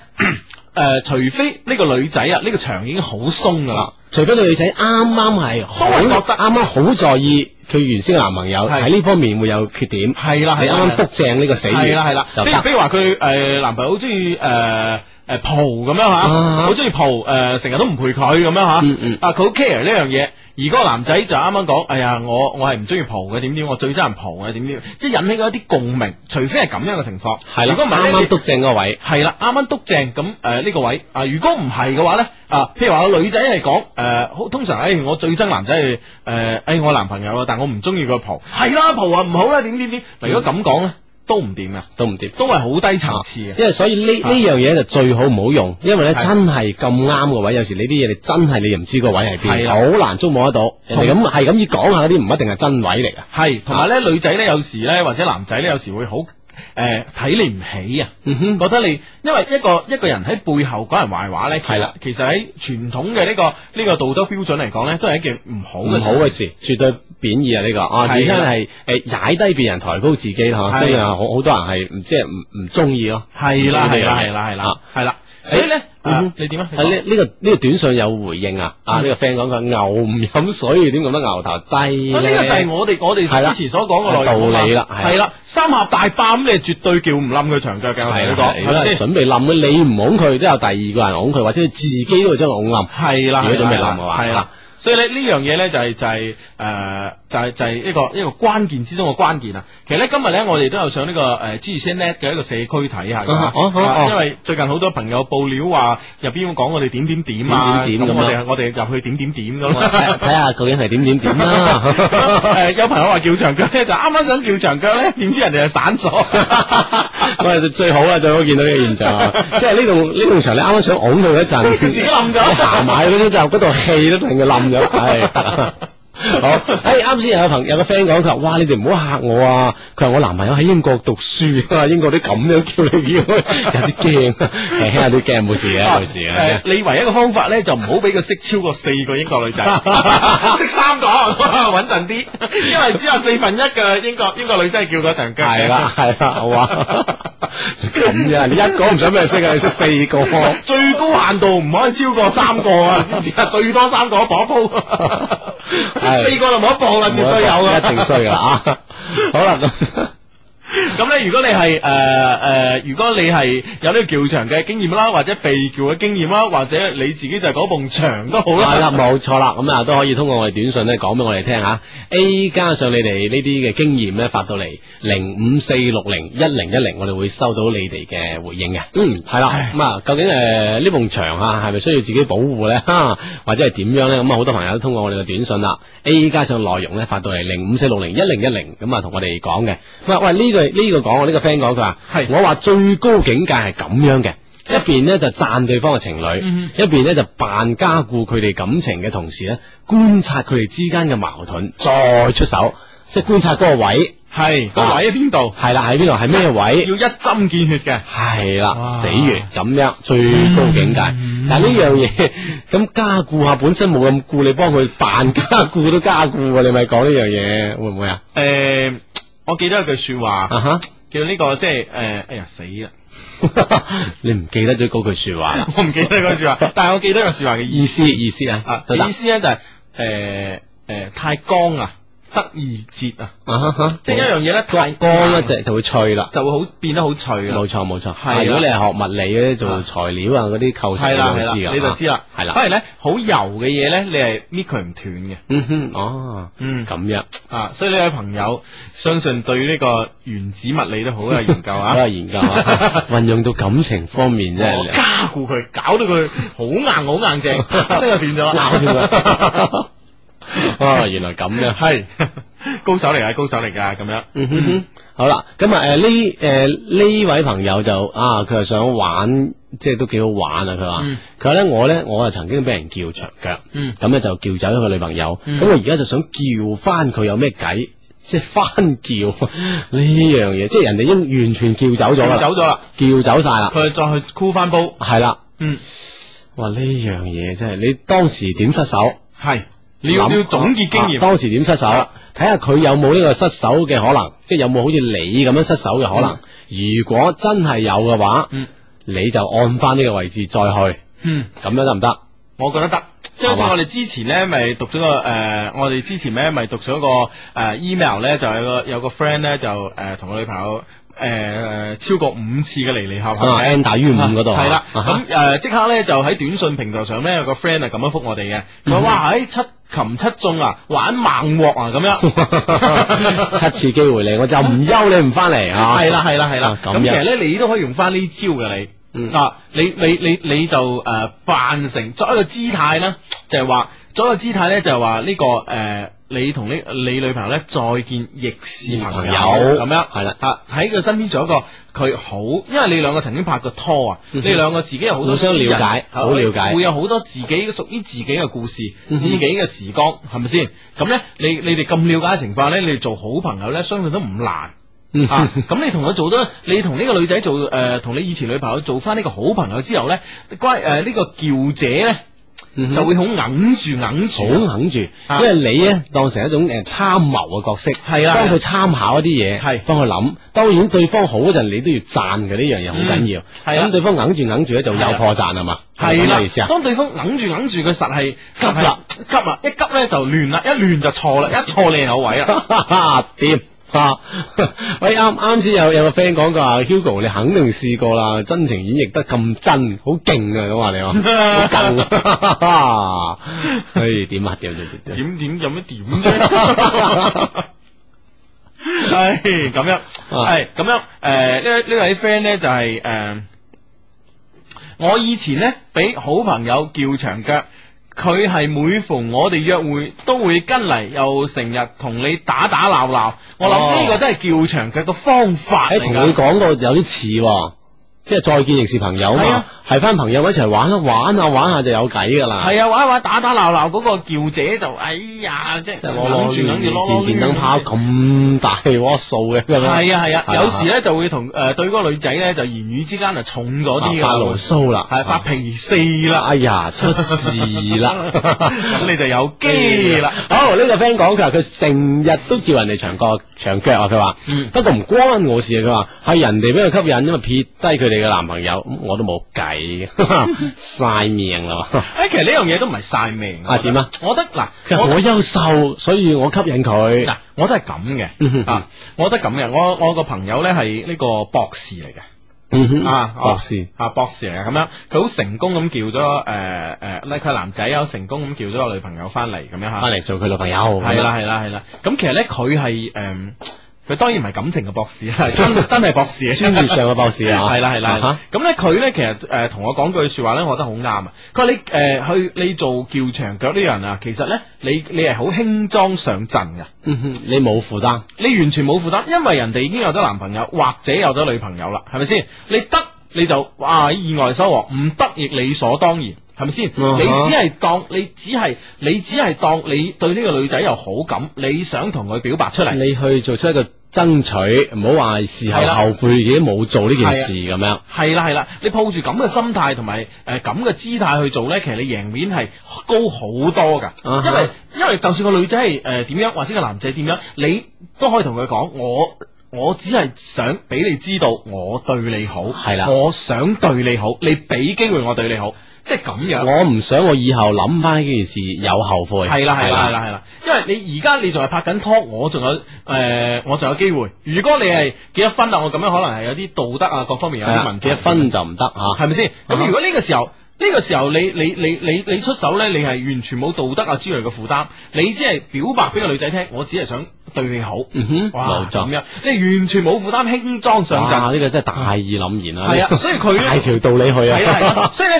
A: 呃除非呢個女仔啊，呢、個場已經好鬆噶啦。
D: 除非個女仔啊啱啱係好
A: 都係覺得
D: 啱啱好在意佢原先嘅男朋友
A: 係
D: 喺呢方面會有缺點，
A: 係啦，
D: 係
A: 係啦
D: 啱啱篤正呢個死穴，
A: 係啦係啦，
D: 就
A: 比如
D: 得
A: 比如話佢誒男朋友好中意誒。誒蒲咁樣嚇，
D: 啊
A: 好中意蒲誒，成日都唔陪佢咁樣嚇，
D: 嗯嗯
A: 啊佢好 care 呢樣嘢，而嗰個男仔就啱啱講，哎呀我我係唔中意蒲嘅，點點我最憎人蒲嘅，點點，即係引起咗一啲共鳴，除非係咁樣嘅情況，
D: 係
A: 如
D: 啦，
A: 果唔係
D: 啱
A: 呢
D: 啱篤正嗰個位，
A: 係啦，啱啱篤正咁誒呢個位啊，如果唔係嘅話咧啊，譬如話個女仔嚟講誒，好通常誒、哎我最憎男仔係誒誒我男朋友啊，但我唔中意佢蒲，係啦蒲啊唔好啦點點點，嗱如果咁講咧都唔掂啊，
D: 都唔掂。
A: 都係好低層次嘅，
D: 因為所以呢呢樣嘢就最好唔好用，因為咧
A: 係
D: 真係咁啱個位，有時呢啲嘢你真係你又唔知個位係
A: 係
D: 邊，
A: 啦
D: 好難捉摸得到。人哋
A: 同
D: 咁係咁意講下嗰啲唔一定係真位嚟噶。
A: 係同
D: 啊
A: 埋咧女仔咧有時咧或者男仔咧有時會好誒睇你唔起啊。
D: 嗯哼，
A: 覺得你，因為一個一個人喺背後講人壞話咧，
D: 係啦，
A: 其實喺傳統嘅呢、個呢、個道德標準嚟講咧，都係一件唔好
D: 唔
A: 嘅事
D: 好嘅事，絕對貶義啊！呢個啊，
A: 係啊
D: 而家係誒踩低別人，抬高自己啦，
A: 係
D: 嚇所以啊好好多人係唔即係唔唔中意咯。
A: 系啦，系啦，系啦，系啦
D: 啊，
A: 系啦。所以咧，
D: 嗯
A: 啊
D: 哼
A: 你點啊？
D: 啊呢呢個呢個短信有回應啊！啊
A: 嗯
D: 呢個 friend 講佢牛唔飲水，點咁樣牛頭低
A: 啊呢個就係
D: 咧？
A: 我哋我
D: 係啦
A: 哋之前所講嘅內容啊
D: 道理啦係啦
A: 係啦，三峽大坝咁，你絕對叫唔冧佢長腳嘅，我
D: 係
A: 同
D: 啦
A: 你講，
D: 係啦，
A: 係咪先？
D: 準備冧嘅，你唔拱佢，都有第二個人拱佢，或者佢自己都會將佢拱冧。
A: 係啦，
D: 如果準備
A: 係啦
D: 冧嘅話啊
A: 係啦。所以咧呢樣嘢咧就係就係誒就係就係一個一個關鍵之中嘅關鍵啊！其實咧今日咧我哋都有上呢個誒 G C Net 嘅一個社區睇下㗎
D: 啊哦哦哦
A: 因為最近好多朋友報料話入邊講我哋點點點啊，
D: 點
A: 咁
D: 點點咁
A: 我
D: 啦
A: 哋我哋入去點點點咁
D: 睇
A: 啦。
D: 睇下究竟係點點點 啦。
A: 诶，有朋友話叫長腳咧，就啱啱想叫長腳咧，點知人哋就散咗。
D: 我哋最好啦，最好見到呢個現象 啊，即係呢棟呢棟牆，你啱啱想拱佢嗰陣，
A: 自己冧咗
D: 行埋嗰啲就嗰度氣都令佢冧咗，唉得 啊！好，诶，啱先有個朋有個 friend 講佢話：，哇，你哋唔好嚇我啊！佢話我男朋友喺英國讀書啊，英 國啲咁樣叫你叫， 有啲驚，啊輕有啲驚，冇事嘅，冇事
A: 誒
D: 嘅。
A: 啊呃你唯一嘅方法咧，就唔好俾佢識超過四個英國女仔， 識三個 穩陣啲，因為只有四分一嘅英國英國女仔係叫過長腳。
D: 係啦，，係啦，好啊，咁樣你一個唔想俾佢識啊，你識四個。
A: 最高限度唔可以超過三個啊， 知唔知啊？最多三個搏一 鋪，
D: 係
A: 四個就冇得搏啦，絕對有啊，
D: 一定衰噶啦啊！好啦，咁
A: 咁咧，如果你係誒誒，如果你係有呢個叫場嘅經驗啦，或者被叫嘅經驗啦，或者你自己就係嗰埲牆都好
D: 係啦，
A: 啦。
D: 冇錯啦， 咁啊都可以通過我哋短信咧講俾我哋聽吓，A 加上你哋呢啲嘅經驗咧發到嚟零五四六零一零一零，我哋會收到你哋嘅回應嘅。嗯，係啦，咁啊究竟誒呢埲牆啊係咪需要自己保護咧， 哈或者係點樣咧？咁啊好多朋友都通過我哋嘅短信啦，A 加上內容咧發到嚟零五四六零一零一零，咁啊同我哋講嘅。啊喂喂，呢、個呢、個講我呢、個 friend 講佢話，
A: 係
D: 我話最高境界係咁樣嘅。一邊咧就讚對方嘅情侶，
A: 嗯
D: 一邊咧就扮加固佢哋感情嘅同時咧，觀察佢哋之間嘅矛盾，再出手，即係觀察嗰個位，
A: 係，個位喺邊度？
D: 係啦，喺邊度，係咩位？
A: 要一針見血嘅。
D: 係啦，
A: 哇
D: 死穴咁樣最高境界。
A: 嗯
D: 但係呢樣嘢咁加固下本身冇咁固，你幫佢扮加固都加固喎，你咪講呢樣嘢會唔會啊？
A: 誒、呃我記得有句説話，
D: 啊哈！
A: 叫呢、個即係誒、哎呀死啦！
D: 你唔記得咗嗰句説話啦？
A: 我唔記得嗰句 話，但係我記得個説話嘅意
D: 意思意思
A: 啊
D: 啊，，得唔得
A: 呃意思咧就係誒誒太剛啊，側而折啊，
D: 啊哈哈，
A: 即係一樣嘢咧太
D: 乾
A: 硬
D: 一隻就會脆啦。
A: 就會好變得好脆啊
D: 冇。錯冇錯，
A: 係啦
D: 係如果你係學物理嘅，做
A: 啊
D: 材料啊嗰啲構成
A: 係啦係
D: 你就
A: 啦
D: 知，㗎
A: 你就知啦，
D: 啊係啦
A: 反而咧好油嘅嘢咧，你係搣佢唔斷嘅。
D: 嗯哼，哦，
A: 嗯
D: 咁樣
A: 啊，所以呢位朋友相信對呢個原子物理都好有研究
D: 好
A: 啊。
D: 有研究啊，運用到感情方面真
A: 我
D: 係
A: 加固佢，搞到佢好硬好硬 正，即係變咗
D: 鬧啊住佢。哦，原來咁樣。
A: 係高手嚟噶，高手嚟噶，咁樣。
D: 嗯哼哼，好啦，咁啊誒呢誒呢位朋友就啊，佢又想玩，即係都幾好玩啊！佢話
A: 嗯
D: 佢話咧我咧我啊曾經俾人叫長腳，
A: 嗯
D: 咁咧就叫走咗個女朋友，
A: 嗯
D: 咁我而家就想叫翻佢有咩計？即係翻叫 呢樣嘢，即係人哋已經完全叫走咗啦，啊
A: 叫嗯走咗啦，
D: 叫走晒啦，
A: 佢再去箍翻煲。
D: 係啦，
A: 嗯，
D: 哇呢樣嘢真係你當時點失手？
A: 係你要
D: 諗
A: 你要總結經
D: 啊
A: 驗。
D: 當時點失手啦？睇下佢有冇呢個失手嘅可能，即係有冇好似你咁樣失手嘅可能。如果真係有嘅話，
A: 嗯
D: 你就按翻呢個位置再去，咁
A: 嗯。
D: 樣得唔得？
A: 我覺得得，即係好似
D: 係嘛
A: 我哋之前咧，咪讀咗個誒、呃我哋之前咧咪讀咗個誒、呃 email 咧，就有個有個 friend 咧就誒同、個女朋友誒、呃超過五次嘅離離合合
D: 啊
A: 嘅。
D: ，n 大於五嗰度
A: 係啦，
D: 啊哈
A: 咁誒即刻咧就喺短信平台上咧有個 friend 啊咁樣覆我哋嘅，佢話
D: 嗯
A: 哇喺七擒七中啊，玩孟獲啊 咁啊樣。
D: 七次機會你，我就唔休你唔翻嚟啊！
A: 係啦，係啦，係啦
D: 啊。咁
A: 咁其實
D: 樣
A: 咧，你都可以用翻呢招嘅你，
D: 嗯
A: 啊，你你你你就诶扮成作一個姿態啦，就係話作一個姿態咧，就係話呢個诶。你同呢你女朋友咧再見亦是朋友
D: 朋友
A: 咁樣，
D: 係啦
A: 啊喺佢身邊做一個佢好，因為你兩個曾經拍過拖啊，你
D: 嗯哼
A: 兩個自己有好多
D: 互相
A: 私人啊
D: 了解好了解
A: 會有好多自己屬於自己嘅故事，
D: 嗯哼
A: 自己嘅時光係咪先？咁咧你你哋咁了解嘅情況咧，你哋做好朋友咧，相信都唔難。
D: 嗯
A: 啊，咁你同佢做咗，你同呢個女仔做誒，呃同、你以前女朋友做翻呢個好朋友之後咧，關誒呢、個叫姐咧、
D: 嗯哼
A: 就會好硬住硬住，
D: 好肯住，
A: 啊啊
D: 因為你咧當成一種誒參謀嘅角色，
A: 係啦
D: 幫佢參考一啲嘢，
A: 係
D: 幫佢諗。當然對方好嗰陣，你都要讚佢呢樣嘢好緊要。
A: 嗯係啦
D: 咁對方硬住硬住咧就有
A: 係啦
D: 破綻係嘛？
A: 係
D: 係咪咁
A: 啊啦
D: 嘅意思，啊？
A: 當對方硬住硬住，佢實係
D: 急啦，
A: 急啊！一急咧就亂啦，一亂就錯啦，一錯你就有位啦。
D: 掂啊！ 喂，啱啱先有有個 friend 講過話，Hugo 你肯定試過啦，真情演繹得咁真，好勁 啊！咁話 你話，好勁啊！唉，點啊點點點點，
A: 點點有咩點啫？係咁樣，
D: 啊
A: 係咁樣。誒、呢呢位 friend 咧就係、誒、我以前咧俾好朋友叫長腳，佢係每逢我哋約會都會跟嚟，又成日同你打打鬧鬧。我諗呢個都係叫長腳嘅方法
D: 誒
A: 嚟
D: 哦哎同你
A: 㗎。
D: 講過有啲似喎，即係再見亦是朋友
A: 係
D: 嘛
A: 啊，
D: 係翻朋友一齊玩啦，啊玩下玩下就有計㗎啦。
A: 係啊，玩一玩打打鬧鬧嗰個叫姐就哎呀，即係
D: 即係我
A: 諗
D: 攞
A: 住諗住攞攞
D: 電燈泡咁大窩數嘅咁樣，
A: 係啊係啊，
D: 係啊
A: 有時咧就會同誒對嗰個女仔咧就言語之間就重咗啲㗎
D: 發牢騷啦，
A: 係發脾氣 啦，
D: 哎呀出事啦！
A: 咁你就有機啦。
D: 好呢、個 friend 講佢話佢成日都叫人哋長腳長腳啊，佢話、
A: 嗯
D: 不過唔關我事啊，佢話係人哋俾佢吸引，因為啊撇低佢哋嘅男朋友，咁我都冇 計， 晒命啦！
A: 誒，哎其實呢樣嘢都唔係晒命
D: 啊點啊？
A: 我覺得嗱，
D: 佢話
A: 我
D: 我優秀，所以我吸引佢。
A: 嗱，我都係咁
D: 嗯哼
A: 嘅啊，我覺得咁嘅。我我個朋友咧係呢個博士嚟嘅。
D: 嗯哼
A: 啊，
D: 博士，
A: 啊，博士嚟嘅咁樣，佢好成功咁叫咗誒誒，呃咧佢係男仔啊，好成功咁叫咗個女朋友翻嚟咁樣嚇，
D: 翻嚟做佢女朋友，
A: 係啦，係啦係啦，咁其實咧佢係誒，嗯佢當然唔係感情嘅博士啦， 係真真係博士
D: 專業上嘅博士啊，
A: 係啦係
D: 啊
A: 啦
D: 哈，
A: 咁咧佢咧其實誒同我講句説話咧，我覺得好啱啊！佢話你誒去你做叫長腳呢樣啊，其實咧你你係好輕裝上陣噶，
D: 嗯哼，你冇負擔，
A: 你完全冇負擔，因為人哋已經有咗男朋友或者有咗女朋友啦，係咪先？你得你就哇意外收穫，唔得亦理所當然。係咪先？
D: 嗯哼
A: 你只係當你只係你只係當你對呢個女仔有好感，你想同佢表白出嚟，
D: 你去做出一個爭取，唔好話事後
A: 係啦啊
D: 後悔自己冇做呢件事咁樣。
A: 系啦系啦，你抱住咁嘅心態同埋诶咁嘅姿態去做呢，其實你贏面係高好多噶
D: 啊哈
A: 因呃為因為就算個女仔係诶点样，或者個男仔點樣，你都可以同佢講我。我只係想俾你知道我對你好，
D: 係啦
A: 我想對你好，你俾機會我對你好，即係咁樣。
D: 我唔想我以後諗翻呢件事有後悔。
A: 系啦系啦系啦系啦，因為你而家你仲係拍緊拖，我仲有诶、我仲有機會。如果你係結咗婚啦，我咁樣可能係有啲道德啊各方面有
D: 係
A: 啲
D: 啦
A: 問題。
D: 結婚就唔得吓。
A: 係咪先？
D: 啊
A: 咁
D: 哈
A: 如果呢個時候，呢個時候你你你你你出手呢，你係完全冇道德啊之類嘅負擔，你只係表白俾個女仔聽，我只係想對你好。
D: 嗯哼，
A: 哇，咁
D: 冇錯。
A: 樣你完全冇負擔，輕裝上
D: 哇！
A: 陣。
D: 呢個真係大義凛然啊！
A: 係啊所以 佢
D: 大條道理去
A: 係啦係啦
D: 啊，
A: 所以呢，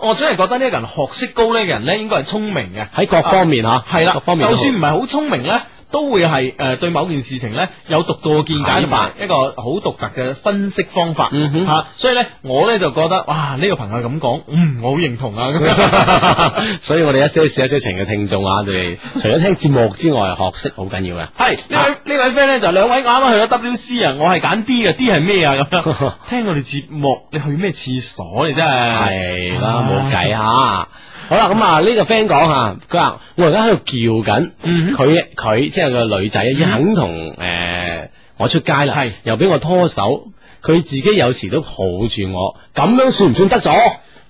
A: 我我真係覺得呢一個人學識高呢嘅人呢，應該係聰明嘅。
D: 喺各方面吓，
A: 係啦，
D: 各方面
A: 就
D: 都
A: 算唔係好聰明呢，都會係誒、呃、對某件事情呢有獨到嘅見解
D: 睇
A: 同
D: 法
A: 埋一個好獨特嘅分析方法嚇、
D: 啊嗯哼
A: 啊所以呢，我呢就覺得哇，呢、個朋友咁講，嗯，我好認同啊咁 樣。
D: 好所以我哋一些事一些情嘅聽眾啊，你哋除咗聽節目之外，學識好 緊要嘅。
A: 係呢位呢位 friend 咧就兩位我啱啱去咗 W C 啊，我係揀 D 嘅，D 係咩啊咁 樣？聽我哋節目，你去咩廁所？你真係
D: 係啦，冇計吓。好啦，咁啊呢個 friend 講吓，佢話我而家喺度叫緊，
A: 嗯哼嗯
D: 佢佢即係個女仔已經肯同诶我出街啦
A: 係，
D: 又俾我拖手，佢自己有時都抱住我，咁樣算唔算得咗？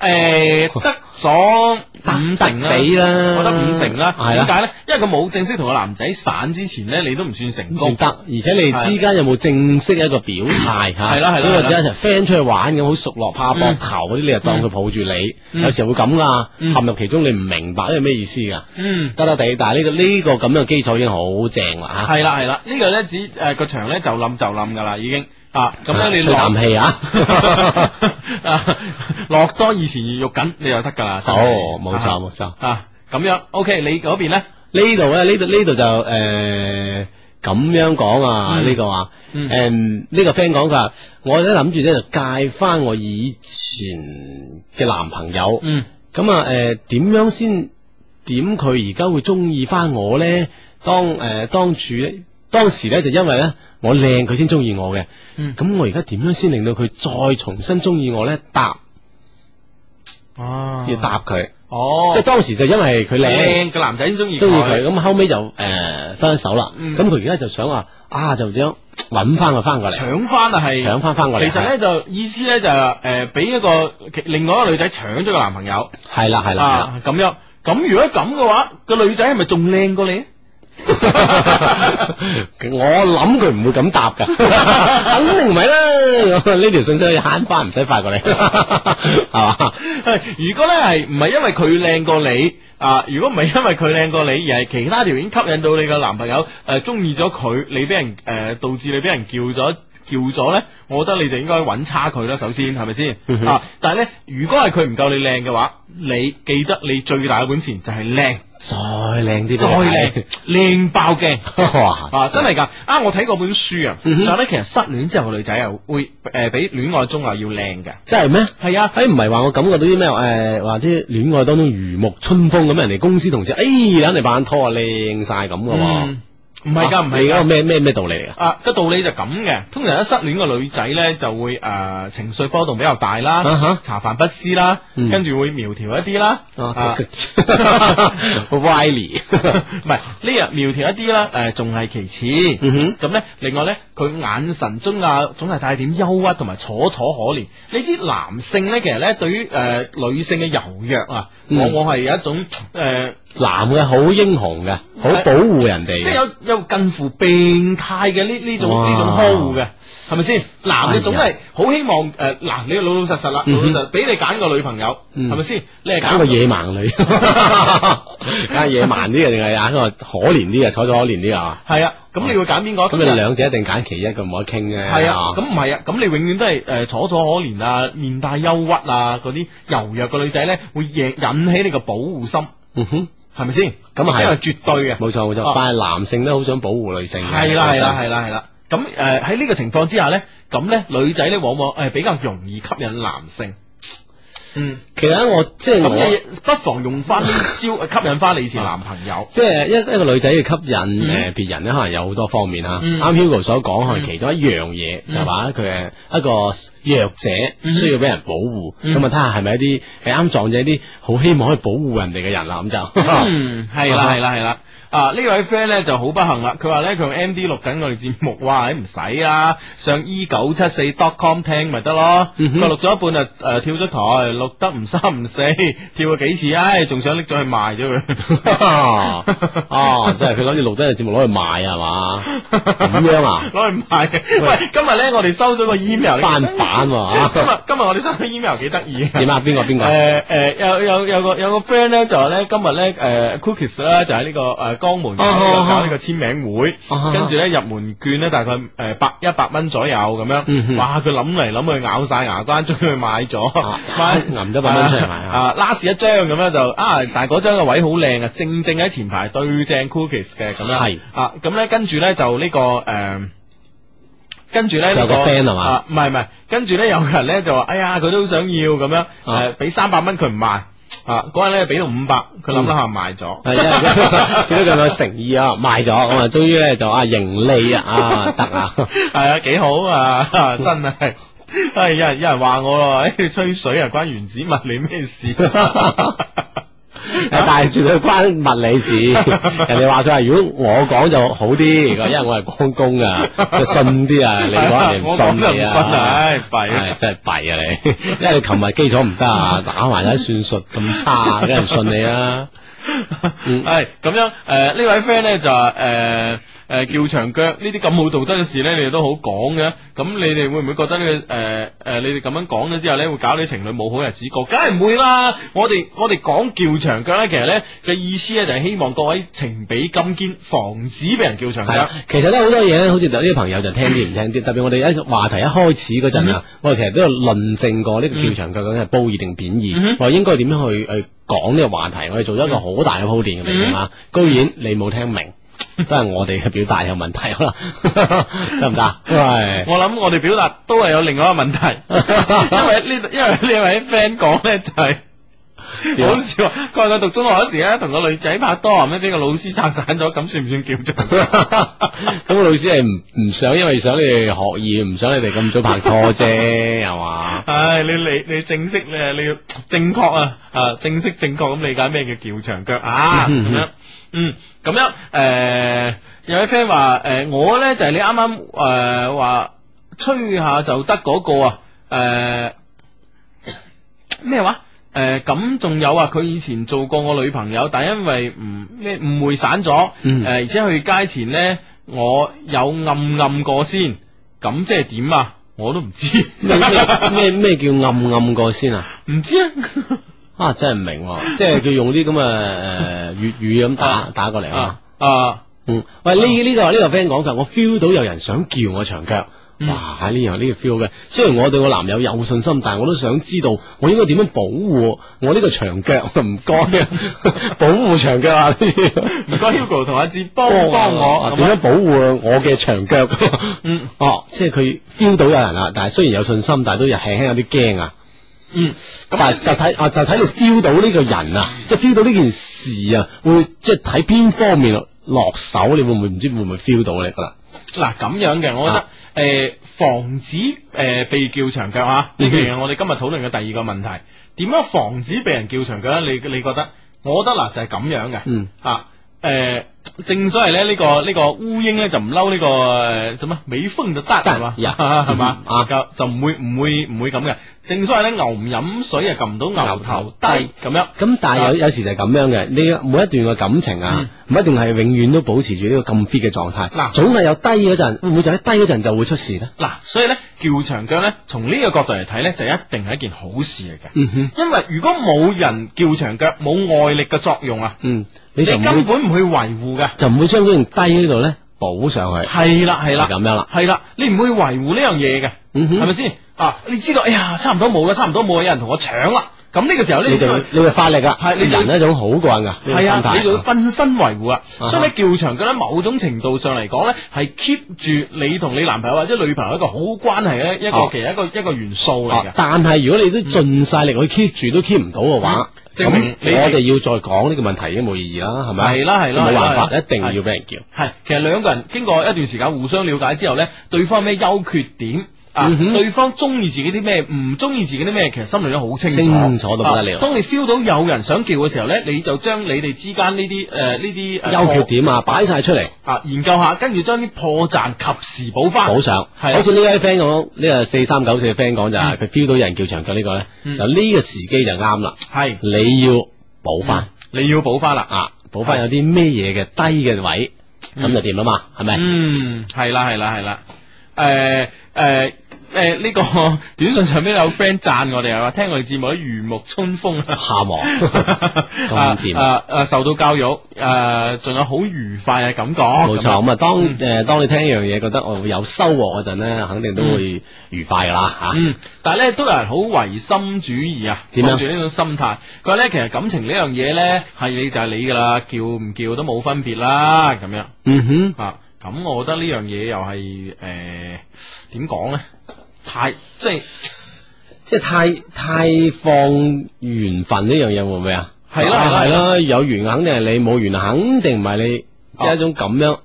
A: 誒得咗五成啦
D: 得。地啦，
A: 我覺得五成啦，
D: 係
A: 點
D: 啦。
A: 解咧？因為佢冇正式同個男仔散之前咧，你都唔算成
D: 唔
A: 功。
D: 得，而且你哋之間有冇正式一個表態吓？
A: 係啦係啦
D: 因為
A: 係啦
D: 只係 friend 出去玩咁，好熟絡拍膊
A: 嗯
D: 頭嗰啲，你就當佢抱住你，
A: 嗯
D: 有時候會咁噶，
A: 嗯
D: 陷入其中你唔明白呢個咩意思噶，
A: 嗯。
D: 得得地。但係呢個呢個咁樣嘅基礎已經好正啦吓。
A: 係啦係啦，呢個咧只呃誒個場咧就冧就冧㗎啦，已經啊咁咧你
D: 吹
A: 落
D: 啖氣啊！
A: 啊落多以前肉緊你就得㗎啦。真係
D: 哦，冇錯冇錯。
A: 啊咁樣 OK，你嗰邊咧？
D: 呢度咧，呢度呢度就诶咁樣講啊，
A: 嗯
D: 呢個話
A: 嗯
D: 诶呢個 friend 講佢話，我咧諗住咧就戒翻我以前嘅男朋友。
A: 嗯。
D: 咁啊，诶、點樣先點佢而家會中意翻我咧？當诶、呃、当处当时咧就因為咧我靚佢先中意我嘅，咁、
A: 嗯
D: 我而家點樣先令到佢再重新中意我咧？答
A: 哦
D: 要答佢，
A: 哦，
D: 即係當時就因為佢靚
A: 靚嘅男仔先中意
D: 中意佢，咁後尾就诶分咗手啦。
A: 嗯
D: 咁佢而家就想話啊，就點樣揾翻佢翻過嚟，
A: 搶翻啊係。
D: 搶翻翻過嚟。
A: 其實咧就意思咧就誒俾一個其另外一個女仔搶咗個男朋友
D: 係啦係啦係啦，
A: 啊咁樣，咁如果咁嘅話，個女仔係咪仲靚過你？啊
D: 我諗佢唔會咁答噶，肯定唔係啦。呢條信息可以慳翻，唔使發過嚟， 係嘛？
A: 如果咧係唔係因為佢靚過你啊？如果唔係因為佢靚過你，而係其他條件吸引到你個男朋友誒中意咗佢，你俾人誒、呃、導致你俾人叫咗。叫咗咧，我覺得你就應該揾差佢啦，首先係咪先
D: 嗯哼
A: 啊？但係咧，如果係佢唔夠你靚嘅話，你記得你最大嘅本錢就係靚，
D: 再靚啲，
A: 再靚，靚爆鏡。
D: 哇！
A: 啊，真係㗎！啊，我睇過本書啊，就
D: 嗯哼
A: 係咧，其實失戀之後嘅女仔啊，會誒比戀愛中啊要靚嘅。
D: 真係咩？哎
A: 係啊，
D: 誒唔係話我感覺到啲咩誒，或者戀愛當中如沐春風咁，人哋公司同事，哎誒等你拍緊拖啊，靚晒咁嘅喎。啊
A: 嗯唔係㗎，唔係
D: 你嗰個
A: 㗎。
D: 咩咩咩道理嚟㗎？
A: 啊，個道理就咁嘅，通常一失戀嘅女仔咧就會誒、呃情緒波動比較大啦，
D: 啊哈
A: 茶飯不思啦，
D: 嗯
A: 跟住會苗條一啲啦，啊
D: 啊 Wiley，
A: 唔係呢日苗條一啲啦，誒仲係其次。
D: 嗯哼
A: 咁咧，另外咧，佢眼神中啊，總係帶點憂鬱同埋楚楚可憐。你知男性咧，其實咧對於誒、呃女性嘅柔弱啊，
D: 嗯
A: 往往係有一種誒、呃
D: 男嘅好英雄嘅，好保護人哋
A: 即
D: 嘅
A: 係。有有近乎病態嘅呢呢種
D: 啊哇
A: 呢種呵護嘅，係咪先？男
D: 哎呀
A: 嘅總係好希望誒，呃嗱、你老老實實啦，老
D: 嗯
A: 老
D: 哼
A: 實俾你揀個女朋友，
D: 嗯
A: 係咪先？你 係
D: 揀個野啊蠻 女，揀個野蠻啲嘅定係揀個可憐啲嘅，楚楚可憐啲啊？
A: 係啊，咁你會揀邊個？
D: 咁你啊哋兩者一定揀其一，佢唔可以傾嘅。
A: 系啊，咁唔係啊，咁你永遠都係诶楚楚可憐啊，面帶憂鬱啊，嗰啲柔弱嘅女仔咧，會引引起你個保護心，
D: 嗯哼，
A: 係咪先？
D: 咁啊係
A: 因為絕對嘅，
D: 冇錯冇錯
A: 啊，
D: 但係男性都好想保護女性嘅。
A: 係啦係啦係啦係啦。咁诶喺呢個情況之下咧，咁咧女仔咧往往诶比較容易吸引男性。嗯，
D: 其實咧我即係
A: 咁
D: 我。
A: 你不妨用翻呢招呃吸引翻你以前男朋友。
D: 即係一一個女仔要吸引
A: 嗯
D: 誒別人咧，可能有好多方面啊。
A: 嗯
D: 啱 Hugo 所講，可能其中一樣嘢
A: 嗯
D: 就係話佢係一個弱者，
A: 嗯
D: 需要俾人保護。
A: 嗯
D: 咁啊，睇下係咪一啲誒啱撞咗一啲好希望可以保護人哋嘅人啦。咁就
A: 嗯嗯，係啦係啦係啦。啊，呢位 friend 咧就好不幸啦，佢話咧佢用 M D 錄緊我哋節目，哇，你唔使啦，上 E 九七四 dot com 聽咪得咯。
D: 嗯哼
A: 佢話錄咗一半就诶、呃跳咗台，錄得唔三唔四，跳過幾次，唉、仲想拎咗去賣咗
D: 哦
A: 佢。
D: 哦，即系佢諗住錄低嘅節目攞去賣啊 係嘛？ 咁樣啊？
A: 攞去賣嘅。喂，今日咧我哋收咗個 email
D: 翻版喎 啊
A: 今日今日我哋收到 email 幾得意
D: 點啊？邊個邊個？
A: 诶诶，有有有個有个 friend 咧就話咧今日咧诶 Cookies 咧就喺呢個诶江門搞呢
D: 啊
A: 個
D: 啊
A: 搞呢個簽名會，
D: 啊
A: 跟住咧入門券咧大概诶百一百蚊左右咁
D: 嗯
A: 樣。
D: 哼
A: 哇！佢諗嚟諗去咬晒牙關，終於買咗
D: 啊，揞咗百蚊出嚟買啊
A: 啊！last 一張咁樣就啊，但係嗰張嘅位好靚啊，正正喺前排對正 Cookies 嘅咁樣。
D: 係
A: 啊，咁咧跟住咧就呢個诶。跟住咧
D: 有個
A: 呢
D: friend 係嘛
A: 啊唔係唔係，跟住咧有人咧就話：哎呀，佢都好想要咁樣，誒俾三百蚊佢唔賣，啊嗰日咧俾到五百，佢諗諗下賣 咗。
D: 係因為見到咁有誠意啊，賣咗咁啊，終於咧就啊盈利啊，啊得啊，
A: 係啊，幾好啊， 真係。唉，有人有人話我咯，唉吹水啊，關原子物理咩事？ 啊
D: 但係絕對關物 理事。人哋話佢話如果我講就好啲，佢話因為我係光工啊，就信啲 啊。你講人哋唔
A: 我講
D: 信
A: 就
D: 你
A: 唔
D: 啊，
A: 信啊，唉弊
D: 唉
A: 啊！
D: 真係弊啊你，因為你琴日基礎唔得啊，打埋啲算術咁差，梗係唔信你啊啦。嗯
A: 系哎咁样，诶、呢位 friend 咧就诶诶呃叫長腳呢啲咁冇道德嘅事咧，你哋都好講嘅。咁你哋會唔會覺得呢、個诶诶，你哋咁樣講咗之後咧，會搞啲情侶冇好日子過？梗係唔會啦！我哋我哋講叫長腳咧，其實咧嘅意思咧就係希望各位情比金堅，防止俾人叫長
D: 系
A: 腳
D: 啦。，其實咧好多嘢咧，好似有啲朋友就聽啲唔聽啲，特別我哋一話題一開始嗰陣啊，我哋其實都有論證過呢個叫長腳究竟係褒義定貶義，
A: 嗯哼
D: 我哋應該點樣去去講呢個話題，我哋做咗一個好大嘅鋪墊嘅嚟啊，居然你冇聽明，都係我哋嘅表達有問題可能 得唔得？喂。
A: 我諗我哋表達都係有另外一個 問題，因為呢因為呢位 friend 講咧就係
D: 點啊
A: 好笑啊！佢話佢讀中學嗰時咧，同個女仔拍拖，後尾俾個老師拆散咗，咁算唔算叫做？
D: 咁個老師係唔唔想，因為想你哋學業，唔想你哋咁早拍拖啫，係嘛？
A: 唉，你你你正式咧，你要正確啊，啊正式正確咁理解咩叫叫長腳啊咁
D: 嗯嗯
A: 樣，嗯咁樣誒有位 friend 話誒我咧就係你啱啱誒話吹下就得嗰個啊誒咩話？誒咁仲有啊！佢以前做過我女朋友，但因為唔咩誤會散咗，誒、
D: 嗯
A: 而且去街前呢，我有暗暗過先，咁即係點啊？我都唔 知。
D: 咩咩咩咩叫暗暗過先啊？
A: 唔知啊，
D: 啊，真係唔 明喎，即係佢用啲咁嘅诶粤语咁打打過嚟啊
A: 啊。啊，
D: 嗯，喂，呢呢個呢個 friend 講佢，我 feel 到有人想叫我長腳。
A: 嗯
D: 哇！呢樣呢個 feel 嘅，雖然我對我男友有信心，但係我都想知道我應該點樣保護我呢個長腳， 唔該 啊，保護長腳啊！
A: 唔該 Hugo 同阿志幫幫我
D: 啊
A: 咁
D: 點樣
A: 樣。
D: 保護我嘅長 腳？
A: 嗯
D: 哦，即係佢 feel 到有人啦，但係雖然有信心，但係都有輕輕有啲驚啊。
A: 嗯，
D: 但係就睇啊，就睇你 feel 到呢個人啊，即係 feel 到呢件事啊，會即係睇邊方面落手，你會唔會唔知會唔會 feel 到你噶啦？
A: 嗱咁樣嘅，我覺得
D: 啊
A: 诶、誒防止诶、誒被叫長腳啊，呢
D: 嗯哼
A: 樣嘢我哋今日討論嘅第二個問題，點樣防止被人叫長腳咧？你你覺得？我覺得嗱就係咁樣嘅。
D: 嗯
A: 啊。诶、正所謂咧，呢、個呢、個烏蠅咧就唔嬲呢個诶什麼美風就得係嘛，
D: 呀
A: 係嘛
D: 嗯啊
A: 就就唔會唔會唔會咁嘅。正所謂咧，牛唔飲水啊，撳唔到牛頭
D: 牛頭
A: 低咁樣。
D: 咁但係有有時就係咁樣嘅，你每一段嘅感情啊，唔一定係永遠都保持住呢個咁 fit 嘅狀態，
A: 嗯嗱
D: 總係有低嗰陣，會唔會就喺低嗰陣就會出事咧？
A: 嗱，所以咧叫長腳咧，從呢個角度嚟睇咧，就一定係一件好事嚟嘅。
D: 嗯哼，
A: 因為如果冇人叫長腳，冇外力嘅作用啊，
D: 嗯，你
A: 你
D: 就唔
A: 根
D: 會
A: 本唔去維護嘅。
D: 就唔會將嗰件低呢度咧補上去，
A: 係啦，係
D: 係
A: 啦，
D: 咁樣啦，
A: 係啦，你唔會維護呢樣嘢嘅，
D: 嗯
A: 係咪
D: 哼，
A: 先啊？你知道，哎呀，差唔多冇啦，差唔多冇啦，有人同我搶啦。咁呢個時候咧，
D: 你就會你會發力噶，
A: 係你就
D: 人係一種好慣噶，
A: 系啊，你就要
D: 要
A: 分身維護啊，
D: 啊哈
A: 所以咧叫長腳咧，某種程度上嚟講咧，係 keep 住你同你男朋友或者女朋友一個好關係咧，一個
D: 哦
A: 其實一個一個元素嚟嘅。
D: 啊但係如果你都盡晒力去 keep 住都 keep 唔到嘅話，
A: 嗯證明
D: 咁
A: 你
D: 我哋要再講呢個問題已經冇意義啦，係咪？
A: 係啦係啦
D: 冇
A: 係啦
D: 辦
A: 係啦
D: 法，一定要俾人叫。
A: 係，其實兩個人經過一段時間互相了解之後咧，對方有咩優缺點，啊，
D: 嗯哼
A: 對方中意自己啲咩，唔中意自己啲咩，其實心裏都好清楚，
D: 清楚到不得了
A: 啊當你 feel 到有人想叫嘅時候咧，你就將你哋之間呢啲诶呢啲呃
D: 優缺點啊，擺晒出嚟
A: 啊研究下，跟住將啲破綻及時補翻，
D: 補上。
A: 係啊
D: 好似呢位 friend 講，呢個四三九四嘅 friend 講就係
A: 嗯
D: 佢 feel 到有人叫長腳呢個咧，
A: 嗯
D: 就呢個時機就啱啦。
A: 係
D: 你要補翻
A: 你要補翻啦。
D: 啊，補翻有啲咩嘢嘅低嘅位，咁
A: 嗯
D: 就掂啦嘛，係咪？
A: 嗯，系啦，系啦，系啦。诶诶诶，呢個 短信上边有 friend 讚我哋啊，話聽我哋節目如沐春風啊。
D: 下望
A: 咁
D: 掂
A: 啊啊！受到教育，诶、仲有好愉快嘅感覺。
D: 冇錯，咁啊，當
A: 哦嗯
D: 誒當你聽一樣嘢，覺得我會有收穫嗰陣咧，肯定都會愉快噶啦嚇。
A: 嗯，但系咧都有人好唯心主義啊，
D: 點樣
A: 抱住呢種心態。佢話咧，其實感情呢樣嘢咧，係你就係你噶啦，叫唔叫都冇分別啦，咁樣
D: 嗯哼，
A: 啊。咁我覺得呢樣嘢又係诶點講咧？太即係。
D: 即係太太放緣分呢樣嘢會唔會啊？
A: 係啦
D: 啊
A: 係
D: 係
A: 啦
D: 啦，有緣肯定係你，冇緣肯定唔係你，即係一種咁樣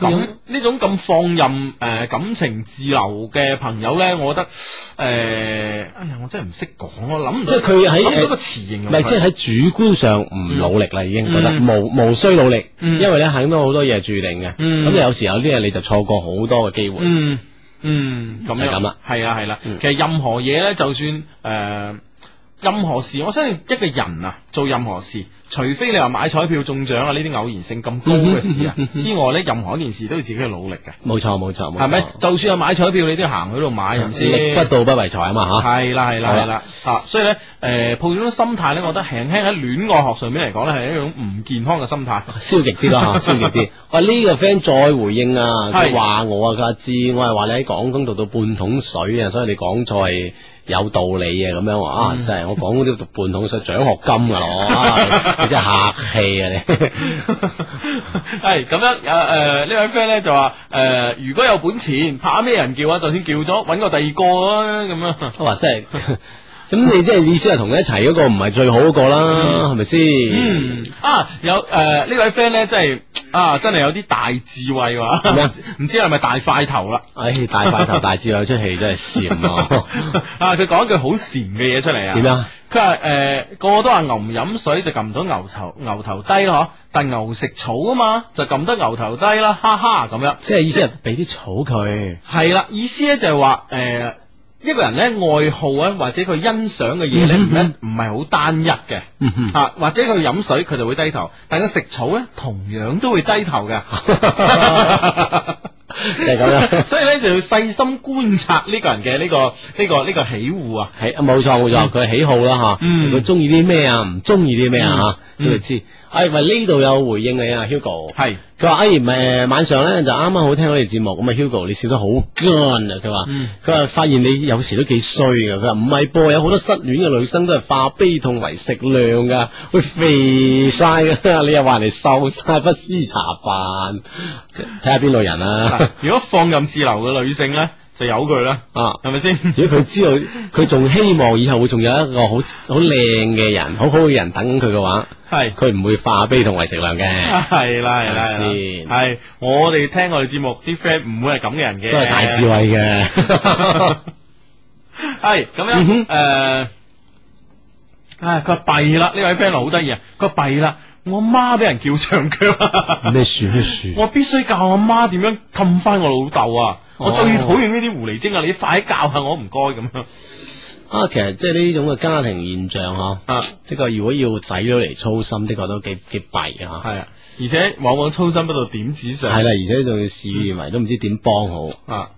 A: 咁呢種咁放任誒、呃感情自流嘅朋友咧，我覺得誒、呃哎呀，我真係唔識講，我諗唔
D: 即係佢
A: 諗
D: 喺
A: 唔
D: 呃
A: 到個詞形
D: 唔
A: 容佢，
D: 係即係喺主觀上唔努力啦，已經覺得
A: 嗯
D: 無無需努力，
A: 嗯
D: 因為咧肯定好多嘢係注定嘅。
A: 嗯
D: 咁有時有啲嘢你就錯過好多嘅機會。
A: 嗯嗯咁
D: 就係
A: 樣
D: 咁啦，
A: 係啦係啦，
D: 嗯
A: 其實任何嘢咧，就算誒、呃任何事，我相信一個人啊，做任何事，除非你話買彩票中獎啊呢啲偶然性咁高嘅事啊
D: 嗯
A: 之外咧，任何一件事都要自己去努力嘅，
D: 冇錯冇錯冇錯，
A: 係咪？就算係買彩票，你都要行去度買，係咪先？
D: 力不到不為財啊嘛嚇。
A: 系啦系啦
D: 係啦
A: 系啦，啊，所以咧，诶、抱住呢種心態咧，我覺得輕輕喺戀愛學上面嚟講咧，係一種唔健康嘅心態。
D: 消極 啲啦嚇，消極啲。喂，呢個 friend 再回應啊，
A: 係
D: 佢話我啊，佢話知，我係話你喺廣東讀到半桶水啊，所以你講錯係有道理嘅咁樣話啊，
A: 嗯
D: 真係我廣東都讀半桶水獎學金噶咯，啊 你真係客氣啊你。
A: 係咁樣，诶、呃诶，呢位 friend 咧就話，诶、如果有本錢，怕咩人叫啊？就算叫咗，揾個第二個啊，咁樣。
D: 哇！真係，咁你即係意思係同佢一齊嗰個唔係最好嗰個啦，係咪先？
A: 嗯啊，有诶、呢位 friend 咧，真係啊，真係有啲大智慧
D: 係咩
A: 喎， 唔知係咪大塊頭啦？
D: 唉，大塊頭大智慧有出戲真係蟬啊！
A: 啊，佢講一句好禪嘅嘢出嚟啊。
D: 點啊？
A: 佢話诶，誒個個都話牛唔飲水就撳唔到牛頭牛頭低咯，嗬但牛食草啊嘛，就撳得牛頭低啦，哈哈咁樣。
D: 即係意思係俾啲草佢。
A: 係啦，意思咧就係話诶，誒一個人咧愛好啊，或者佢欣賞嘅嘢咧，唔
D: 嗯哼
A: 一唔係好單一嘅。
D: 嗯哼
A: 啊，或者佢飲水佢就會低頭，但佢食草咧同樣都會低頭嘅。
D: 就係咁 樣
A: 所以咧就要細心觀察呢個人嘅呢、個呢、個呢、個喜惡啊。
D: 系冇錯冇錯，佢喜好啦吓，
A: 嗯
D: 佢中意啲咩啊，唔中意啲咩啊吓，
A: 嗯
D: 都會知。哎，喂，呢度有回應你啊，Hugo。
A: 係。
D: 佢話：哎，唔係晚上咧就啱啱好聽我哋節目，咁啊 Hugo 你笑得好乾啊！佢話
A: 嗯
D: 佢話發現你有時都幾衰噶，佢話唔係噃，有好多失戀嘅女生都係化悲痛為食量噶，會肥晒噶，你又話人哋瘦晒不思茶飯，睇下邊類人啊
A: 嗱
D: 啦、
A: 啊如果放任自流嘅女性咧，就由佢啦，
D: 啊！
A: 係咪 先？
D: 如果佢知道佢仲希望以後會仲有一個好好靚嘅人，好好嘅人等佢嘅話，
A: 係。
D: 佢唔會化悲同為食量嘅，
A: 係啦係啦，
D: 係咪先
A: 係我哋聽我哋節目啲 friend 唔會係咁嘅人嘅，
D: 都係大智慧 嘅。
A: 係咁
D: 嗯
A: 樣
D: 哼
A: 诶，唉，佢話弊啦，呢位 friend 好得意啊，佢話弊啦，我媽俾人叫長腳，
D: 咩樹咩樹？
A: 我必須教我媽點樣氹翻我老豆啊！我
D: 哦
A: 最討厭呢啲狐狸精啊！你快啲教下我唔該咁樣
D: 啊，其實即係呢種嘅家庭現象嗬，
A: 啊！
D: 的確如果要仔女嚟操心，的確都幾幾弊啊。
A: 係啊，而且往往操心不到點子
D: 係嗯
A: 上，
D: 啦，而且仲要事與願違，都唔知點幫好。
A: 啊，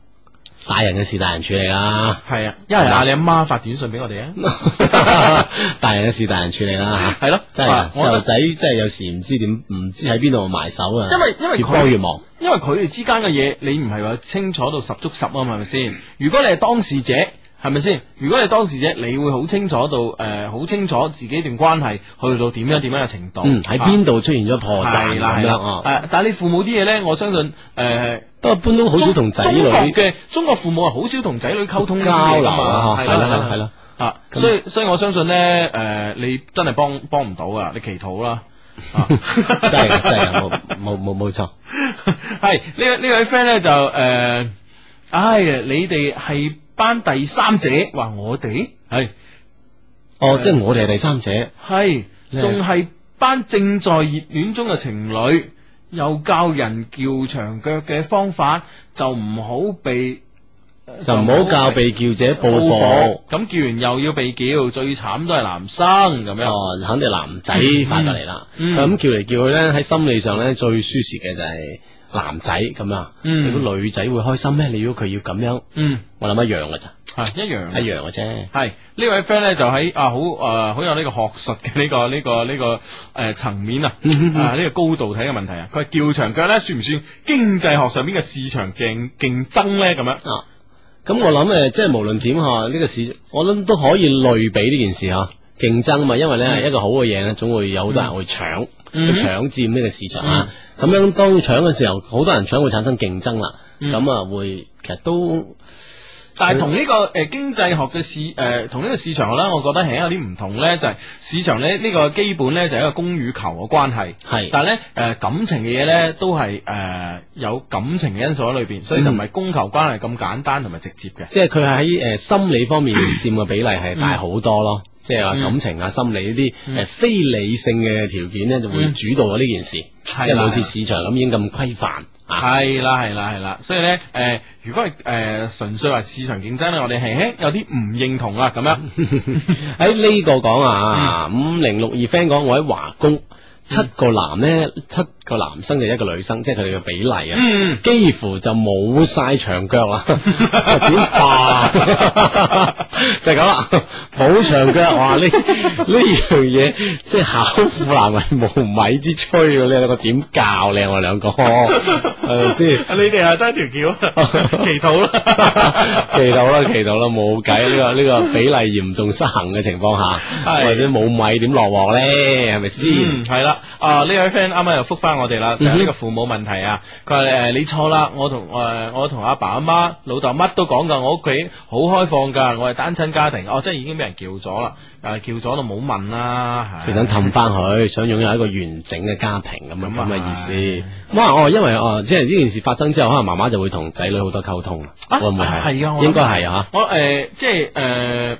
D: 大人嘅事，大人處理 啦。
A: 係啊，一係嗌你阿媽發短信俾我 哋啊！
D: 大人嘅事，大人處理啦。
A: 係咯
D: 真係啊
A: 啊我覺
D: 細
A: 得
D: 路仔，真係有時唔知點，唔知喺邊度埋手啊。
A: 因為因為
D: 越
A: 佢啊
D: 幫越忙。
A: 因為佢哋之間嘅嘢，你唔係話清楚到十足十啊嘛，係咪先？如果你係當事者，係咪先？如果你係當事者，你會好清楚到誒，好、清楚自己段關係去到點樣點樣嘅程度，
D: 嗯，喺邊度出現咗破綻
A: 係啦
D: 咁
A: 係啦
D: 樣，啊？
A: 誒但係你父母啲嘢咧，我相信誒。呃
D: 不過一般都好少同仔女
A: 中中國嘅中國父母係好少同仔女溝通呢啲嘢㗎
D: 交流
A: 嘛，
D: 啊，係啦係啦係啦。
A: 啊，
D: 咁
A: 所以所以我相信咧，誒，你真係幫幫唔到啊，你祈禱啦，啊
D: 真係 啊嘅真係嘅冇冇冇冇錯，
A: 系呢位呢位 friend 咧就诶。呃唉，你哋係班第三者，話我哋
D: 系，哦，即系我哋系第三者，
A: 係，
D: 你係
A: 仲係班正在熱戀中嘅情侶，又教人叫長腳嘅方法，就唔好被呃
D: 就唔好教被叫者報
A: 報
D: 復。
A: 復咁叫完又要被叫，最慘都係男生咁樣。
D: 哦，肯定男仔發過嚟啦。咁、
A: 嗯
D: 叫嚟叫去咧，喺心理上咧最舒適嘅就係男仔咁樣。
A: 嗯
D: 如果女仔會開心咩？你如果佢要咁樣，
A: 嗯，
D: 我諗一樣嘅咋，
A: 係一樣嘅。
D: 一樣嘅啫。
A: 系呢位 friend 咧就喺啊好诶好有呢個學術嘅呢個呢、個呢、個诶层、層面啊啊呢、個高度睇嘅問題啊，佢話叫長腳咧算唔算經濟學上邊嘅市場競競爭咧咁樣？
D: 啊，咁我諗呃诶，誒即係無論點吓，呢、個市我諗都可以類比呢件事吓。競爭嘛，因為咧、一個好嘅嘢咧，總會有好多人去搶，
A: 嗯
D: 去搶佔呢個市場啦。咁、樣當搶嘅時候，好多人搶會產生競爭啦。
A: 嗯
D: 咁啊、會其實都
A: 但係同呢、個誒、呃、經濟學嘅市誒同呢個市場學咧，我覺得係有啲唔同咧，就係、市場咧呢、呢個基本咧就係一個供與求嘅關係。
D: 係
A: 但係咧誒感情嘅嘢咧都係誒、呃有感情嘅因素喺裏邊，所以就唔係供求關係咁簡單同埋直接嘅。
D: 即係佢喺诶心理方面佔嘅比例係大好多咯。即係話
A: 嗯
D: 感情啊、心理呢啲
A: 嗯
D: 诶非理性嘅條件咧，就會
A: 嗯
D: 主導咗呢件事，即
A: 係
D: 係
A: 啦
D: 好似市場咁已經咁規範啊。
A: 系啦，系啦，系啦，所以咧，诶、如果系诶纯粹话市场竞争咧，我哋輕輕有啲唔認同啊啦，咁 樣。
D: 喺哎呢個講啊，五零六二 friend 講我喺華工，七個男咧，七個男生就一個女生，即係佢哋嘅比例啊。
A: 嗯，
D: 幾乎就冇晒啊長腳 啦，點辦？就係咁啦，冇長腳，哇！呢呢樣嘢即係巧婦難為無米之炊喎，你兩個點教你啊我兩個係咪先？
A: 啊你哋又得條 橋，啊祈禱 啦。 嗯
D: 祈禱啦，祈禱啦，冇計呢個呢、個比例嚴重失衡嘅情況下，
A: 係
D: 或者冇米點落鑊咧，係咪先？
A: 嗯，系啦，啊呢位 friend 啱啱又覆翻我哋啦，就係
D: 嗯
A: 呢
D: 哼
A: 個父母問題啊，佢話诶你錯啦，我同诶我同阿爸阿媽老豆乜都講噶，我屋企好開放噶，我係單親家庭，哦即係已經俾人叫咗啦，诶叫咗就冇問啦，
D: 佢想氹翻佢，想擁有一個完整嘅家庭咁樣
A: 咁啊
D: 咁嘅意
A: 係
D: 思。哇！哦，因為哦，即係呢件事發生之後，可能媽媽就會同仔女好多溝通啦。
A: 啊
D: 會唔會係？
A: 係啊我諗
D: 應該係啊。
A: 我诶、呃即系诶。呃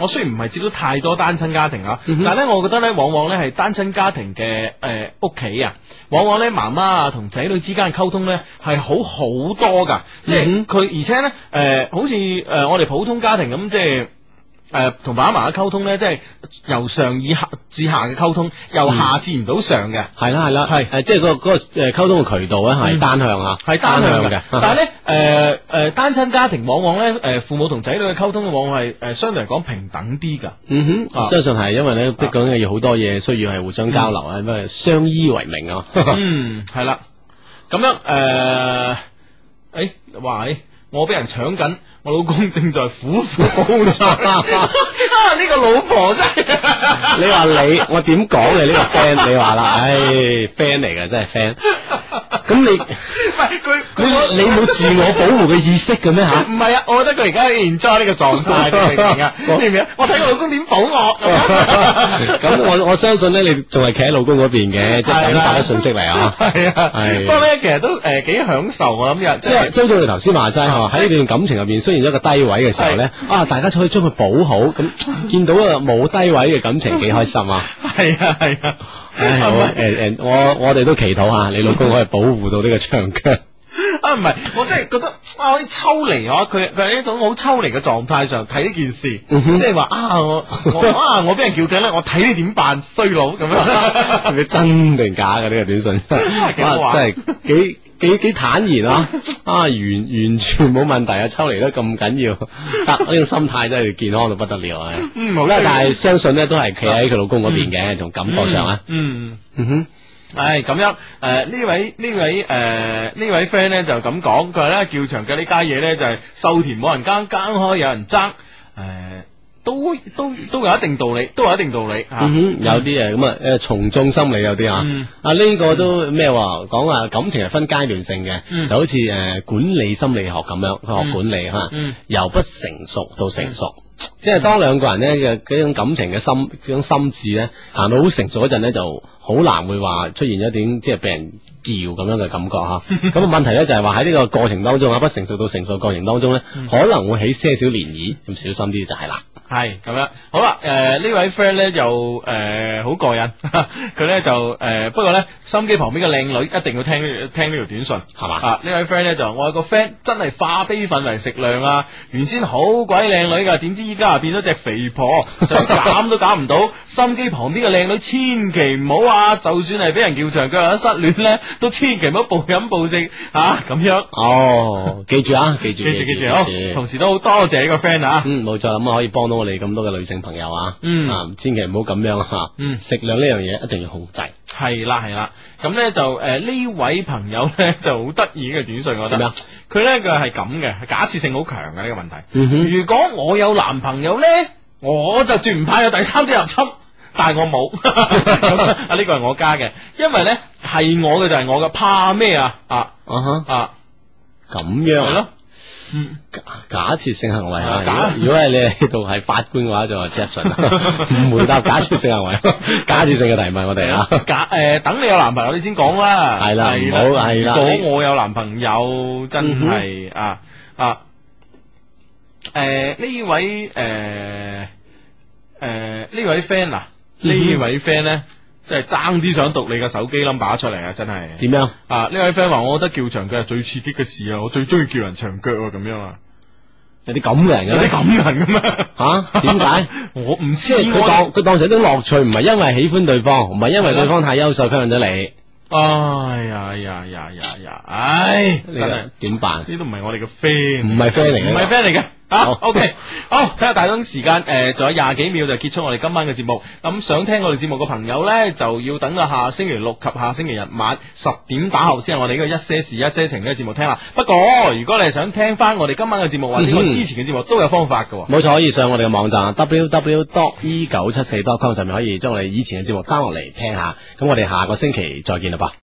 A: 我雖然唔係接觸太多單親家庭啊，
D: 嗯哼
A: 但係咧，我覺得咧，往往咧係單親家庭嘅誒屋企啊，往往咧媽媽啊同仔女之間嘅溝通咧係好好多噶，即係佢而且咧誒、呃好似誒、呃我哋普通家庭咁，即係誒同爸爸媽媽溝通咧，即係由上以下至下嘅溝通，由下至唔到上嘅。
D: 係啦係啦，
A: 係
D: 誒即係嗰個嗰個誒溝通嘅渠道咧係
A: 嗯
D: 單向啊，
A: 係單向嘅，但係
D: 係
A: 咧，誒、呃、誒單親家庭往往咧，誒、父母同仔女嘅溝通往往係誒、呃相對嚟講平等啲㗎。
D: 嗯
A: 啊
D: 哼，相信係因為咧，畢竟係有好多嘢需要係互相交流啊，因為相依為命啊。
A: 嗯，系啦，咁样诶，诶、哎，哇，哎我俾人抢紧，我老公正在苦苦掙扎 啊！呢、個个老婆真系，
D: 你 話你，我點講你呢個 friend？你話啦，唉，friend 嚟嘅真係 friend。咁
A: 唔
D: 你
A: 系佢
D: 你你冇自我保護嘅意識嘅咩吓？
A: 唔系啊！我覺得佢而家 enjoy 呢個狀態，你明唔 明啊？
D: 我
A: 明唔明啊？我睇我老公點保我。
D: 咁啊我我相信咧，你仲係企喺老公嗰 邊嘅，即係
A: 係
D: 等
A: 啦
D: 晒啲信息嚟啊！
A: 係啊，
D: 係
A: 不過咧，其實都诶几享受啊我諗日，
D: 即係追到你頭先話
A: 啊
D: 齋嗬，喺呢段感情入邊，雖然一個低位嘅時候咧，啊，大家可以將佢補好，咁見到啊冇低位嘅感情幾開心啊！
A: 係啊係啊，
D: 唉，好誒誒，我我哋都祈禱下，你老公可以保護到呢個長腳。
A: 啊，唔係，我真係覺得啊，可以抽離我，佢佢喺一種好抽離嘅狀態上睇呢件事，
D: 嗯哼
A: 即係話啊，我 我啊，我俾人叫緊咧，我睇你點辦，衰佬咁 樣。
D: 你真定假嘅呢個短信？
A: 幾好
D: 哇，
A: 玩
D: 真係幾幾幾坦然啊！啊，完完全冇問題啊，抽離得咁緊要， 得呢個心態真係健康到不得了啊！
A: 嗯，
D: 好
A: 好
D: 啦，但係相信咧都係企喺佢老公嗰邊嘅，從感覺上啊，
A: 嗯。嗯
D: 嗯哼，
A: 唉，咁樣诶，呢、位呢位诶呢位 friend 咧就咁講，佢話咧叫長嘅呢家嘢咧就係秀田冇人耕，耕開有人爭，诶、都都都有一定道理，都有一定道理吓。
D: 嗯哼，有啲誒咁啊，誒從眾心理有啲啊
A: 啊嗯，
D: 啊呢個都咩話講話感情係分階段性
A: 嗯
D: 嘅，呃就好似誒管理心理學咁樣，佢學管理嚇
A: 嗯，
D: 由不成熟到成熟，即係當兩個人咧嘅嗰種感情嘅心，嗰種心智咧行到好成熟嗰陣咧，就好難會話出現一點即係俾人叫咁樣嘅感覺 吓。咁啊問題咧就係話喺呢個過程當中啊，不成熟到成熟嘅過程當中咧，
A: 嗯
D: 可能會起些少漣漪，咁小心啲就係啦。
A: 系咁样，好啦，诶、呢位 friend 咧就诶好、過过瘾， 佢咧就诶、誒不過咧心機旁邊嘅靚女一定要聽呢聽呢條短信，
D: 係嘛
A: 啊呢位 friend 咧就我有個 friend 真係化悲憤為食量啊，原先好鬼靚女噶，點知依家啊變咗隻肥婆，想減都減唔 到，心機旁邊嘅靚女千祈唔好啊，就算係俾人叫長腳或者失戀咧，都千祈唔好暴飲暴食啊咁樣，
D: 哦，記住 啊，記
A: 記
D: 住，
A: 住記住，好，同時都好多謝呢個 friend 啊。
D: 嗯，冇錯，咁可以幫到我哋咁多嘅女性朋友啊，
A: 嗯
D: 啊，千祈唔好咁樣吓，
A: 嗯
D: 食量呢樣嘢一定要控制，
A: 系啦系啦，咁咧就诶呢、位朋友咧就好得意嘅短信，我覺
D: 點
A: 得
D: 啊
A: 佢咧佢係咁嘅，假設性好強嘅呢個問題。
D: 嗯哼
A: 如果我有男朋友咧，我就絕唔怕有第三者入侵。但係我冇，咁啊呢個係我加嘅，因為咧係我嘅就係我嘅，怕咩啊啊
D: 啊哈，
A: 啊
D: 咁
A: 係
D: 樣啊
A: 咯，嗯
D: 假假設性行為
A: 啊
D: 啊，如
A: 假
D: 果如果係你喺度係法官嘅話，就係 Jackson 啦 唔回答假設性行為， 假設性嘅提問我哋啊。
A: 假诶等你有男朋友你先講啦，
D: 係啦唔好係啦嗯
A: 如
D: 你
A: 果我有男朋友真係啊啊诶呢位诶诶呢位 friend 啊呢
D: 嗯哼
A: 位 friend 咧真係爭啲想讀你個手機 number 出嚟啊真係。
D: 點樣？
A: 啊！呢位 friend 話：我覺得叫長腳係最刺激嘅事啊！我最中意叫人長腳啊！咁樣啊，
D: 有啲咁嘅人
A: 有
D: 嘅
A: 啲
D: 咧？
A: 咁啊嘅人嘅咩？
D: 吓？點解？
A: 我唔知啊
D: 即係佢當佢當成一種樂趣，唔係因為喜歡對方，唔係因為對方太優秀吸引咗你，
A: 當哎呀呀呀呀呀！唉，
D: 你
A: 真係
D: 又點辦？
A: 呢都唔係我哋嘅 friend，
D: 啊唔係 friend 嚟嘅
A: 唔係 friend 嚟嘅。啊
D: 好
A: ，OK，好，睇下大鐘時間，诶、仲有廿幾秒就結束我哋今晚嘅節目。咁想聽我哋節目嘅朋友呢，就要等到下星期六及下星期日晚十點打後先係我哋呢個一些事一些情嘅節目聽啦。不過如果你係想聽翻我哋今晚嘅節目或者我
D: 嗯
A: 之前嘅節目，都有方法嘅喎。
D: 冇錯，可以上我哋嘅網站 E www.e 九七四 .com 上面可以將我哋以前嘅節目 download 嚟聽下。咁我哋下個星期再見啦噃。